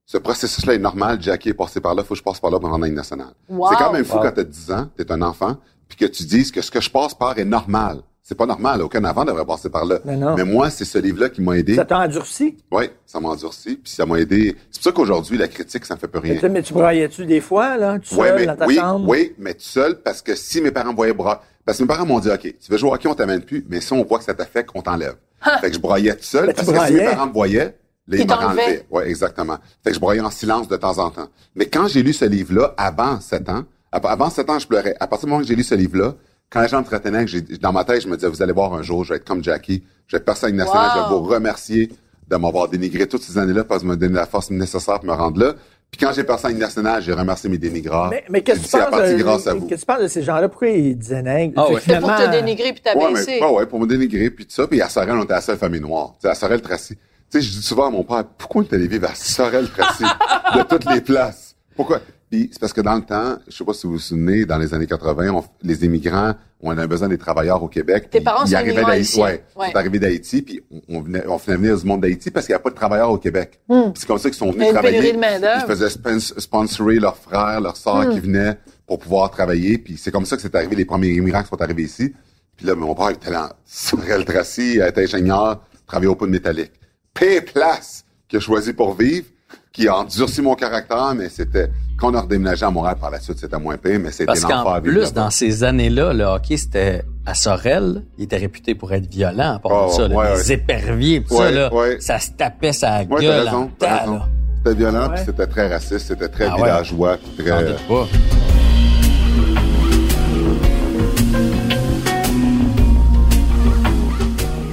Speaker 6: ce processus-là est normal, Jackie est passé par là, faut que je passe par là pour rendre une nationale.
Speaker 2: Wow.
Speaker 6: C'est quand même fou quand t'as 10 ans, t'es un enfant, puis que tu dises que ce que je passe par est normal. C'est pas normal, aucun avant devrait passer par là.
Speaker 3: Mais non.
Speaker 6: moi, c'est ce livre-là qui m'a aidé.
Speaker 3: Ça t'a endurci?
Speaker 6: Oui, ça m'a endurci, puis ça m'a aidé. C'est pour ça qu'aujourd'hui, la critique, ça me fait plus rien.
Speaker 3: Mais tu- Mais tu braillais-tu des fois, là? Tu
Speaker 6: Ouais,
Speaker 3: seul,
Speaker 6: mais,
Speaker 3: dans ta
Speaker 6: oui,
Speaker 3: chambre?
Speaker 6: oui, mais tout seul, parce que si mes parents me voyaient bras, parce que mes parents m'ont dit, OK, tu veux jouer au hockey, on t'amène plus, mais si on voit que ça t'affecte, on t'enlève. Fait que je broyais tout seul,
Speaker 3: Ben, tu
Speaker 6: parce que si mes
Speaker 3: broyais.
Speaker 6: parents me voyaient, là, ils
Speaker 2: Ils
Speaker 6: m'auraient
Speaker 2: t'enlevaient.
Speaker 6: enlevé. Ouais, exactement. Fait que je broyais en silence de temps en temps. Mais quand j'ai lu ce livre-là, avant 7 ans, av- avant 7 ans, je pleurais. À partir du moment que j'ai lu ce livre-là, quand les gens me traitaient, que j'ai- dans ma tête, je me disais, vous allez voir un jour, je vais être comme Jackie, je vais percer à une nationale,
Speaker 2: Wow.
Speaker 6: je vais vous remercier de m'avoir dénigré toutes ces années-là parce que vous m'avez donné la force nécessaire pour me rendre là. Puis quand j'ai percé à une nationale, j'ai remercié mes dénigreurs.
Speaker 3: Mais, mais qu'est-ce que tu
Speaker 6: J'ai dit, C'est à
Speaker 3: penses euh,
Speaker 6: partir grâce à
Speaker 3: de-
Speaker 6: vous.
Speaker 3: qu'est-ce que tu penses de ces gens-là? Pourquoi ils disaient Nègre?
Speaker 8: Ah
Speaker 3: Fait que
Speaker 8: ouais.
Speaker 2: C'était pour te
Speaker 3: finalement,
Speaker 2: dénigrer puis
Speaker 6: Ouais,
Speaker 2: t'abaisser.
Speaker 6: mais, ouais, ouais, pour me dénigrer, puis tout ça. Puis à Sorel, on était la seule famille noire. Tu sais, à Sorel Tracy. Tu sais, je dis souvent à mon père, pourquoi on est allé vivre à Sorel Tracy de toutes les places? Pourquoi? Puis c'est parce que dans le temps, je sais pas si vous vous souvenez, dans les années 80, on- les immigrants, on avait besoin des travailleurs au Québec.
Speaker 2: Tes
Speaker 6: Puis
Speaker 2: parents
Speaker 6: ils
Speaker 2: sont
Speaker 6: arrivaient
Speaker 2: immigrants
Speaker 6: d'Haïti.
Speaker 2: haïtiens.
Speaker 6: Ouais,
Speaker 2: Ouais.
Speaker 6: Ils sont arrivés d'Haïti, puis on, on venait, on venait venir du monde d'Haïti parce qu'il n'y a pas de travailleurs au Québec. Puis C'est comme ça qu'ils sont
Speaker 2: Hmm.
Speaker 6: venus
Speaker 2: Il y a une
Speaker 6: travailler.
Speaker 2: pénurie de main-d'œuvre.
Speaker 6: Ils faisaient spons- sponsorer leurs frères, leurs sœurs qui venaient pour pouvoir travailler. Puis c'est comme ça que c'est arrivé, les premiers immigrants qui sont arrivés ici. Puis là, mon père était là, Sorel Tracy, il était ingénieur, travaillait au pot de métallique. Pire place que j'ai choisi pour vivre, qui a endurci mon caractère, mais c'était, quand on a redéménagé à Montréal par la suite, c'était moins pire, mais c'était
Speaker 7: Parce
Speaker 6: l'enfer
Speaker 7: qu'en
Speaker 6: à vivre
Speaker 7: plus,
Speaker 6: là-bas.
Speaker 7: dans ces années-là, le hockey, c'était à Sorel. Il était réputé pour être violent, à part
Speaker 6: Ah,
Speaker 7: de ça. là,
Speaker 6: ouais,
Speaker 7: les
Speaker 6: ouais.
Speaker 7: éperviers, tout ça,
Speaker 6: Ouais,
Speaker 7: là,
Speaker 6: ouais.
Speaker 7: ça se tapait sa
Speaker 6: Ouais, t'as
Speaker 7: gueule en
Speaker 6: raison, t'as
Speaker 7: tas,
Speaker 6: raison.
Speaker 7: là.
Speaker 6: C'était violent,
Speaker 3: Ouais.
Speaker 6: puis c'était très raciste, c'était très
Speaker 7: Ah ouais.
Speaker 6: villageois, puis très...
Speaker 7: J'en doute pas.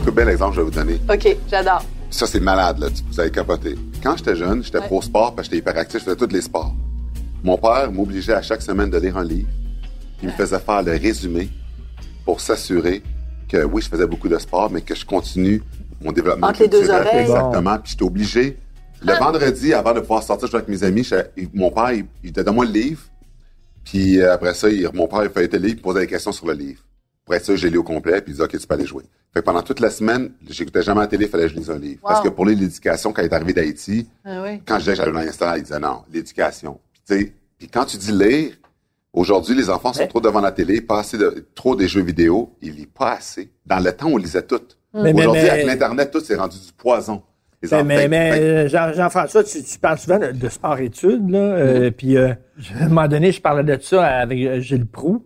Speaker 6: Quel bel exemple je vais vous donner.
Speaker 2: OK, j'adore.
Speaker 6: Ça, c'est malade, là. Tu- Vous avez capoté. Quand j'étais jeune, j'étais pro sport parce que j'étais hyperactif. Je faisais tous les sports. Mon père m'obligeait à chaque semaine de lire un livre. Il me faisait faire le résumé pour s'assurer que, oui, je faisais beaucoup de sport, mais que je continue mon développement.
Speaker 2: Entre les deux
Speaker 6: culturel.
Speaker 2: oreilles. Ah.
Speaker 6: Exactement. Puis j'étais obligé. Le vendredi, avant de pouvoir sortir jouer avec mes amis, j'étais- il- mon père, il, il était dans moi le livre. Puis euh, après ça, il- mon père, il feuilletait le livre, il posait des questions sur le livre. Pour être sûr, j'ai lu au complet, puis il disait, OK, tu peux aller jouer. Fait que pendant toute la semaine, j'écoutais jamais la télé, il fallait que je lise un livre.
Speaker 2: Wow.
Speaker 6: Parce que pour lui, l'éducation, quand il est arrivé d'Haïti,
Speaker 2: Ah oui.
Speaker 6: quand je disais que j'allais dans l'instant, il disait non, l'éducation. Puis, tu sais, puis quand tu dis lire, aujourd'hui, les enfants sont trop devant la télé, pas assez de, trop des jeux vidéo, ils lisent pas assez. Dans le temps, on lisait tout.
Speaker 3: Mm. Mais- mais-
Speaker 6: Aujourd'hui,
Speaker 3: mais-
Speaker 6: avec l'Internet, tout s'est rendu du poison. Les
Speaker 3: Mais,
Speaker 6: enfants-
Speaker 3: mais,
Speaker 6: fait-
Speaker 3: mais,
Speaker 6: fait-
Speaker 3: euh, Jean- Jean-François, tu, tu parles souvent de, de sport-études, là. euh, Puis, euh, à un moment donné, je parlais de ça avec euh, Gilles Proux,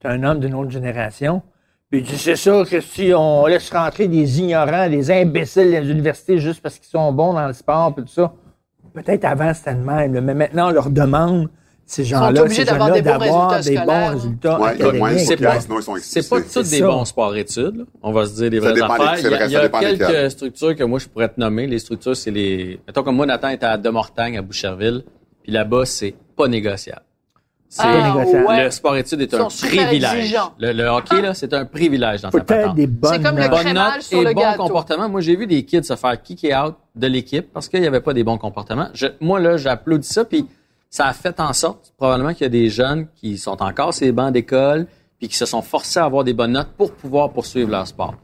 Speaker 3: qui est un homme d'une autre génération. Puis il dit, c'est ça, que si on laisse rentrer des ignorants, des imbéciles dans les universités juste parce qu'ils sont bons dans le sport, puis tout ça. Peut-être avant, c'était le même, là, mais maintenant, on leur demande, ces gens-là,
Speaker 2: obligés
Speaker 3: ces
Speaker 2: d'avoir
Speaker 3: jeunes-là,
Speaker 2: des bons
Speaker 3: d'avoir
Speaker 2: résultats
Speaker 3: des bons
Speaker 2: scolaires.
Speaker 3: résultats
Speaker 6: Ouais, il y a moins de
Speaker 3: académiques.
Speaker 6: C'est
Speaker 3: là.
Speaker 6: pas- sinon ils sont
Speaker 7: C'est pas
Speaker 6: expulsés.
Speaker 7: tous des
Speaker 3: euh, C'est ça.
Speaker 7: bons sports-études. là. On va se dire les vraies
Speaker 6: dépend
Speaker 7: affaires.
Speaker 6: des-
Speaker 7: Il
Speaker 6: c'est
Speaker 7: y a,
Speaker 6: vrai,
Speaker 7: il y a
Speaker 6: ça dépend
Speaker 7: quelques
Speaker 6: lesquelles.
Speaker 7: structures que moi, je pourrais te nommer. Les structures, c'est les... Mettons comme moi, Nathan était à Demortagne, à Boucherville. Puis là-bas, c'est pas négociable. C'est...
Speaker 2: Ah,
Speaker 3: négociable.
Speaker 2: ouais.
Speaker 7: Le sport-études est
Speaker 2: Ils
Speaker 7: un
Speaker 2: sont super
Speaker 7: privilège.
Speaker 2: exigeants.
Speaker 7: Le, le hockey, là, c'est un privilège dans
Speaker 3: Faut
Speaker 7: ta patente.
Speaker 3: être des bonnes
Speaker 2: comme le crème.
Speaker 3: notes.
Speaker 7: bonne
Speaker 2: crémage
Speaker 7: note
Speaker 2: sur
Speaker 7: et
Speaker 2: le
Speaker 7: bon
Speaker 2: gâteau.
Speaker 7: comportement. Moi, j'ai vu des kids se faire kick out de l'équipe parce qu'il n'y avait pas des bons comportements. Je- moi, là, j'applaudis ça, puis ça a fait en sorte, probablement, qu'il y a des jeunes qui sont
Speaker 2: Hmm.
Speaker 7: encore sur les bancs d'école puis qui se sont forcés à avoir des bonnes notes pour pouvoir poursuivre leur sport.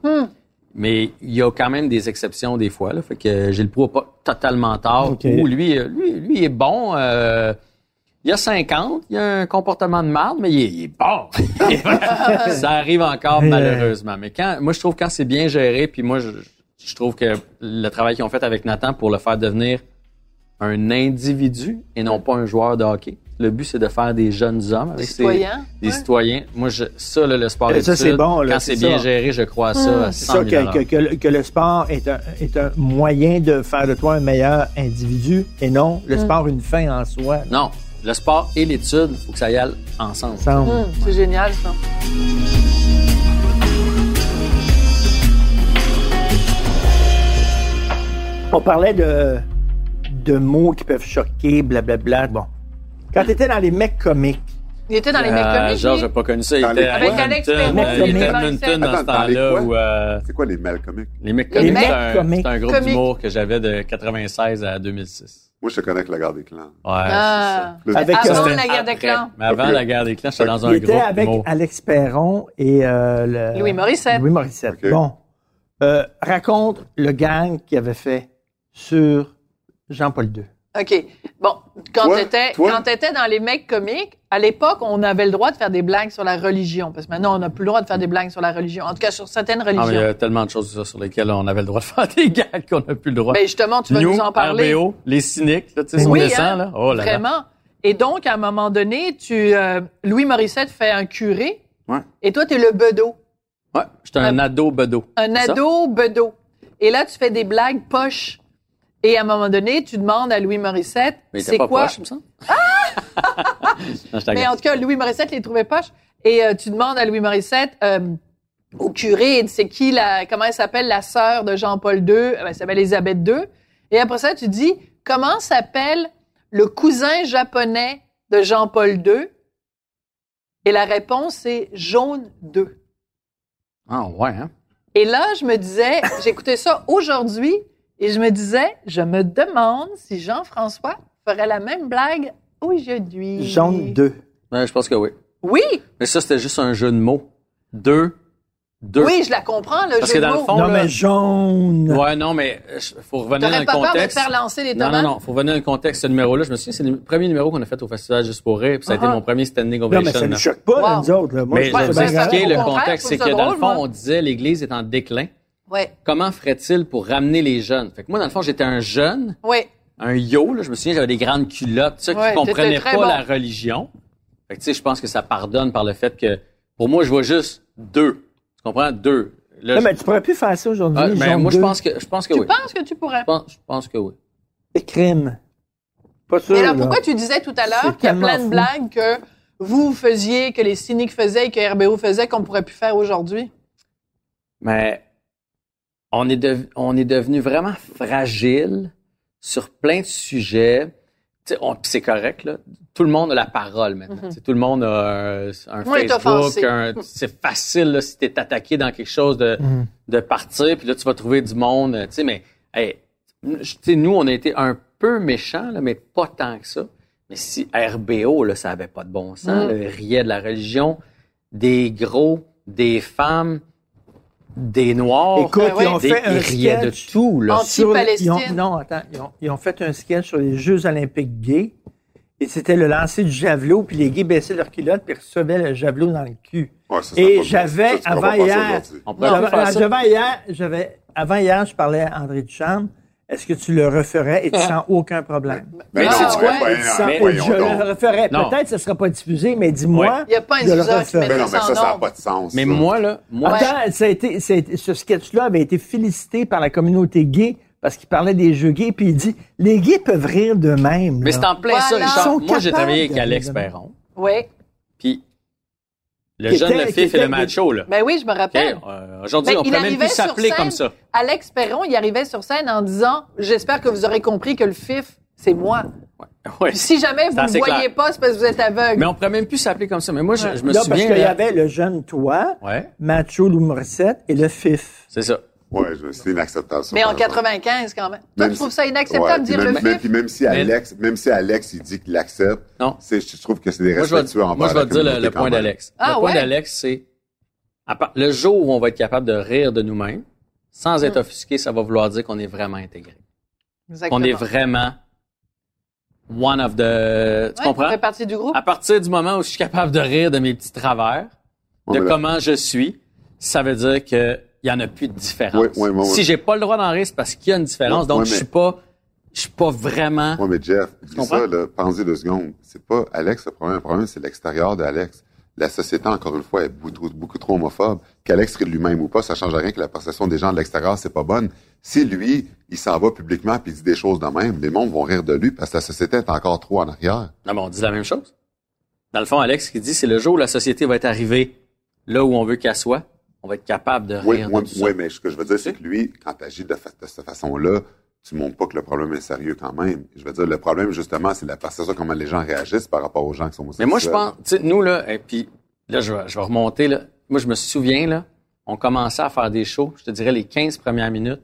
Speaker 7: Mais il y a quand même des exceptions des fois. Là. Fait que Gilles Proulx a pas totalement tard.
Speaker 3: OK.
Speaker 7: Ou lui, euh, lui, lui est bon. euh, il a 50, il a un comportement de marde, mais il est, il est bon. ça arrive encore
Speaker 3: Mais, euh,
Speaker 7: malheureusement. Mais quand, moi, je trouve quand c'est bien géré, puis moi, je, je trouve que le travail qu'ils ont fait avec Nathan pour le faire devenir un individu et non pas un joueur de hockey. Le but, c'est de faire des jeunes hommes avec ces-
Speaker 2: Citoyen.
Speaker 7: des citoyens. Moi, je, ça, là, le sport
Speaker 3: Et ça,
Speaker 7: études,
Speaker 3: c'est bon, là,
Speaker 7: Quand
Speaker 3: c'est
Speaker 7: c'est bien
Speaker 3: ça.
Speaker 7: géré, je crois à ça. à
Speaker 2: Ah.
Speaker 3: C'est
Speaker 7: 100
Speaker 3: ça
Speaker 7: 000
Speaker 3: que, que- que le- que le sport est un, est un moyen de faire de toi un meilleur individu et non
Speaker 2: Hum.
Speaker 3: le sport une fin en soi.
Speaker 7: Non, le sport et l'étude, faut que ça y aille ensemble.
Speaker 3: Ensemble.
Speaker 2: Hum, c'est génial, ça.
Speaker 3: On parlait de, de mots qui peuvent choquer, blablabla. Bon. Quand tu étais dans les mecs comiques,
Speaker 2: Il était dans les mecs
Speaker 7: Euh,
Speaker 2: comiques,
Speaker 7: Georges,
Speaker 2: lui. Ah,
Speaker 7: j'ai pas connu ça. Il
Speaker 6: Dans
Speaker 7: était
Speaker 6: les-
Speaker 7: à
Speaker 6: Avec
Speaker 2: Alex
Speaker 7: Edmonton,
Speaker 3: Perron,
Speaker 7: euh, il était à
Speaker 2: dans les-
Speaker 7: Edmonton dans ce
Speaker 6: Attends, dans les
Speaker 7: temps-là
Speaker 6: quoi?
Speaker 7: où euh,
Speaker 6: C'est quoi les mails comiques?
Speaker 7: les mecs
Speaker 2: Les
Speaker 7: comiques,
Speaker 2: mecs
Speaker 7: c'est un-
Speaker 3: comiques.
Speaker 7: c'est un groupe
Speaker 2: Comiques.
Speaker 7: d'humour que j'avais de 96 à 2006.
Speaker 6: Moi, je te connais avec la garde des clans.
Speaker 7: Ouais,
Speaker 2: Ah.
Speaker 6: Le-
Speaker 3: Avec-
Speaker 2: Avant
Speaker 3: Ça,
Speaker 7: c'était
Speaker 2: la guerre des
Speaker 7: après.
Speaker 2: clans.
Speaker 7: Mais avant
Speaker 6: Ok.
Speaker 7: la guerre des clans, j'étais dans
Speaker 3: il
Speaker 7: un
Speaker 3: était
Speaker 7: groupe
Speaker 3: avec
Speaker 7: d'humour.
Speaker 3: Alex Perron et euh, le-
Speaker 2: Louis Morissette.
Speaker 3: Louis Morissette.
Speaker 6: Ok.
Speaker 3: Bon. Euh, raconte le gang qu'il avait fait sur Jean-Paul II.
Speaker 2: OK. Bon, quand
Speaker 6: Toi,
Speaker 2: t'étais,
Speaker 6: toi.
Speaker 2: quand t'étais dans les mecs comiques, à l'époque, on avait le droit de faire des blagues sur la religion. Parce que maintenant, on n'a plus le droit de faire des blagues sur la religion. En tout cas, sur certaines
Speaker 7: Ah, mais il y
Speaker 2: religions.
Speaker 7: a tellement de choses ça, sur lesquelles on avait le droit de faire des gags qu'on n'a plus le droit.
Speaker 2: Ben, justement, tu vas
Speaker 7: Nous,
Speaker 2: nous en parler.
Speaker 7: RBO, les cyniques, là, tu sais,
Speaker 2: Oui,
Speaker 7: sont
Speaker 2: hein,
Speaker 7: descend, là. Oh là là.
Speaker 2: Vraiment. Et donc, à un moment donné, tu, euh, Louis Morissette fait un curé.
Speaker 7: Ouais.
Speaker 2: Et toi, t'es le bedeau.
Speaker 7: Ouais, j'étais un
Speaker 2: Euh,
Speaker 7: ado bedo.
Speaker 2: Un
Speaker 7: C'est ça?
Speaker 2: ado bedeau. Et là, tu fais des blagues poches. Et à un moment donné, tu demandes à Louis Morissette,
Speaker 7: Mais il était
Speaker 2: c'est
Speaker 7: pas
Speaker 2: quoi? Ah!
Speaker 7: proche, il me semble. Non, je
Speaker 2: Mais
Speaker 7: t'agace.
Speaker 2: en tout cas, Louis Morissette les trouvait poches. Et euh, tu demandes à Louis Morissette, euh, au curé, c'est qui la, comment elle s'appelle la sœur de Jean-Paul II? Euh, Elle s'appelle Elisabeth II. Et après ça, tu dis, comment s'appelle le cousin japonais de Jean-Paul II? Et la réponse, c'est Jaune II.
Speaker 7: Ah, ouais, hein?
Speaker 2: Et là, je me disais, j'écoutais ça aujourd'hui et je me disais, je me demande si Jean-François ferait la même blague aujourd'hui.
Speaker 3: Jaune 2.
Speaker 7: Ben, je pense que oui.
Speaker 2: Oui,
Speaker 7: Mais ça, c'était juste un jeu de mots. Deux. Deux.
Speaker 2: oui, je la comprends, le
Speaker 7: Parce
Speaker 2: jeu
Speaker 7: que
Speaker 2: de
Speaker 7: dans le
Speaker 2: mots.
Speaker 7: fond,
Speaker 3: Non,
Speaker 7: là-
Speaker 3: mais jaune.
Speaker 7: Ouais, non, mais euh, faut revenir dans
Speaker 2: T'aurais
Speaker 7: le
Speaker 2: pas peur de te
Speaker 7: contexte.
Speaker 2: faire lancer des
Speaker 7: Non,
Speaker 2: tomates?
Speaker 7: non, non, faut revenir dans le contexte. Ce numéro-là, je me souviens, c'est le premier numéro qu'on a fait au Festival Juste pour Rire, puis ça a été
Speaker 2: Ah.
Speaker 7: mon premier standing
Speaker 3: Non, mais ça
Speaker 7: ovation.
Speaker 3: ne
Speaker 7: là.
Speaker 3: choque pas, là,
Speaker 2: Wow.
Speaker 3: nous autres. là. Moi,
Speaker 7: Mais
Speaker 3: je
Speaker 7: je
Speaker 2: Ouais,
Speaker 7: vais
Speaker 3: trouve ça
Speaker 7: vous
Speaker 3: bien
Speaker 2: ça,
Speaker 7: expliquer
Speaker 2: au
Speaker 7: le
Speaker 2: contraire,
Speaker 7: contexte.
Speaker 2: je
Speaker 7: C'est
Speaker 2: trouve
Speaker 7: que
Speaker 2: ça
Speaker 7: dans le
Speaker 2: drôle,
Speaker 7: fond,
Speaker 2: moi.
Speaker 7: on disait l'Église est en déclin.
Speaker 2: Ouais,
Speaker 7: Comment ferait-il pour ramener les jeunes? Fait que moi, dans le fond, j'étais un jeune,
Speaker 2: ouais.
Speaker 7: un yo, là, je me souviens, j'avais des grandes culottes, ça,
Speaker 2: Ouais,
Speaker 7: qui comprenaient
Speaker 2: t'étais
Speaker 7: pas
Speaker 2: très bon.
Speaker 7: la religion. Fait que, tu sais, je pense que ça pardonne par le fait que, pour moi, je vois juste deux. Tu comprends? Deux. Là,
Speaker 3: Non,
Speaker 7: je-
Speaker 3: mais tu pourrais plus faire ça aujourd'hui.
Speaker 7: Euh, Ah, ben,
Speaker 3: jaune
Speaker 7: moi, je
Speaker 3: deux.
Speaker 7: pense que, je pense que
Speaker 2: Tu
Speaker 7: Eh oui.
Speaker 2: penses que tu pourrais?
Speaker 7: Je pense, je pense que oui.
Speaker 3: C'est crime. Pas sûr.
Speaker 2: Mais alors,
Speaker 3: là.
Speaker 2: pourquoi tu disais tout à
Speaker 3: C'est
Speaker 2: l'heure qu'il y a
Speaker 3: tellement
Speaker 2: plein de
Speaker 3: fou.
Speaker 2: blagues que vous faisiez, que les cyniques faisaient et que RBO faisait qu'on pourrait plus faire aujourd'hui?
Speaker 7: Mais on est, dev- on est devenu vraiment fragile sur plein de sujets. Tu sais, on- pis C'est correct, là. Tout le monde a la parole maintenant. Tu sais, Tout le monde a un, un
Speaker 2: On est
Speaker 7: Facebook.
Speaker 2: offensé.
Speaker 7: un- C'est facile, là, si t'es attaqué dans quelque chose, de,
Speaker 3: Mhm.
Speaker 7: de partir. Puis là, tu vas trouver du monde. euh, Tu sais, mais hey, je- tu sais, nous, on a été un peu méchants, là, mais pas tant que ça. Mais si RBO, là, ça avait pas de bon sens,
Speaker 2: Mhm.
Speaker 7: là, il riait de la religion, des gros, des femmes, des noirs.
Speaker 3: Écoute,
Speaker 2: Ah ouais.
Speaker 3: ils ont
Speaker 7: des,
Speaker 3: fait un
Speaker 7: ils riaient de
Speaker 3: sketch.
Speaker 7: tout, là.
Speaker 3: sur le- ils ont-
Speaker 2: Anti-Palestine.
Speaker 3: non, attends. Ils ont, ils ont fait un sketch sur les Jeux olympiques gays. Et c'était le lancer du javelot, puis les gays baissaient leurs culottes, puis recevaient le javelot dans le cul.
Speaker 6: Ouais, ça, c'est
Speaker 3: Et
Speaker 6: pas-
Speaker 3: j'avais,
Speaker 6: ça, tu pourras
Speaker 3: avant
Speaker 6: pas faire ça
Speaker 3: hier-
Speaker 6: aujourd'hui.
Speaker 7: On pourrait
Speaker 3: J'avais-
Speaker 7: pas faire ça.
Speaker 3: j'avais hier, j'avais, avant hier, je parlais à André Duchamp. Est-ce que tu le referais
Speaker 7: Ah.
Speaker 3: et tu sans aucun problème?
Speaker 6: Mais
Speaker 2: Mais
Speaker 6: non,
Speaker 2: c'est quoi?
Speaker 6: ouais, ben,
Speaker 3: Et tu sens-
Speaker 6: non,
Speaker 3: et
Speaker 6: voyons
Speaker 3: je
Speaker 6: donc.
Speaker 3: le referais.
Speaker 7: Non.
Speaker 3: Peut-être que ce ne sera pas diffusé, mais dis-moi.
Speaker 2: Il n'y a pas un
Speaker 3: Je le
Speaker 2: diffuseur qui
Speaker 3: refais.
Speaker 6: Ben
Speaker 2: mettrait
Speaker 6: non, mais
Speaker 2: ça
Speaker 6: ça,
Speaker 2: en
Speaker 6: ça n'a
Speaker 2: nombre.
Speaker 6: pas de sens.
Speaker 7: Mais
Speaker 6: ça.
Speaker 7: moi, là, moi,
Speaker 3: Attends, Ah, ça a été, ça a été- ce sketch-là avait été félicité par la communauté gay parce qu'il parlait des jeux gays, puis il dit les gays peuvent rire d'eux-mêmes.
Speaker 7: mais
Speaker 3: là.
Speaker 7: c'est en plein ça,
Speaker 2: Voilà.
Speaker 7: Richard.
Speaker 3: Ils sont
Speaker 7: Moi, j'ai
Speaker 3: capables
Speaker 7: travaillé avec
Speaker 3: de-
Speaker 7: Alex
Speaker 3: de-
Speaker 7: Perron.
Speaker 2: Oui.
Speaker 7: Puis le
Speaker 3: Qui
Speaker 7: jeune,
Speaker 3: était-
Speaker 7: le
Speaker 3: qui
Speaker 7: fif et
Speaker 3: était-
Speaker 7: le macho, là.
Speaker 2: Ben oui, je me
Speaker 7: OK,
Speaker 2: rappelle.
Speaker 7: euh, Aujourd'hui,
Speaker 2: Ben,
Speaker 7: on
Speaker 2: il
Speaker 7: pourrait même
Speaker 2: arrivait
Speaker 7: plus
Speaker 2: sur
Speaker 7: s'appeler
Speaker 2: scène.
Speaker 7: comme ça.
Speaker 2: Alex Perron, il arrivait sur scène en disant J'espère que vous aurez compris que le FIF, c'est moi.
Speaker 7: Ouais.
Speaker 2: Si jamais vous
Speaker 7: C'est
Speaker 2: ne
Speaker 7: assez
Speaker 2: voyez
Speaker 7: clair.
Speaker 2: pas, c'est parce que vous êtes aveugle.
Speaker 7: Mais on pourrait même plus s'appeler comme ça. Mais moi, je, je me
Speaker 3: Là, parce
Speaker 7: souviens. euh,
Speaker 3: qu'il y
Speaker 7: là-
Speaker 3: avait le jeune toi,
Speaker 7: Ouais,
Speaker 3: Macho Lou Morissette et le FIF.
Speaker 7: c'est ça.
Speaker 6: Ouais, je- c'est inacceptable. ça,
Speaker 2: Mais en
Speaker 6: par exemple.
Speaker 2: 95, quand même. Toi,
Speaker 6: Même
Speaker 2: tu
Speaker 6: si-
Speaker 2: trouves ça inacceptable de
Speaker 6: Ouais,
Speaker 2: dire
Speaker 6: puis
Speaker 2: le
Speaker 6: même, même-
Speaker 2: FIF?
Speaker 6: puis même si
Speaker 7: Mais-
Speaker 6: Alex, même si Alex, il dit qu'il l'accepte,
Speaker 7: Non.
Speaker 6: c'est, je trouve que c'est des
Speaker 7: Moi, je vais,
Speaker 6: respectueux envers
Speaker 7: moi, je
Speaker 6: la
Speaker 7: vais te dire le,
Speaker 6: communauté
Speaker 7: le
Speaker 6: quand
Speaker 7: point
Speaker 6: même.
Speaker 7: d'Alex.
Speaker 2: Ah,
Speaker 7: le point
Speaker 2: ouais?
Speaker 7: d'Alex, c'est à part- le jour où on va être capable de rire de nous-mêmes, Sans être offusqué, ça va vouloir dire qu'on est vraiment intégré. Qu'on
Speaker 2: Exactement.
Speaker 7: est vraiment one of the. Tu
Speaker 2: Ouais,
Speaker 7: comprends? Ah,
Speaker 2: on fait partie du groupe.
Speaker 7: À partir du moment où je suis capable de rire de mes petits travers,
Speaker 6: On
Speaker 7: de
Speaker 6: est là.
Speaker 7: comment je suis, ça veut dire que il y en a plus de différence.
Speaker 6: Oui, oui, oui, oui.
Speaker 7: Si j'ai pas le droit d'en rire, c'est parce qu'il y a une différence.
Speaker 6: Oui,
Speaker 7: donc
Speaker 6: oui,
Speaker 7: je
Speaker 6: mais-
Speaker 7: suis pas, je suis pas vraiment.
Speaker 6: Oui, mais Jeff, oublie
Speaker 7: comprends?
Speaker 6: ça, là, pensez deux secondes. C'est pas Alex le problème. Le problème, c'est l'extérieur d'Alex. La société, encore une fois, est beaucoup, trop- beaucoup trop homophobe. Qu'Alex rit de lui-même ou pas, ça change rien que la perception des gens de l'extérieur, c'est pas bonne. Si lui, il s'en va publiquement puis il dit des choses de même, les mondes vont rire de lui parce que la société est encore trop en arrière.
Speaker 7: Non, mais on dit la même chose. Dans le fond, Alex, ce qu'il dit, c'est le jour où la société va être arrivée là où on veut qu'elle soit, on va être capable de rire
Speaker 6: Oui,
Speaker 7: de
Speaker 6: oui,
Speaker 7: tout ça.
Speaker 6: oui, mais ce que je veux dire, c'est que lui, quand tu agis de, fa- de cette façon-là, tu montres pas que le problème est sérieux quand même. Je veux dire, le problème, justement, c'est la perception, comment les gens réagissent par rapport aux gens qui sont
Speaker 7: Mais
Speaker 6: homosexuels.
Speaker 7: moi, je pense, tu sais, nous, là, et puis là, je vais, je vais remonter, là. Moi, je me souviens, là, on commençait à faire des shows, je te dirais, les 15 premières minutes,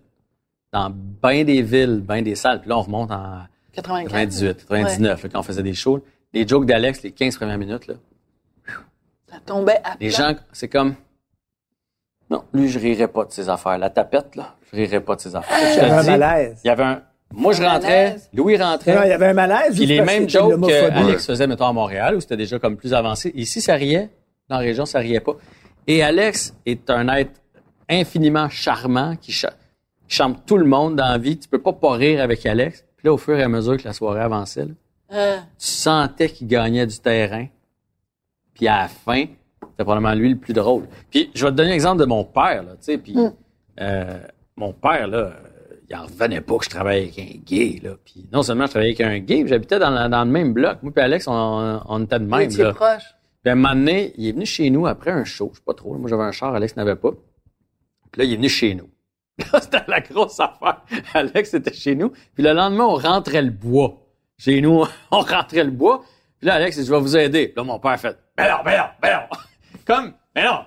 Speaker 7: dans bien des villes, bien des salles. Puis là, on remonte en
Speaker 2: 95.
Speaker 7: 98, 99, là, quand on faisait des shows. Les jokes d'Alex, les 15 premières minutes, là.
Speaker 2: Ça tombait à
Speaker 7: Les
Speaker 2: plat.
Speaker 7: gens, c'est comme. Non, lui, je rirais pas de ses affaires. La tapette, là, je rirais pas de ses affaires. Je te
Speaker 3: Il y avait un
Speaker 7: dis,
Speaker 3: malaise.
Speaker 7: Il y avait un. Moi, je
Speaker 2: Un
Speaker 7: rentrais,
Speaker 2: malaise.
Speaker 7: Louis
Speaker 3: Non, Ah, il y
Speaker 7: rentrait.
Speaker 3: avait un malaise.
Speaker 7: Puis
Speaker 3: juste
Speaker 7: les
Speaker 3: parce
Speaker 7: mêmes
Speaker 3: que c'était de
Speaker 7: jokes euh, que
Speaker 3: l'homophobie.
Speaker 7: Alex faisait, mettons, à Montréal, où c'était déjà comme plus avancé. Ici, ça riait. Dans la région, ça riait pas. Et Alex est un être infiniment charmant qui cha- charme tout le monde dans la vie. Tu peux pas pas rire avec Alex. Puis là, au fur et à mesure que la soirée avançait, là,
Speaker 2: Euh,
Speaker 7: tu sentais qu'il gagnait du terrain. Puis à la fin, c'était probablement lui le plus drôle. Puis je vais te donner l'exemple de mon père, là, tu sais, puis
Speaker 2: Mm.
Speaker 7: euh, mon père, là, euh, il en revenait pas que je travaillais avec un gay, là. Puis non seulement je travaillais avec un gay, puis j'habitais dans, la- dans le même bloc. Moi puis Alex, on, on était de
Speaker 2: vous
Speaker 7: même,
Speaker 2: étiez
Speaker 7: là.
Speaker 2: proche.
Speaker 7: Puis à un moment donné, il est venu chez nous après un show, je sais pas trop. Moi, j'avais un char, Alex n'avait pas. Puis là, il est venu chez nous. Là, c'était la grosse affaire. Alex était chez nous. Puis le lendemain, on rentrait le bois. Chez nous, on rentrait le bois. Puis là, Alex, il dit, je vais vous aider. Là, mon père a fait, ben non, ben non, ben non. Comme, ben non.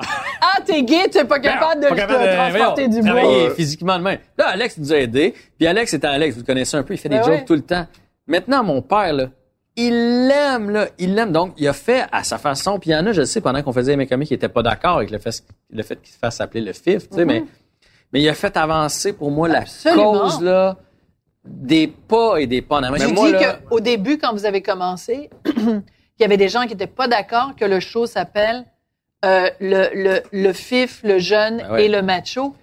Speaker 2: Ah, t'es gay, t'es pas capable de,
Speaker 7: Pas capable
Speaker 2: de
Speaker 7: de-
Speaker 2: transporter
Speaker 7: voyons,
Speaker 2: du bois.
Speaker 7: travailler physiquement de même. Là, Alex nous a aidés. Puis Alex était Alex, vous le connaissez un peu, il fait des
Speaker 2: Ben
Speaker 7: jokes
Speaker 2: ouais.
Speaker 7: tout le temps. Maintenant, mon père, là, il l'aime, là. Il l'aime. Donc, il a fait à sa façon. Puis il y en a, je le sais, pendant qu'on faisait mes comiques, qui n'étaient pas d'accord avec le fait, le fait qu'il se fasse appeler le FIF, tu sais, mais, mais il a fait avancer pour moi
Speaker 2: Mm-hmm. Absolument.
Speaker 7: la cause, là, des pas et des pas en avant.
Speaker 2: J'ai
Speaker 7: Mais moi,
Speaker 2: dit
Speaker 7: là,
Speaker 2: qu'au début, quand vous avez commencé, il y avait des gens qui n'étaient pas d'accord que le show s'appelle euh, le, le, le fif, le jeune
Speaker 7: Ben ouais.
Speaker 2: et le macho.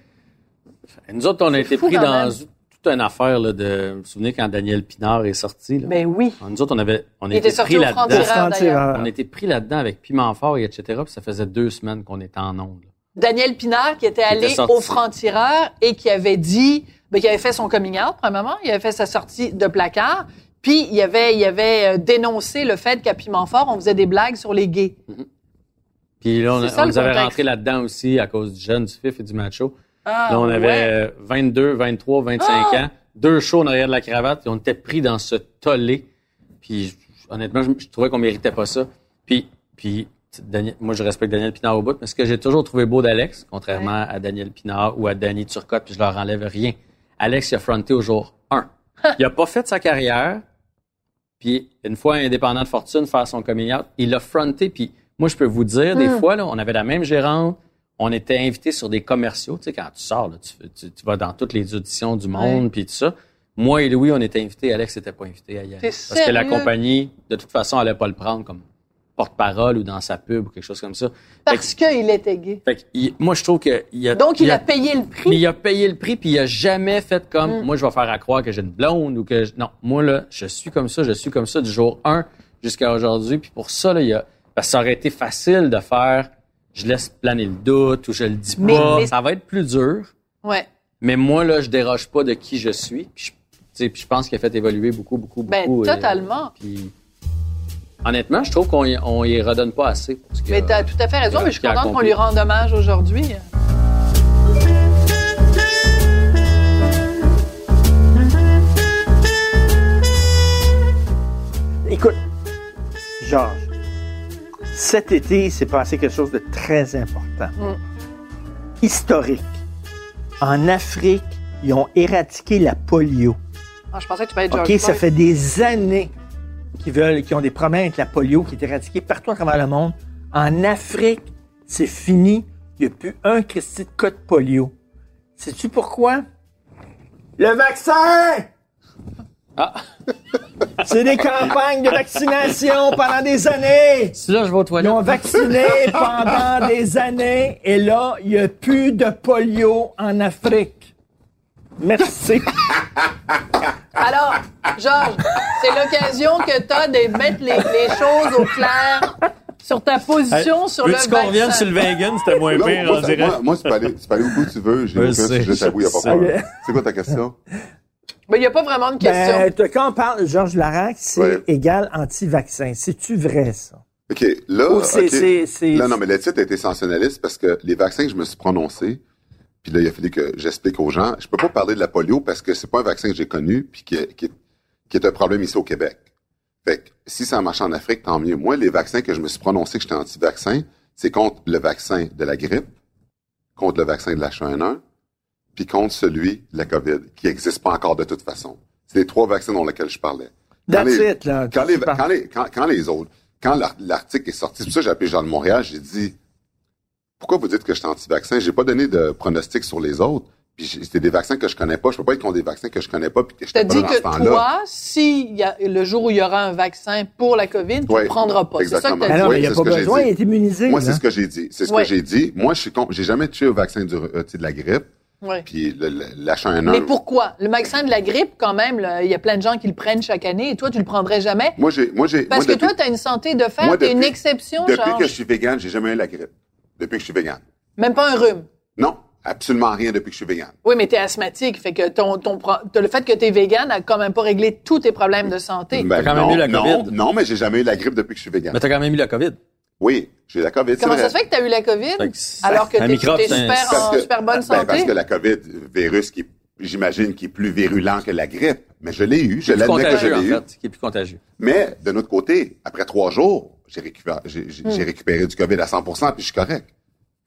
Speaker 7: nous autres, on a été
Speaker 2: fou
Speaker 7: pris
Speaker 2: quand
Speaker 7: dans
Speaker 2: même.
Speaker 7: toute une affaire, là, de, vous vous souvenez quand Daniel Pinard est sorti, là?
Speaker 2: Ben oui.
Speaker 7: Nous autres, on avait, on
Speaker 2: Il était
Speaker 7: était
Speaker 2: sorti
Speaker 7: pris
Speaker 2: au
Speaker 7: là-dedans.
Speaker 2: franc-tireur.
Speaker 3: Pour se sentir,
Speaker 2: d'ailleurs.
Speaker 3: euh,
Speaker 7: On était pris là-dedans avec Piment Fort et etc. Puis ça faisait deux semaines qu'on était en ondes.
Speaker 2: Daniel Pinard qui était allé
Speaker 7: était sorti.
Speaker 2: au franc-tireur et qui avait dit, ben, qui avait fait son coming out, premièrement, il avait fait sa sortie de placard, puis il avait, il avait euh, dénoncé le fait qu'à Pimentfort, on faisait des blagues sur les gays.
Speaker 7: Puis là, on,
Speaker 2: C'est ça,
Speaker 7: on
Speaker 2: le
Speaker 7: nous avait
Speaker 2: contexte.
Speaker 7: rentré là-dedans aussi à cause du jeune, du fif et du macho.
Speaker 2: Ah,
Speaker 7: là, on avait
Speaker 2: ouais. Ah!
Speaker 7: euh, 22, 23, 25 ans, deux shows en arrière de la cravate, puis on était pris dans ce tollé. Puis je- honnêtement, je, je trouvais qu'on méritait pas ça. Puis, puis Daniel- moi, je respecte Daniel Pinard au bout, mais ce que j'ai toujours trouvé beau d'Alex, contrairement à Daniel Pinard ou à Danny Turcotte, puis je leur enlève rien, Alex il a fronté au jour 1. il a pas fait sa carrière, puis une fois indépendant de fortune, faire son coming out, il l'a fronté. Puis moi, je peux vous dire,
Speaker 2: Hmm.
Speaker 7: des fois, là, on avait la même gérante, on était invité sur des commerciaux. Tu sais, quand tu sors, là, tu, tu- tu vas dans toutes les auditions du monde, puis tout ça. Moi et Louis, on était invités. Alex n'était pas invité à y aller.
Speaker 2: T'es
Speaker 7: Parce que la
Speaker 2: sérieux?
Speaker 7: compagnie, de toute façon, allait pas le prendre comme porte-parole ou dans sa pub ou quelque chose comme ça.
Speaker 2: Parce qu'il était gay.
Speaker 7: Fait que, il- moi, je trouve que... il a-
Speaker 2: Donc, il,
Speaker 7: il
Speaker 2: a, payé le prix. Mm.
Speaker 7: mais il a payé le prix, puis il a jamais fait comme moi, je vais faire à croire que j'ai une blonde ou que je- non, moi là, je suis comme ça, je suis comme ça du jour 1 jusqu'à aujourd'hui. Puis pour ça là, il y a parce que ça aurait été facile de faire, je laisse planer le doute ou je le dis
Speaker 2: Mais-
Speaker 7: pas.
Speaker 2: mais-
Speaker 7: Ça va être plus dur,
Speaker 2: Ouais.
Speaker 7: mais moi là, je déroge pas de qui je suis. Puis je, tu sais, puis je pense qu'il a fait évoluer beaucoup, beaucoup,
Speaker 2: Ben,
Speaker 7: beaucoup. euh,
Speaker 2: totalement.
Speaker 7: puis honnêtement, je trouve qu'on y- on y redonne pas assez. Parce que,
Speaker 2: Mais t'as tout à fait raison,
Speaker 7: euh,
Speaker 2: mais je suis
Speaker 7: qui a
Speaker 2: contente qu'on
Speaker 7: accompli.
Speaker 2: lui rende hommage aujourd'hui.
Speaker 3: Écoute, Georges, cet été, il s'est passé quelque chose de très important.
Speaker 7: Mm.
Speaker 3: Historique. En Afrique, ils ont éradiqué la polio.
Speaker 2: Ah, je pensais que tu parlais de George
Speaker 3: OK, ça
Speaker 2: Floyd.
Speaker 3: fait des années qu'ils veulent, qu'ils ont des problèmes avec la polio qui est éradiquée partout à travers le monde. En Afrique, c'est fini. Il n'y a plus un Christi de cas de polio. Sais-tu pourquoi? Le vaccin!
Speaker 9: Ah.
Speaker 3: C'est des campagnes de vaccination pendant des années!
Speaker 10: Celui-là, je vais aux
Speaker 3: Ils
Speaker 10: toilettes.
Speaker 3: ont vacciné pendant des années et là, il n'y a plus de polio en Afrique. Merci.
Speaker 2: Alors, Georges, c'est l'occasion que t'as de mettre les, les choses au clair sur ta position sur le
Speaker 9: Veux-tu qu'on revienne sur
Speaker 2: vaccin.
Speaker 9: le vegan? C'était moins
Speaker 6: Non,
Speaker 9: pire,
Speaker 6: moi,
Speaker 9: on
Speaker 6: ça-
Speaker 9: dirait.
Speaker 6: moi, moi, tu peux aller, tu peux aller où tu veux. J'ai
Speaker 9: Je
Speaker 6: aucun
Speaker 9: sais,
Speaker 6: sujet tabou, il
Speaker 9: je
Speaker 6: a pas
Speaker 9: sais.
Speaker 6: peur. C'est quoi ta question?
Speaker 2: Mais il n'y Ben, a pas vraiment de question.
Speaker 3: Ben, t- quand on parle de Georges Larac, c'est
Speaker 6: Ouais.
Speaker 3: égal anti-vaccin. C'est-tu vrai, ça?
Speaker 6: OK, là,
Speaker 3: Ou c'est-
Speaker 6: Euh, OK.
Speaker 3: c'est- c'est-
Speaker 6: Là, non, mais le titre était sensationnaliste parce que les vaccins que je me suis prononcé, puis là, il a fallu que j'explique aux gens, je peux pas parler de la polio parce que c'est pas un vaccin que j'ai connu puis qui est, qui, est, qui est un problème ici au Québec. Fait que si ça marche en Afrique, tant mieux. Moi, les vaccins que je me suis prononcé que j'étais anti-vaccin, c'est contre le vaccin de la grippe, contre le vaccin de l'H1N1, puis contre celui de la COVID, qui n'existe pas encore de toute façon. C'est les trois vaccins dont lesquels je parlais. Dans
Speaker 3: That's
Speaker 6: les-
Speaker 3: it, là.
Speaker 6: quand les,
Speaker 3: Tu parles.
Speaker 6: quand, les, quand, quand les autres, quand l'ar- l'article est sorti, c'est pour ça que j'ai appelé Jean de Montréal, j'ai dit Pourquoi vous dites que je suis anti-vaccin? J'ai pas donné de pronostic sur les autres. Puis j'ai- c'était des vaccins que je connais pas. Je peux pas être contre des vaccins que je connais pas puis que je
Speaker 2: Je te
Speaker 6: pas
Speaker 2: dis
Speaker 6: dans ce
Speaker 2: que
Speaker 6: temps-là.
Speaker 2: toi, si il y a- le jour où il y aura un vaccin pour la COVID, tu ne
Speaker 6: Ouais,
Speaker 2: prendras pas. C'est ça que
Speaker 6: exactement.
Speaker 2: tu
Speaker 3: Ah
Speaker 2: as
Speaker 3: non,
Speaker 2: dit.
Speaker 6: Oui,
Speaker 3: mais il n'y a
Speaker 6: c'est
Speaker 3: pas
Speaker 6: ce que j'ai
Speaker 3: besoin,
Speaker 6: dit.
Speaker 3: il est immunisé.
Speaker 6: Moi,
Speaker 3: là.
Speaker 6: c'est
Speaker 7: hein?
Speaker 6: ce que j'ai dit. C'est ce
Speaker 2: Ouais.
Speaker 6: que j'ai dit. Moi, je suis contre. J'ai jamais touché au vaccin du, euh, tu sais, de la grippe.
Speaker 2: Ouais.
Speaker 6: Puis le- le- l'H1N1.
Speaker 2: Mais pourquoi? Le vaccin de la grippe, quand même, là, il y a plein de gens qui le prennent chaque année et toi, tu le prendrais jamais.
Speaker 6: Moi, j'ai. Moi, j'ai.
Speaker 2: Parce
Speaker 6: moi,
Speaker 2: que toi, tu as une santé de fer,
Speaker 6: moi,
Speaker 2: tu es une
Speaker 6: depuis-
Speaker 2: exception,
Speaker 6: depuis
Speaker 2: Georges.
Speaker 6: que je suis vegan, j'ai jamais eu la grippe. Depuis que je suis vegan.
Speaker 2: Même pas un rhume.
Speaker 6: Non, absolument rien depuis que je suis vegan.
Speaker 2: Oui, mais tu es asthmatique, fait que ton, ton, pro- le fait que tu es vegan n'a quand même pas réglé tous tes problèmes de santé.
Speaker 6: Ben,
Speaker 7: quand
Speaker 6: non,
Speaker 7: même eu la
Speaker 6: non,
Speaker 7: COVID.
Speaker 6: Non, mais j'ai jamais eu la grippe depuis que je suis vegan.
Speaker 7: Mais t'as quand même eu la COVID.
Speaker 6: Oui, j'ai eu la COVID, c'est
Speaker 2: Comment
Speaker 6: vrai.
Speaker 2: ça se fait que tu as eu la COVID
Speaker 7: Fait que c'est-
Speaker 2: alors que
Speaker 7: un
Speaker 2: tu es,
Speaker 7: microbe, c'est un-
Speaker 2: super,
Speaker 6: Parce
Speaker 2: en
Speaker 6: que-
Speaker 2: super bonne
Speaker 6: ben,
Speaker 2: santé?
Speaker 6: parce que la COVID, virus qui, j'imagine, qui est plus virulent que la grippe. Mais je l'ai eu, je
Speaker 7: plus
Speaker 6: l'admets que je
Speaker 7: contagieux, en
Speaker 6: l'ai eu.
Speaker 7: fait. Qui est plus contagieux.
Speaker 6: Mais, de notre côté, après trois jours, j'ai récupéré, j'ai, j'ai-
Speaker 3: Hmm.
Speaker 6: j'ai récupéré du COVID à 100 puis je suis correct.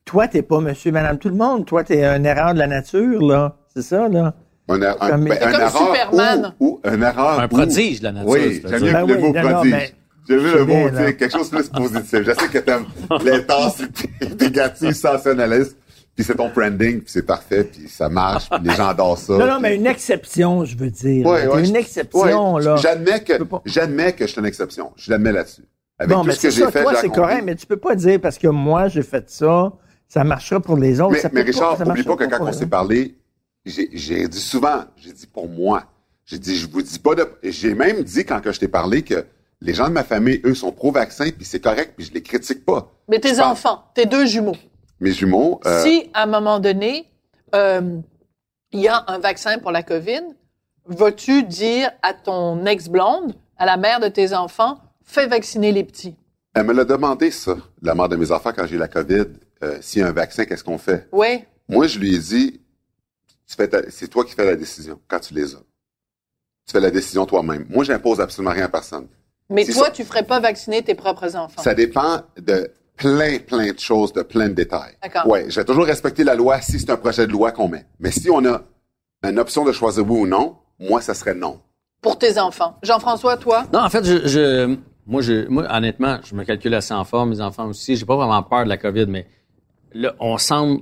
Speaker 3: Toi, t'es pas monsieur, madame, tout le monde. Toi, t'es une erreur de la nature, là. C'est ça, là.
Speaker 6: Un, un, un,
Speaker 3: Comme-
Speaker 6: ben,
Speaker 3: C'est
Speaker 6: un
Speaker 2: comme
Speaker 6: erreur
Speaker 2: Superman.
Speaker 6: Ou, ou un erreur.
Speaker 7: Un
Speaker 6: ou-
Speaker 7: prodige de la nature.
Speaker 6: Oui,
Speaker 7: c'est-à-dire.
Speaker 6: j'aime mieux
Speaker 3: Ben
Speaker 6: que le
Speaker 3: oui,
Speaker 6: mot
Speaker 3: non, non,
Speaker 6: prodige.
Speaker 3: mais-
Speaker 6: J'aime mieux le
Speaker 3: bien,
Speaker 6: mot,
Speaker 3: là.
Speaker 6: tu sais, quelque chose de plus positif. Je sais que t'aimes l'intensité négative, sensationnaliste, puis c'est ton branding, puis c'est parfait, puis ça marche, puis les gens adorent ça.
Speaker 3: Non, non, mais une exception, je veux dire.
Speaker 6: Ouais,
Speaker 3: T'es
Speaker 6: ouais,
Speaker 3: une
Speaker 6: je-
Speaker 3: exception,
Speaker 6: ouais,
Speaker 3: là.
Speaker 6: J'admets que,
Speaker 3: peux pas-
Speaker 6: j'admets que je suis une exception. Je l'admets là-dessus. Avec
Speaker 3: Non,
Speaker 6: tout
Speaker 3: mais
Speaker 6: ce que
Speaker 3: c'est
Speaker 6: j'ai
Speaker 3: ça,
Speaker 6: fait,
Speaker 3: toi,
Speaker 6: j'ai
Speaker 3: c'est
Speaker 6: accompli.
Speaker 3: correct, mais tu peux pas dire parce que moi, j'ai fait ça, ça marchera pour les autres.
Speaker 6: Mais,
Speaker 3: ça
Speaker 6: mais
Speaker 3: peut
Speaker 6: Richard,
Speaker 3: ça hein.
Speaker 6: n'oublie pas
Speaker 3: marchera
Speaker 6: que quand
Speaker 3: pour
Speaker 6: on
Speaker 3: eux.
Speaker 6: s'est parlé, j'ai- j'ai dit souvent, j'ai dit pour moi, j'ai dit, je vous dis pas de... J'ai même dit quand que je t'ai parlé que les gens de ma famille, eux, sont pro-vaccins, puis c'est correct, puis je les critique pas.
Speaker 2: mais tes
Speaker 6: je pense-
Speaker 2: enfants, tes deux jumeaux,
Speaker 6: Mes jumeaux... euh,
Speaker 2: si à un moment donné, euh, il y a un vaccin pour la COVID, vas-tu dire à ton ex-blonde, à la mère de tes enfants, fais vacciner les petits?
Speaker 6: Elle me l'a demandé, ça, la mère de mes enfants, quand j'ai eu la COVID. Euh, S'il y a un vaccin, qu'est-ce qu'on fait?
Speaker 2: Oui.
Speaker 6: Moi, je lui ai dit, tu fais ta- c'est toi qui fais la décision quand tu les as. Tu fais la décision toi-même. Moi, j'impose absolument rien à personne.
Speaker 2: Mais
Speaker 6: C'est
Speaker 2: toi,
Speaker 6: ça.
Speaker 2: tu ferais pas vacciner tes propres enfants.
Speaker 6: Ça dépend de plein, plein de choses, de plein de détails.
Speaker 2: D'accord.
Speaker 6: Oui, je vais toujours respecter la loi si c'est un projet de loi qu'on met. Mais si on a une option de choisir oui ou non, moi, ça serait non.
Speaker 2: Pour tes enfants. Jean-François, toi?
Speaker 7: Non, en fait, je, je- moi, je, moi, honnêtement, je me calcule assez en forme, mes enfants aussi. J'ai pas vraiment peur de la COVID, mais là, on semble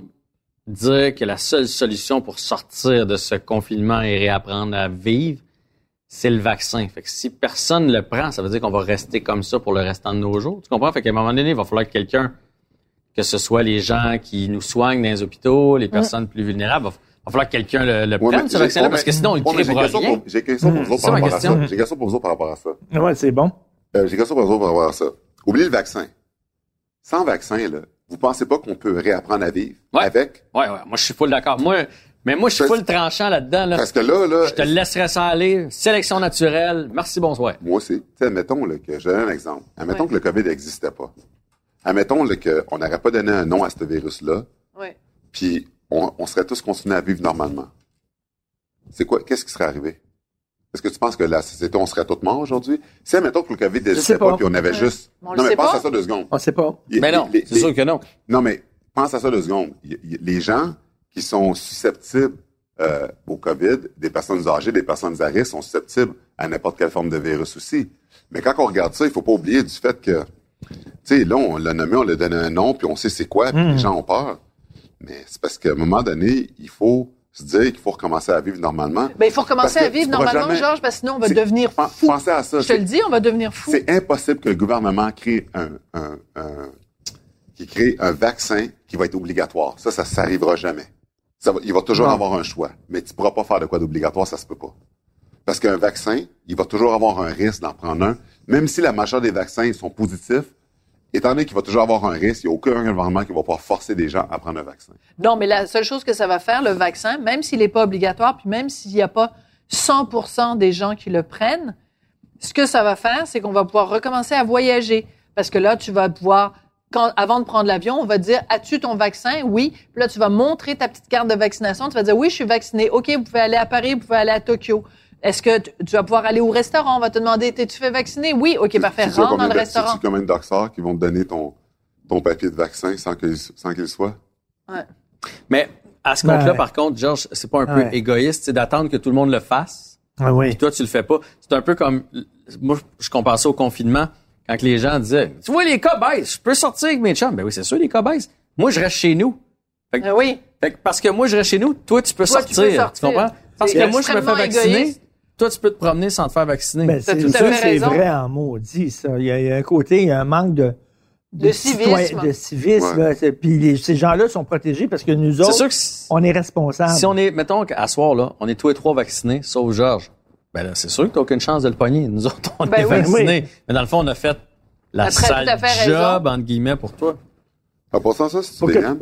Speaker 7: dire que la seule solution pour sortir de ce confinement et réapprendre à vivre, c'est le vaccin. Fait que si personne le prend, ça veut dire qu'on va rester comme ça pour le restant de nos jours. Tu comprends? Fait qu'à un moment donné, il va falloir que quelqu'un, que ce soit les gens qui nous soignent dans les hôpitaux, les personnes plus vulnérables, va, va falloir que quelqu'un le, le
Speaker 6: Ouais,
Speaker 7: prenne,
Speaker 6: mais
Speaker 7: ce
Speaker 6: j'ai-
Speaker 7: vaccin-là,
Speaker 6: ouais,
Speaker 7: parce que
Speaker 6: mais-
Speaker 7: sinon, il
Speaker 6: ouais, mais
Speaker 7: ne
Speaker 6: j'ai une
Speaker 7: crée
Speaker 6: question
Speaker 7: rien. Hmm,
Speaker 6: pour- J'ai une question pour vous autres
Speaker 7: C'est
Speaker 6: par
Speaker 7: ma
Speaker 6: rapport à
Speaker 7: question.
Speaker 6: ça. J'ai une question pour vous autres par rapport à ça.
Speaker 3: Ouais, c'est bon.
Speaker 6: Euh, j'ai question pour vous par rapport à ça. Oubliez le vaccin. Sans vaccin, là, vous pensez pas qu'on peut réapprendre à vivre
Speaker 7: Ouais.
Speaker 6: avec?
Speaker 7: Ouais, ouais, moi je suis full d'accord. Moi, mais moi je suis
Speaker 6: Parce-
Speaker 7: full tranchant là-dedans. Là.
Speaker 6: Parce que là, là,
Speaker 7: Je te laisserai ça aller. Sélection naturelle. Merci, bonsoir.
Speaker 6: moi aussi, tu sais, admettons là, que je donne un exemple. Admettons
Speaker 2: Ouais.
Speaker 6: que le COVID n'existait pas. Admettons là, qu'on n'aurait pas donné un nom à ce virus-là,
Speaker 2: Oui.
Speaker 6: puis on, on serait tous continués à vivre normalement. C'est quoi? Qu'est-ce qui serait arrivé? Est-ce que tu penses que la société, on serait tous morts aujourd'hui? Si, admettons que le COVID n'existait
Speaker 3: pas.
Speaker 6: pas, puis on avait juste...
Speaker 2: On le
Speaker 6: non,
Speaker 2: sait
Speaker 6: mais pense
Speaker 2: pas.
Speaker 6: à ça deux secondes.
Speaker 3: On sait pas.
Speaker 6: Il-
Speaker 7: Mais non,
Speaker 6: les-
Speaker 7: c'est
Speaker 6: les-
Speaker 7: sûr que non.
Speaker 6: Non, mais pense à ça deux secondes. Il- il- les gens qui sont susceptibles euh, au COVID, des personnes âgées, des personnes à risque, sont susceptibles à n'importe quelle forme de virus aussi. Mais quand on regarde ça, il faut pas oublier du fait que, tu sais, là, on l'a nommé, on l'a donné un nom, puis on sait c'est quoi, puis les gens ont peur. Mais c'est parce qu'à un moment donné, il faut se dire qu'il faut recommencer à vivre normalement.
Speaker 2: Ben, il faut recommencer
Speaker 6: Parce que
Speaker 2: à vivre
Speaker 6: tu pourras
Speaker 2: normalement,
Speaker 6: jamais-
Speaker 2: Georges, parce que sinon on va
Speaker 6: C'est-
Speaker 2: devenir
Speaker 6: Pen-
Speaker 2: fou.
Speaker 6: Pensez à ça.
Speaker 2: Je te le dis, on va devenir fou.
Speaker 6: C'est impossible que le gouvernement crée un, un- un- qui crée un vaccin qui va être obligatoire. Ça, ça s'arrivera jamais. Ça va- il va toujours avoir un choix, mais tu pourras pas faire de quoi d'obligatoire, ça se peut pas. Parce qu'un vaccin, il va toujours avoir un risque d'en prendre un, même si la majeure des vaccins sont positifs. Étant donné qu'il va toujours avoir un risque, il n'y a aucun gouvernement qui va pouvoir forcer des gens à prendre un vaccin.
Speaker 2: Non, mais la seule chose que ça va faire, le vaccin, même s'il n'est pas obligatoire, puis même s'il n'y a pas 100 des gens qui le prennent, ce que ça va faire, c'est qu'on va pouvoir recommencer à voyager. Parce que là, tu vas pouvoir, quand, avant de prendre l'avion, on va te dire, as-tu ton vaccin? Oui. Puis là, tu vas montrer ta petite carte de vaccination. Tu vas dire, oui, je suis vacciné. OK, vous pouvez aller à Paris, vous pouvez aller à Tokyo. Est-ce que tu tu vas pouvoir aller au restaurant? On va te demander, t'es-tu fait vacciner? Oui. OK, parfait.
Speaker 6: Tu sais
Speaker 2: Rentre
Speaker 6: combien
Speaker 2: bah, dans le
Speaker 6: de- tu sais
Speaker 2: restaurant.
Speaker 6: combien de docteurs qui vont te donner ton, ton papier de vaccin sans qu'il sans qu'il soit?
Speaker 7: Mais à ce compte-là,
Speaker 3: Ouais.
Speaker 7: par contre, Georges, c'est pas un peu
Speaker 3: Ben. Ouais.
Speaker 7: égoïste c'est d'attendre que tout le monde le fasse?
Speaker 3: Ah oui.
Speaker 7: Puis toi, tu le fais pas. C'est un peu comme, moi, je compare ça au confinement, quand les gens disaient, tu vois, les cas baissent, je peux sortir avec mes chums. Ben oui, c'est sûr, les cas baissent. Moi, je reste chez nous.
Speaker 2: Ah oui.
Speaker 7: Fait que parce que moi, je reste chez nous, toi, tu peux,
Speaker 2: Toi, tu
Speaker 7: sortir,
Speaker 2: peux
Speaker 7: tu
Speaker 2: sortir.
Speaker 7: comprends? Parce
Speaker 2: C'est
Speaker 7: que moi, je me fais
Speaker 2: extrêmement
Speaker 7: vacciner.
Speaker 2: égoïste.
Speaker 7: Toi, tu peux te promener sans te faire vacciner.
Speaker 3: Ben,
Speaker 2: T'as
Speaker 3: c'est
Speaker 2: tout à
Speaker 3: ça,
Speaker 2: fait
Speaker 3: c'est
Speaker 2: raison.
Speaker 3: vrai en maudit, ça. Il y, a, il y a un côté, il y a un manque de...
Speaker 2: De civisme.
Speaker 3: citoyen- de civisme. C'est- Puis les- ces gens-là sont protégés parce que nous
Speaker 7: c'est
Speaker 3: autres,
Speaker 7: sûr que si
Speaker 3: on est responsables.
Speaker 7: si on est, mettons qu'à soir, là, on est tous les trois vaccinés, sauf Georges. Ben là, c'est sûr que t'as aucune chance de le pogner. Nous autres, on
Speaker 2: Ben
Speaker 7: est
Speaker 2: oui.
Speaker 7: vaccinés. Mais dans le fond, on a fait la
Speaker 2: T'as très-
Speaker 7: sale
Speaker 2: tout à fait
Speaker 7: job, entre guillemets, pour toi.
Speaker 6: En passant ça, c'est
Speaker 3: Pour
Speaker 6: tu
Speaker 3: que-
Speaker 6: vegan?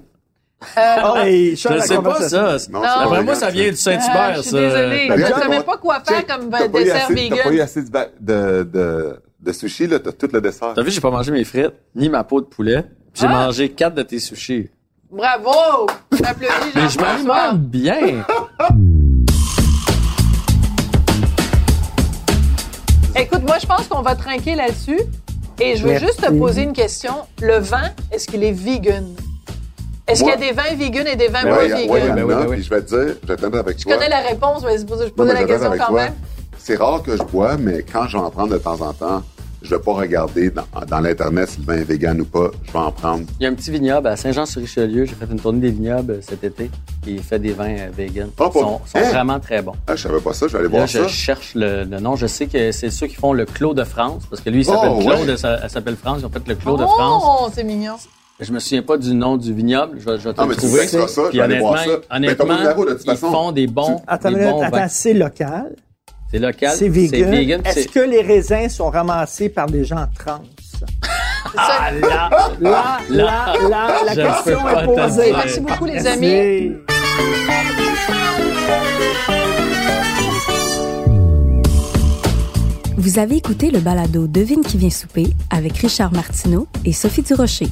Speaker 2: Euh,
Speaker 3: Ah, hey,
Speaker 7: Je
Speaker 3: Charles, la
Speaker 7: sais pas,
Speaker 3: conversation-
Speaker 7: ça.
Speaker 6: Non,
Speaker 2: Non.
Speaker 6: c'est
Speaker 7: D'après
Speaker 6: pas
Speaker 7: moi,
Speaker 6: vegan,
Speaker 7: ça vient du
Speaker 2: Ah,
Speaker 7: Saint-Hubert,
Speaker 2: je suis
Speaker 7: ça.
Speaker 2: désolée.
Speaker 6: Ben,
Speaker 2: Je
Speaker 6: regarde,
Speaker 2: savais
Speaker 6: moi,
Speaker 2: pas quoi faire comme
Speaker 6: T'as pas eu
Speaker 2: dessert
Speaker 6: assez- T'as pas eu
Speaker 2: vegan.
Speaker 6: assez de, va- de, de, de sushi, là, t'as tout le dessert.
Speaker 7: T'as vu, j'ai pas mangé mes frites, ni ma peau de poulet. puis J'ai
Speaker 2: Ah!
Speaker 7: mangé quatre de tes sushis.
Speaker 2: Bravo! J'applaudis,
Speaker 7: Mais je
Speaker 2: Jean-François.
Speaker 7: m'alimente bien.
Speaker 2: Écoute, moi, je pense qu'on va trinquer là-dessus. Et je veux
Speaker 3: Merci.
Speaker 2: juste te poser une question. Le vin, est-ce qu'il est vegan? Est-ce qu'il y a
Speaker 6: Moi-
Speaker 2: des vins vegan et des vins
Speaker 6: Ouais,
Speaker 2: pas
Speaker 6: ouais,
Speaker 2: vegan?
Speaker 6: ouais,
Speaker 7: Ben
Speaker 6: Anna,
Speaker 7: oui, ben oui.
Speaker 6: Puis je vais te dire, je vais t'aider avec
Speaker 2: Je
Speaker 6: toi.
Speaker 2: connais la réponse, mais c'est pour ça que je
Speaker 6: Non,
Speaker 2: posais
Speaker 6: mais
Speaker 2: la
Speaker 6: je vais
Speaker 2: question
Speaker 6: avec
Speaker 2: quand
Speaker 6: toi.
Speaker 2: même.
Speaker 6: C'est rare que je bois, mais quand je vais en prendre de temps en temps, je vais pas regarder dans, dans l'Internet si le vin est vegan ou pas. Je vais en prendre.
Speaker 7: Il y a un petit vignoble à Saint-Jean-sur-Richelieu. J'ai fait une tournée des vignobles euh, cet été. Et il fait des vins euh, vegan.
Speaker 6: Ah,
Speaker 7: ils
Speaker 6: pas-
Speaker 7: sont, sont
Speaker 6: Hein?
Speaker 7: vraiment très bons.
Speaker 6: Ah, je savais pas ça, je vais aller
Speaker 7: Là,
Speaker 6: voir
Speaker 7: je
Speaker 6: ça.
Speaker 7: cherche le, le nom. Je sais que c'est ceux qui font le Clos de France. Parce que lui, il s'appelle
Speaker 6: Oh,
Speaker 7: Claude.
Speaker 6: ouais.
Speaker 7: Elle, s'a- elle s'appelle France. Ils ont fait le Clos de France.
Speaker 2: Oh, c'est mignon.
Speaker 7: Je me souviens pas du nom du vignoble. Je vais, je vais te
Speaker 6: Ah,
Speaker 7: le
Speaker 6: mais tu
Speaker 7: trouver.
Speaker 6: texteras ça, je
Speaker 7: Puis
Speaker 6: vais aller
Speaker 7: honnêtement,
Speaker 6: voir ça. Ben, Mais t'as pas
Speaker 7: honnêtement,
Speaker 6: de numéro, de toute
Speaker 7: ils
Speaker 6: façon.
Speaker 7: font des bons,
Speaker 3: Attends,
Speaker 7: des
Speaker 3: une minute,
Speaker 7: bons
Speaker 3: attends,
Speaker 7: vins.
Speaker 3: c'est local,
Speaker 7: C'est local.
Speaker 3: c'est vegan.
Speaker 7: puis
Speaker 3: Est-ce
Speaker 7: c'est-
Speaker 3: que les raisins sont ramassés par des gens trans?
Speaker 2: C'est ça.
Speaker 7: Là,
Speaker 3: Là, là, là, la
Speaker 7: Je
Speaker 3: question
Speaker 7: peux
Speaker 3: est
Speaker 7: pas te
Speaker 3: posée.
Speaker 7: dire.
Speaker 2: Merci beaucoup, les amis.
Speaker 3: Merci.
Speaker 1: Vous avez écouté le balado Devine qui vient souper avec Richard Martineau et Sophie Durocher.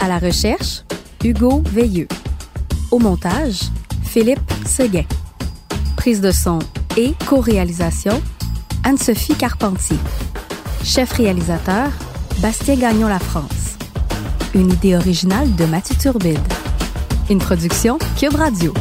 Speaker 1: À la recherche, Hugo Veilleux. Au montage, Philippe Seguin. Prise de son et co-réalisation, Anne-Sophie Carpentier. Chef réalisateur, Bastien Gagnon La France. Une idée originale de Mathieu Turbide. Une production Cube Radio.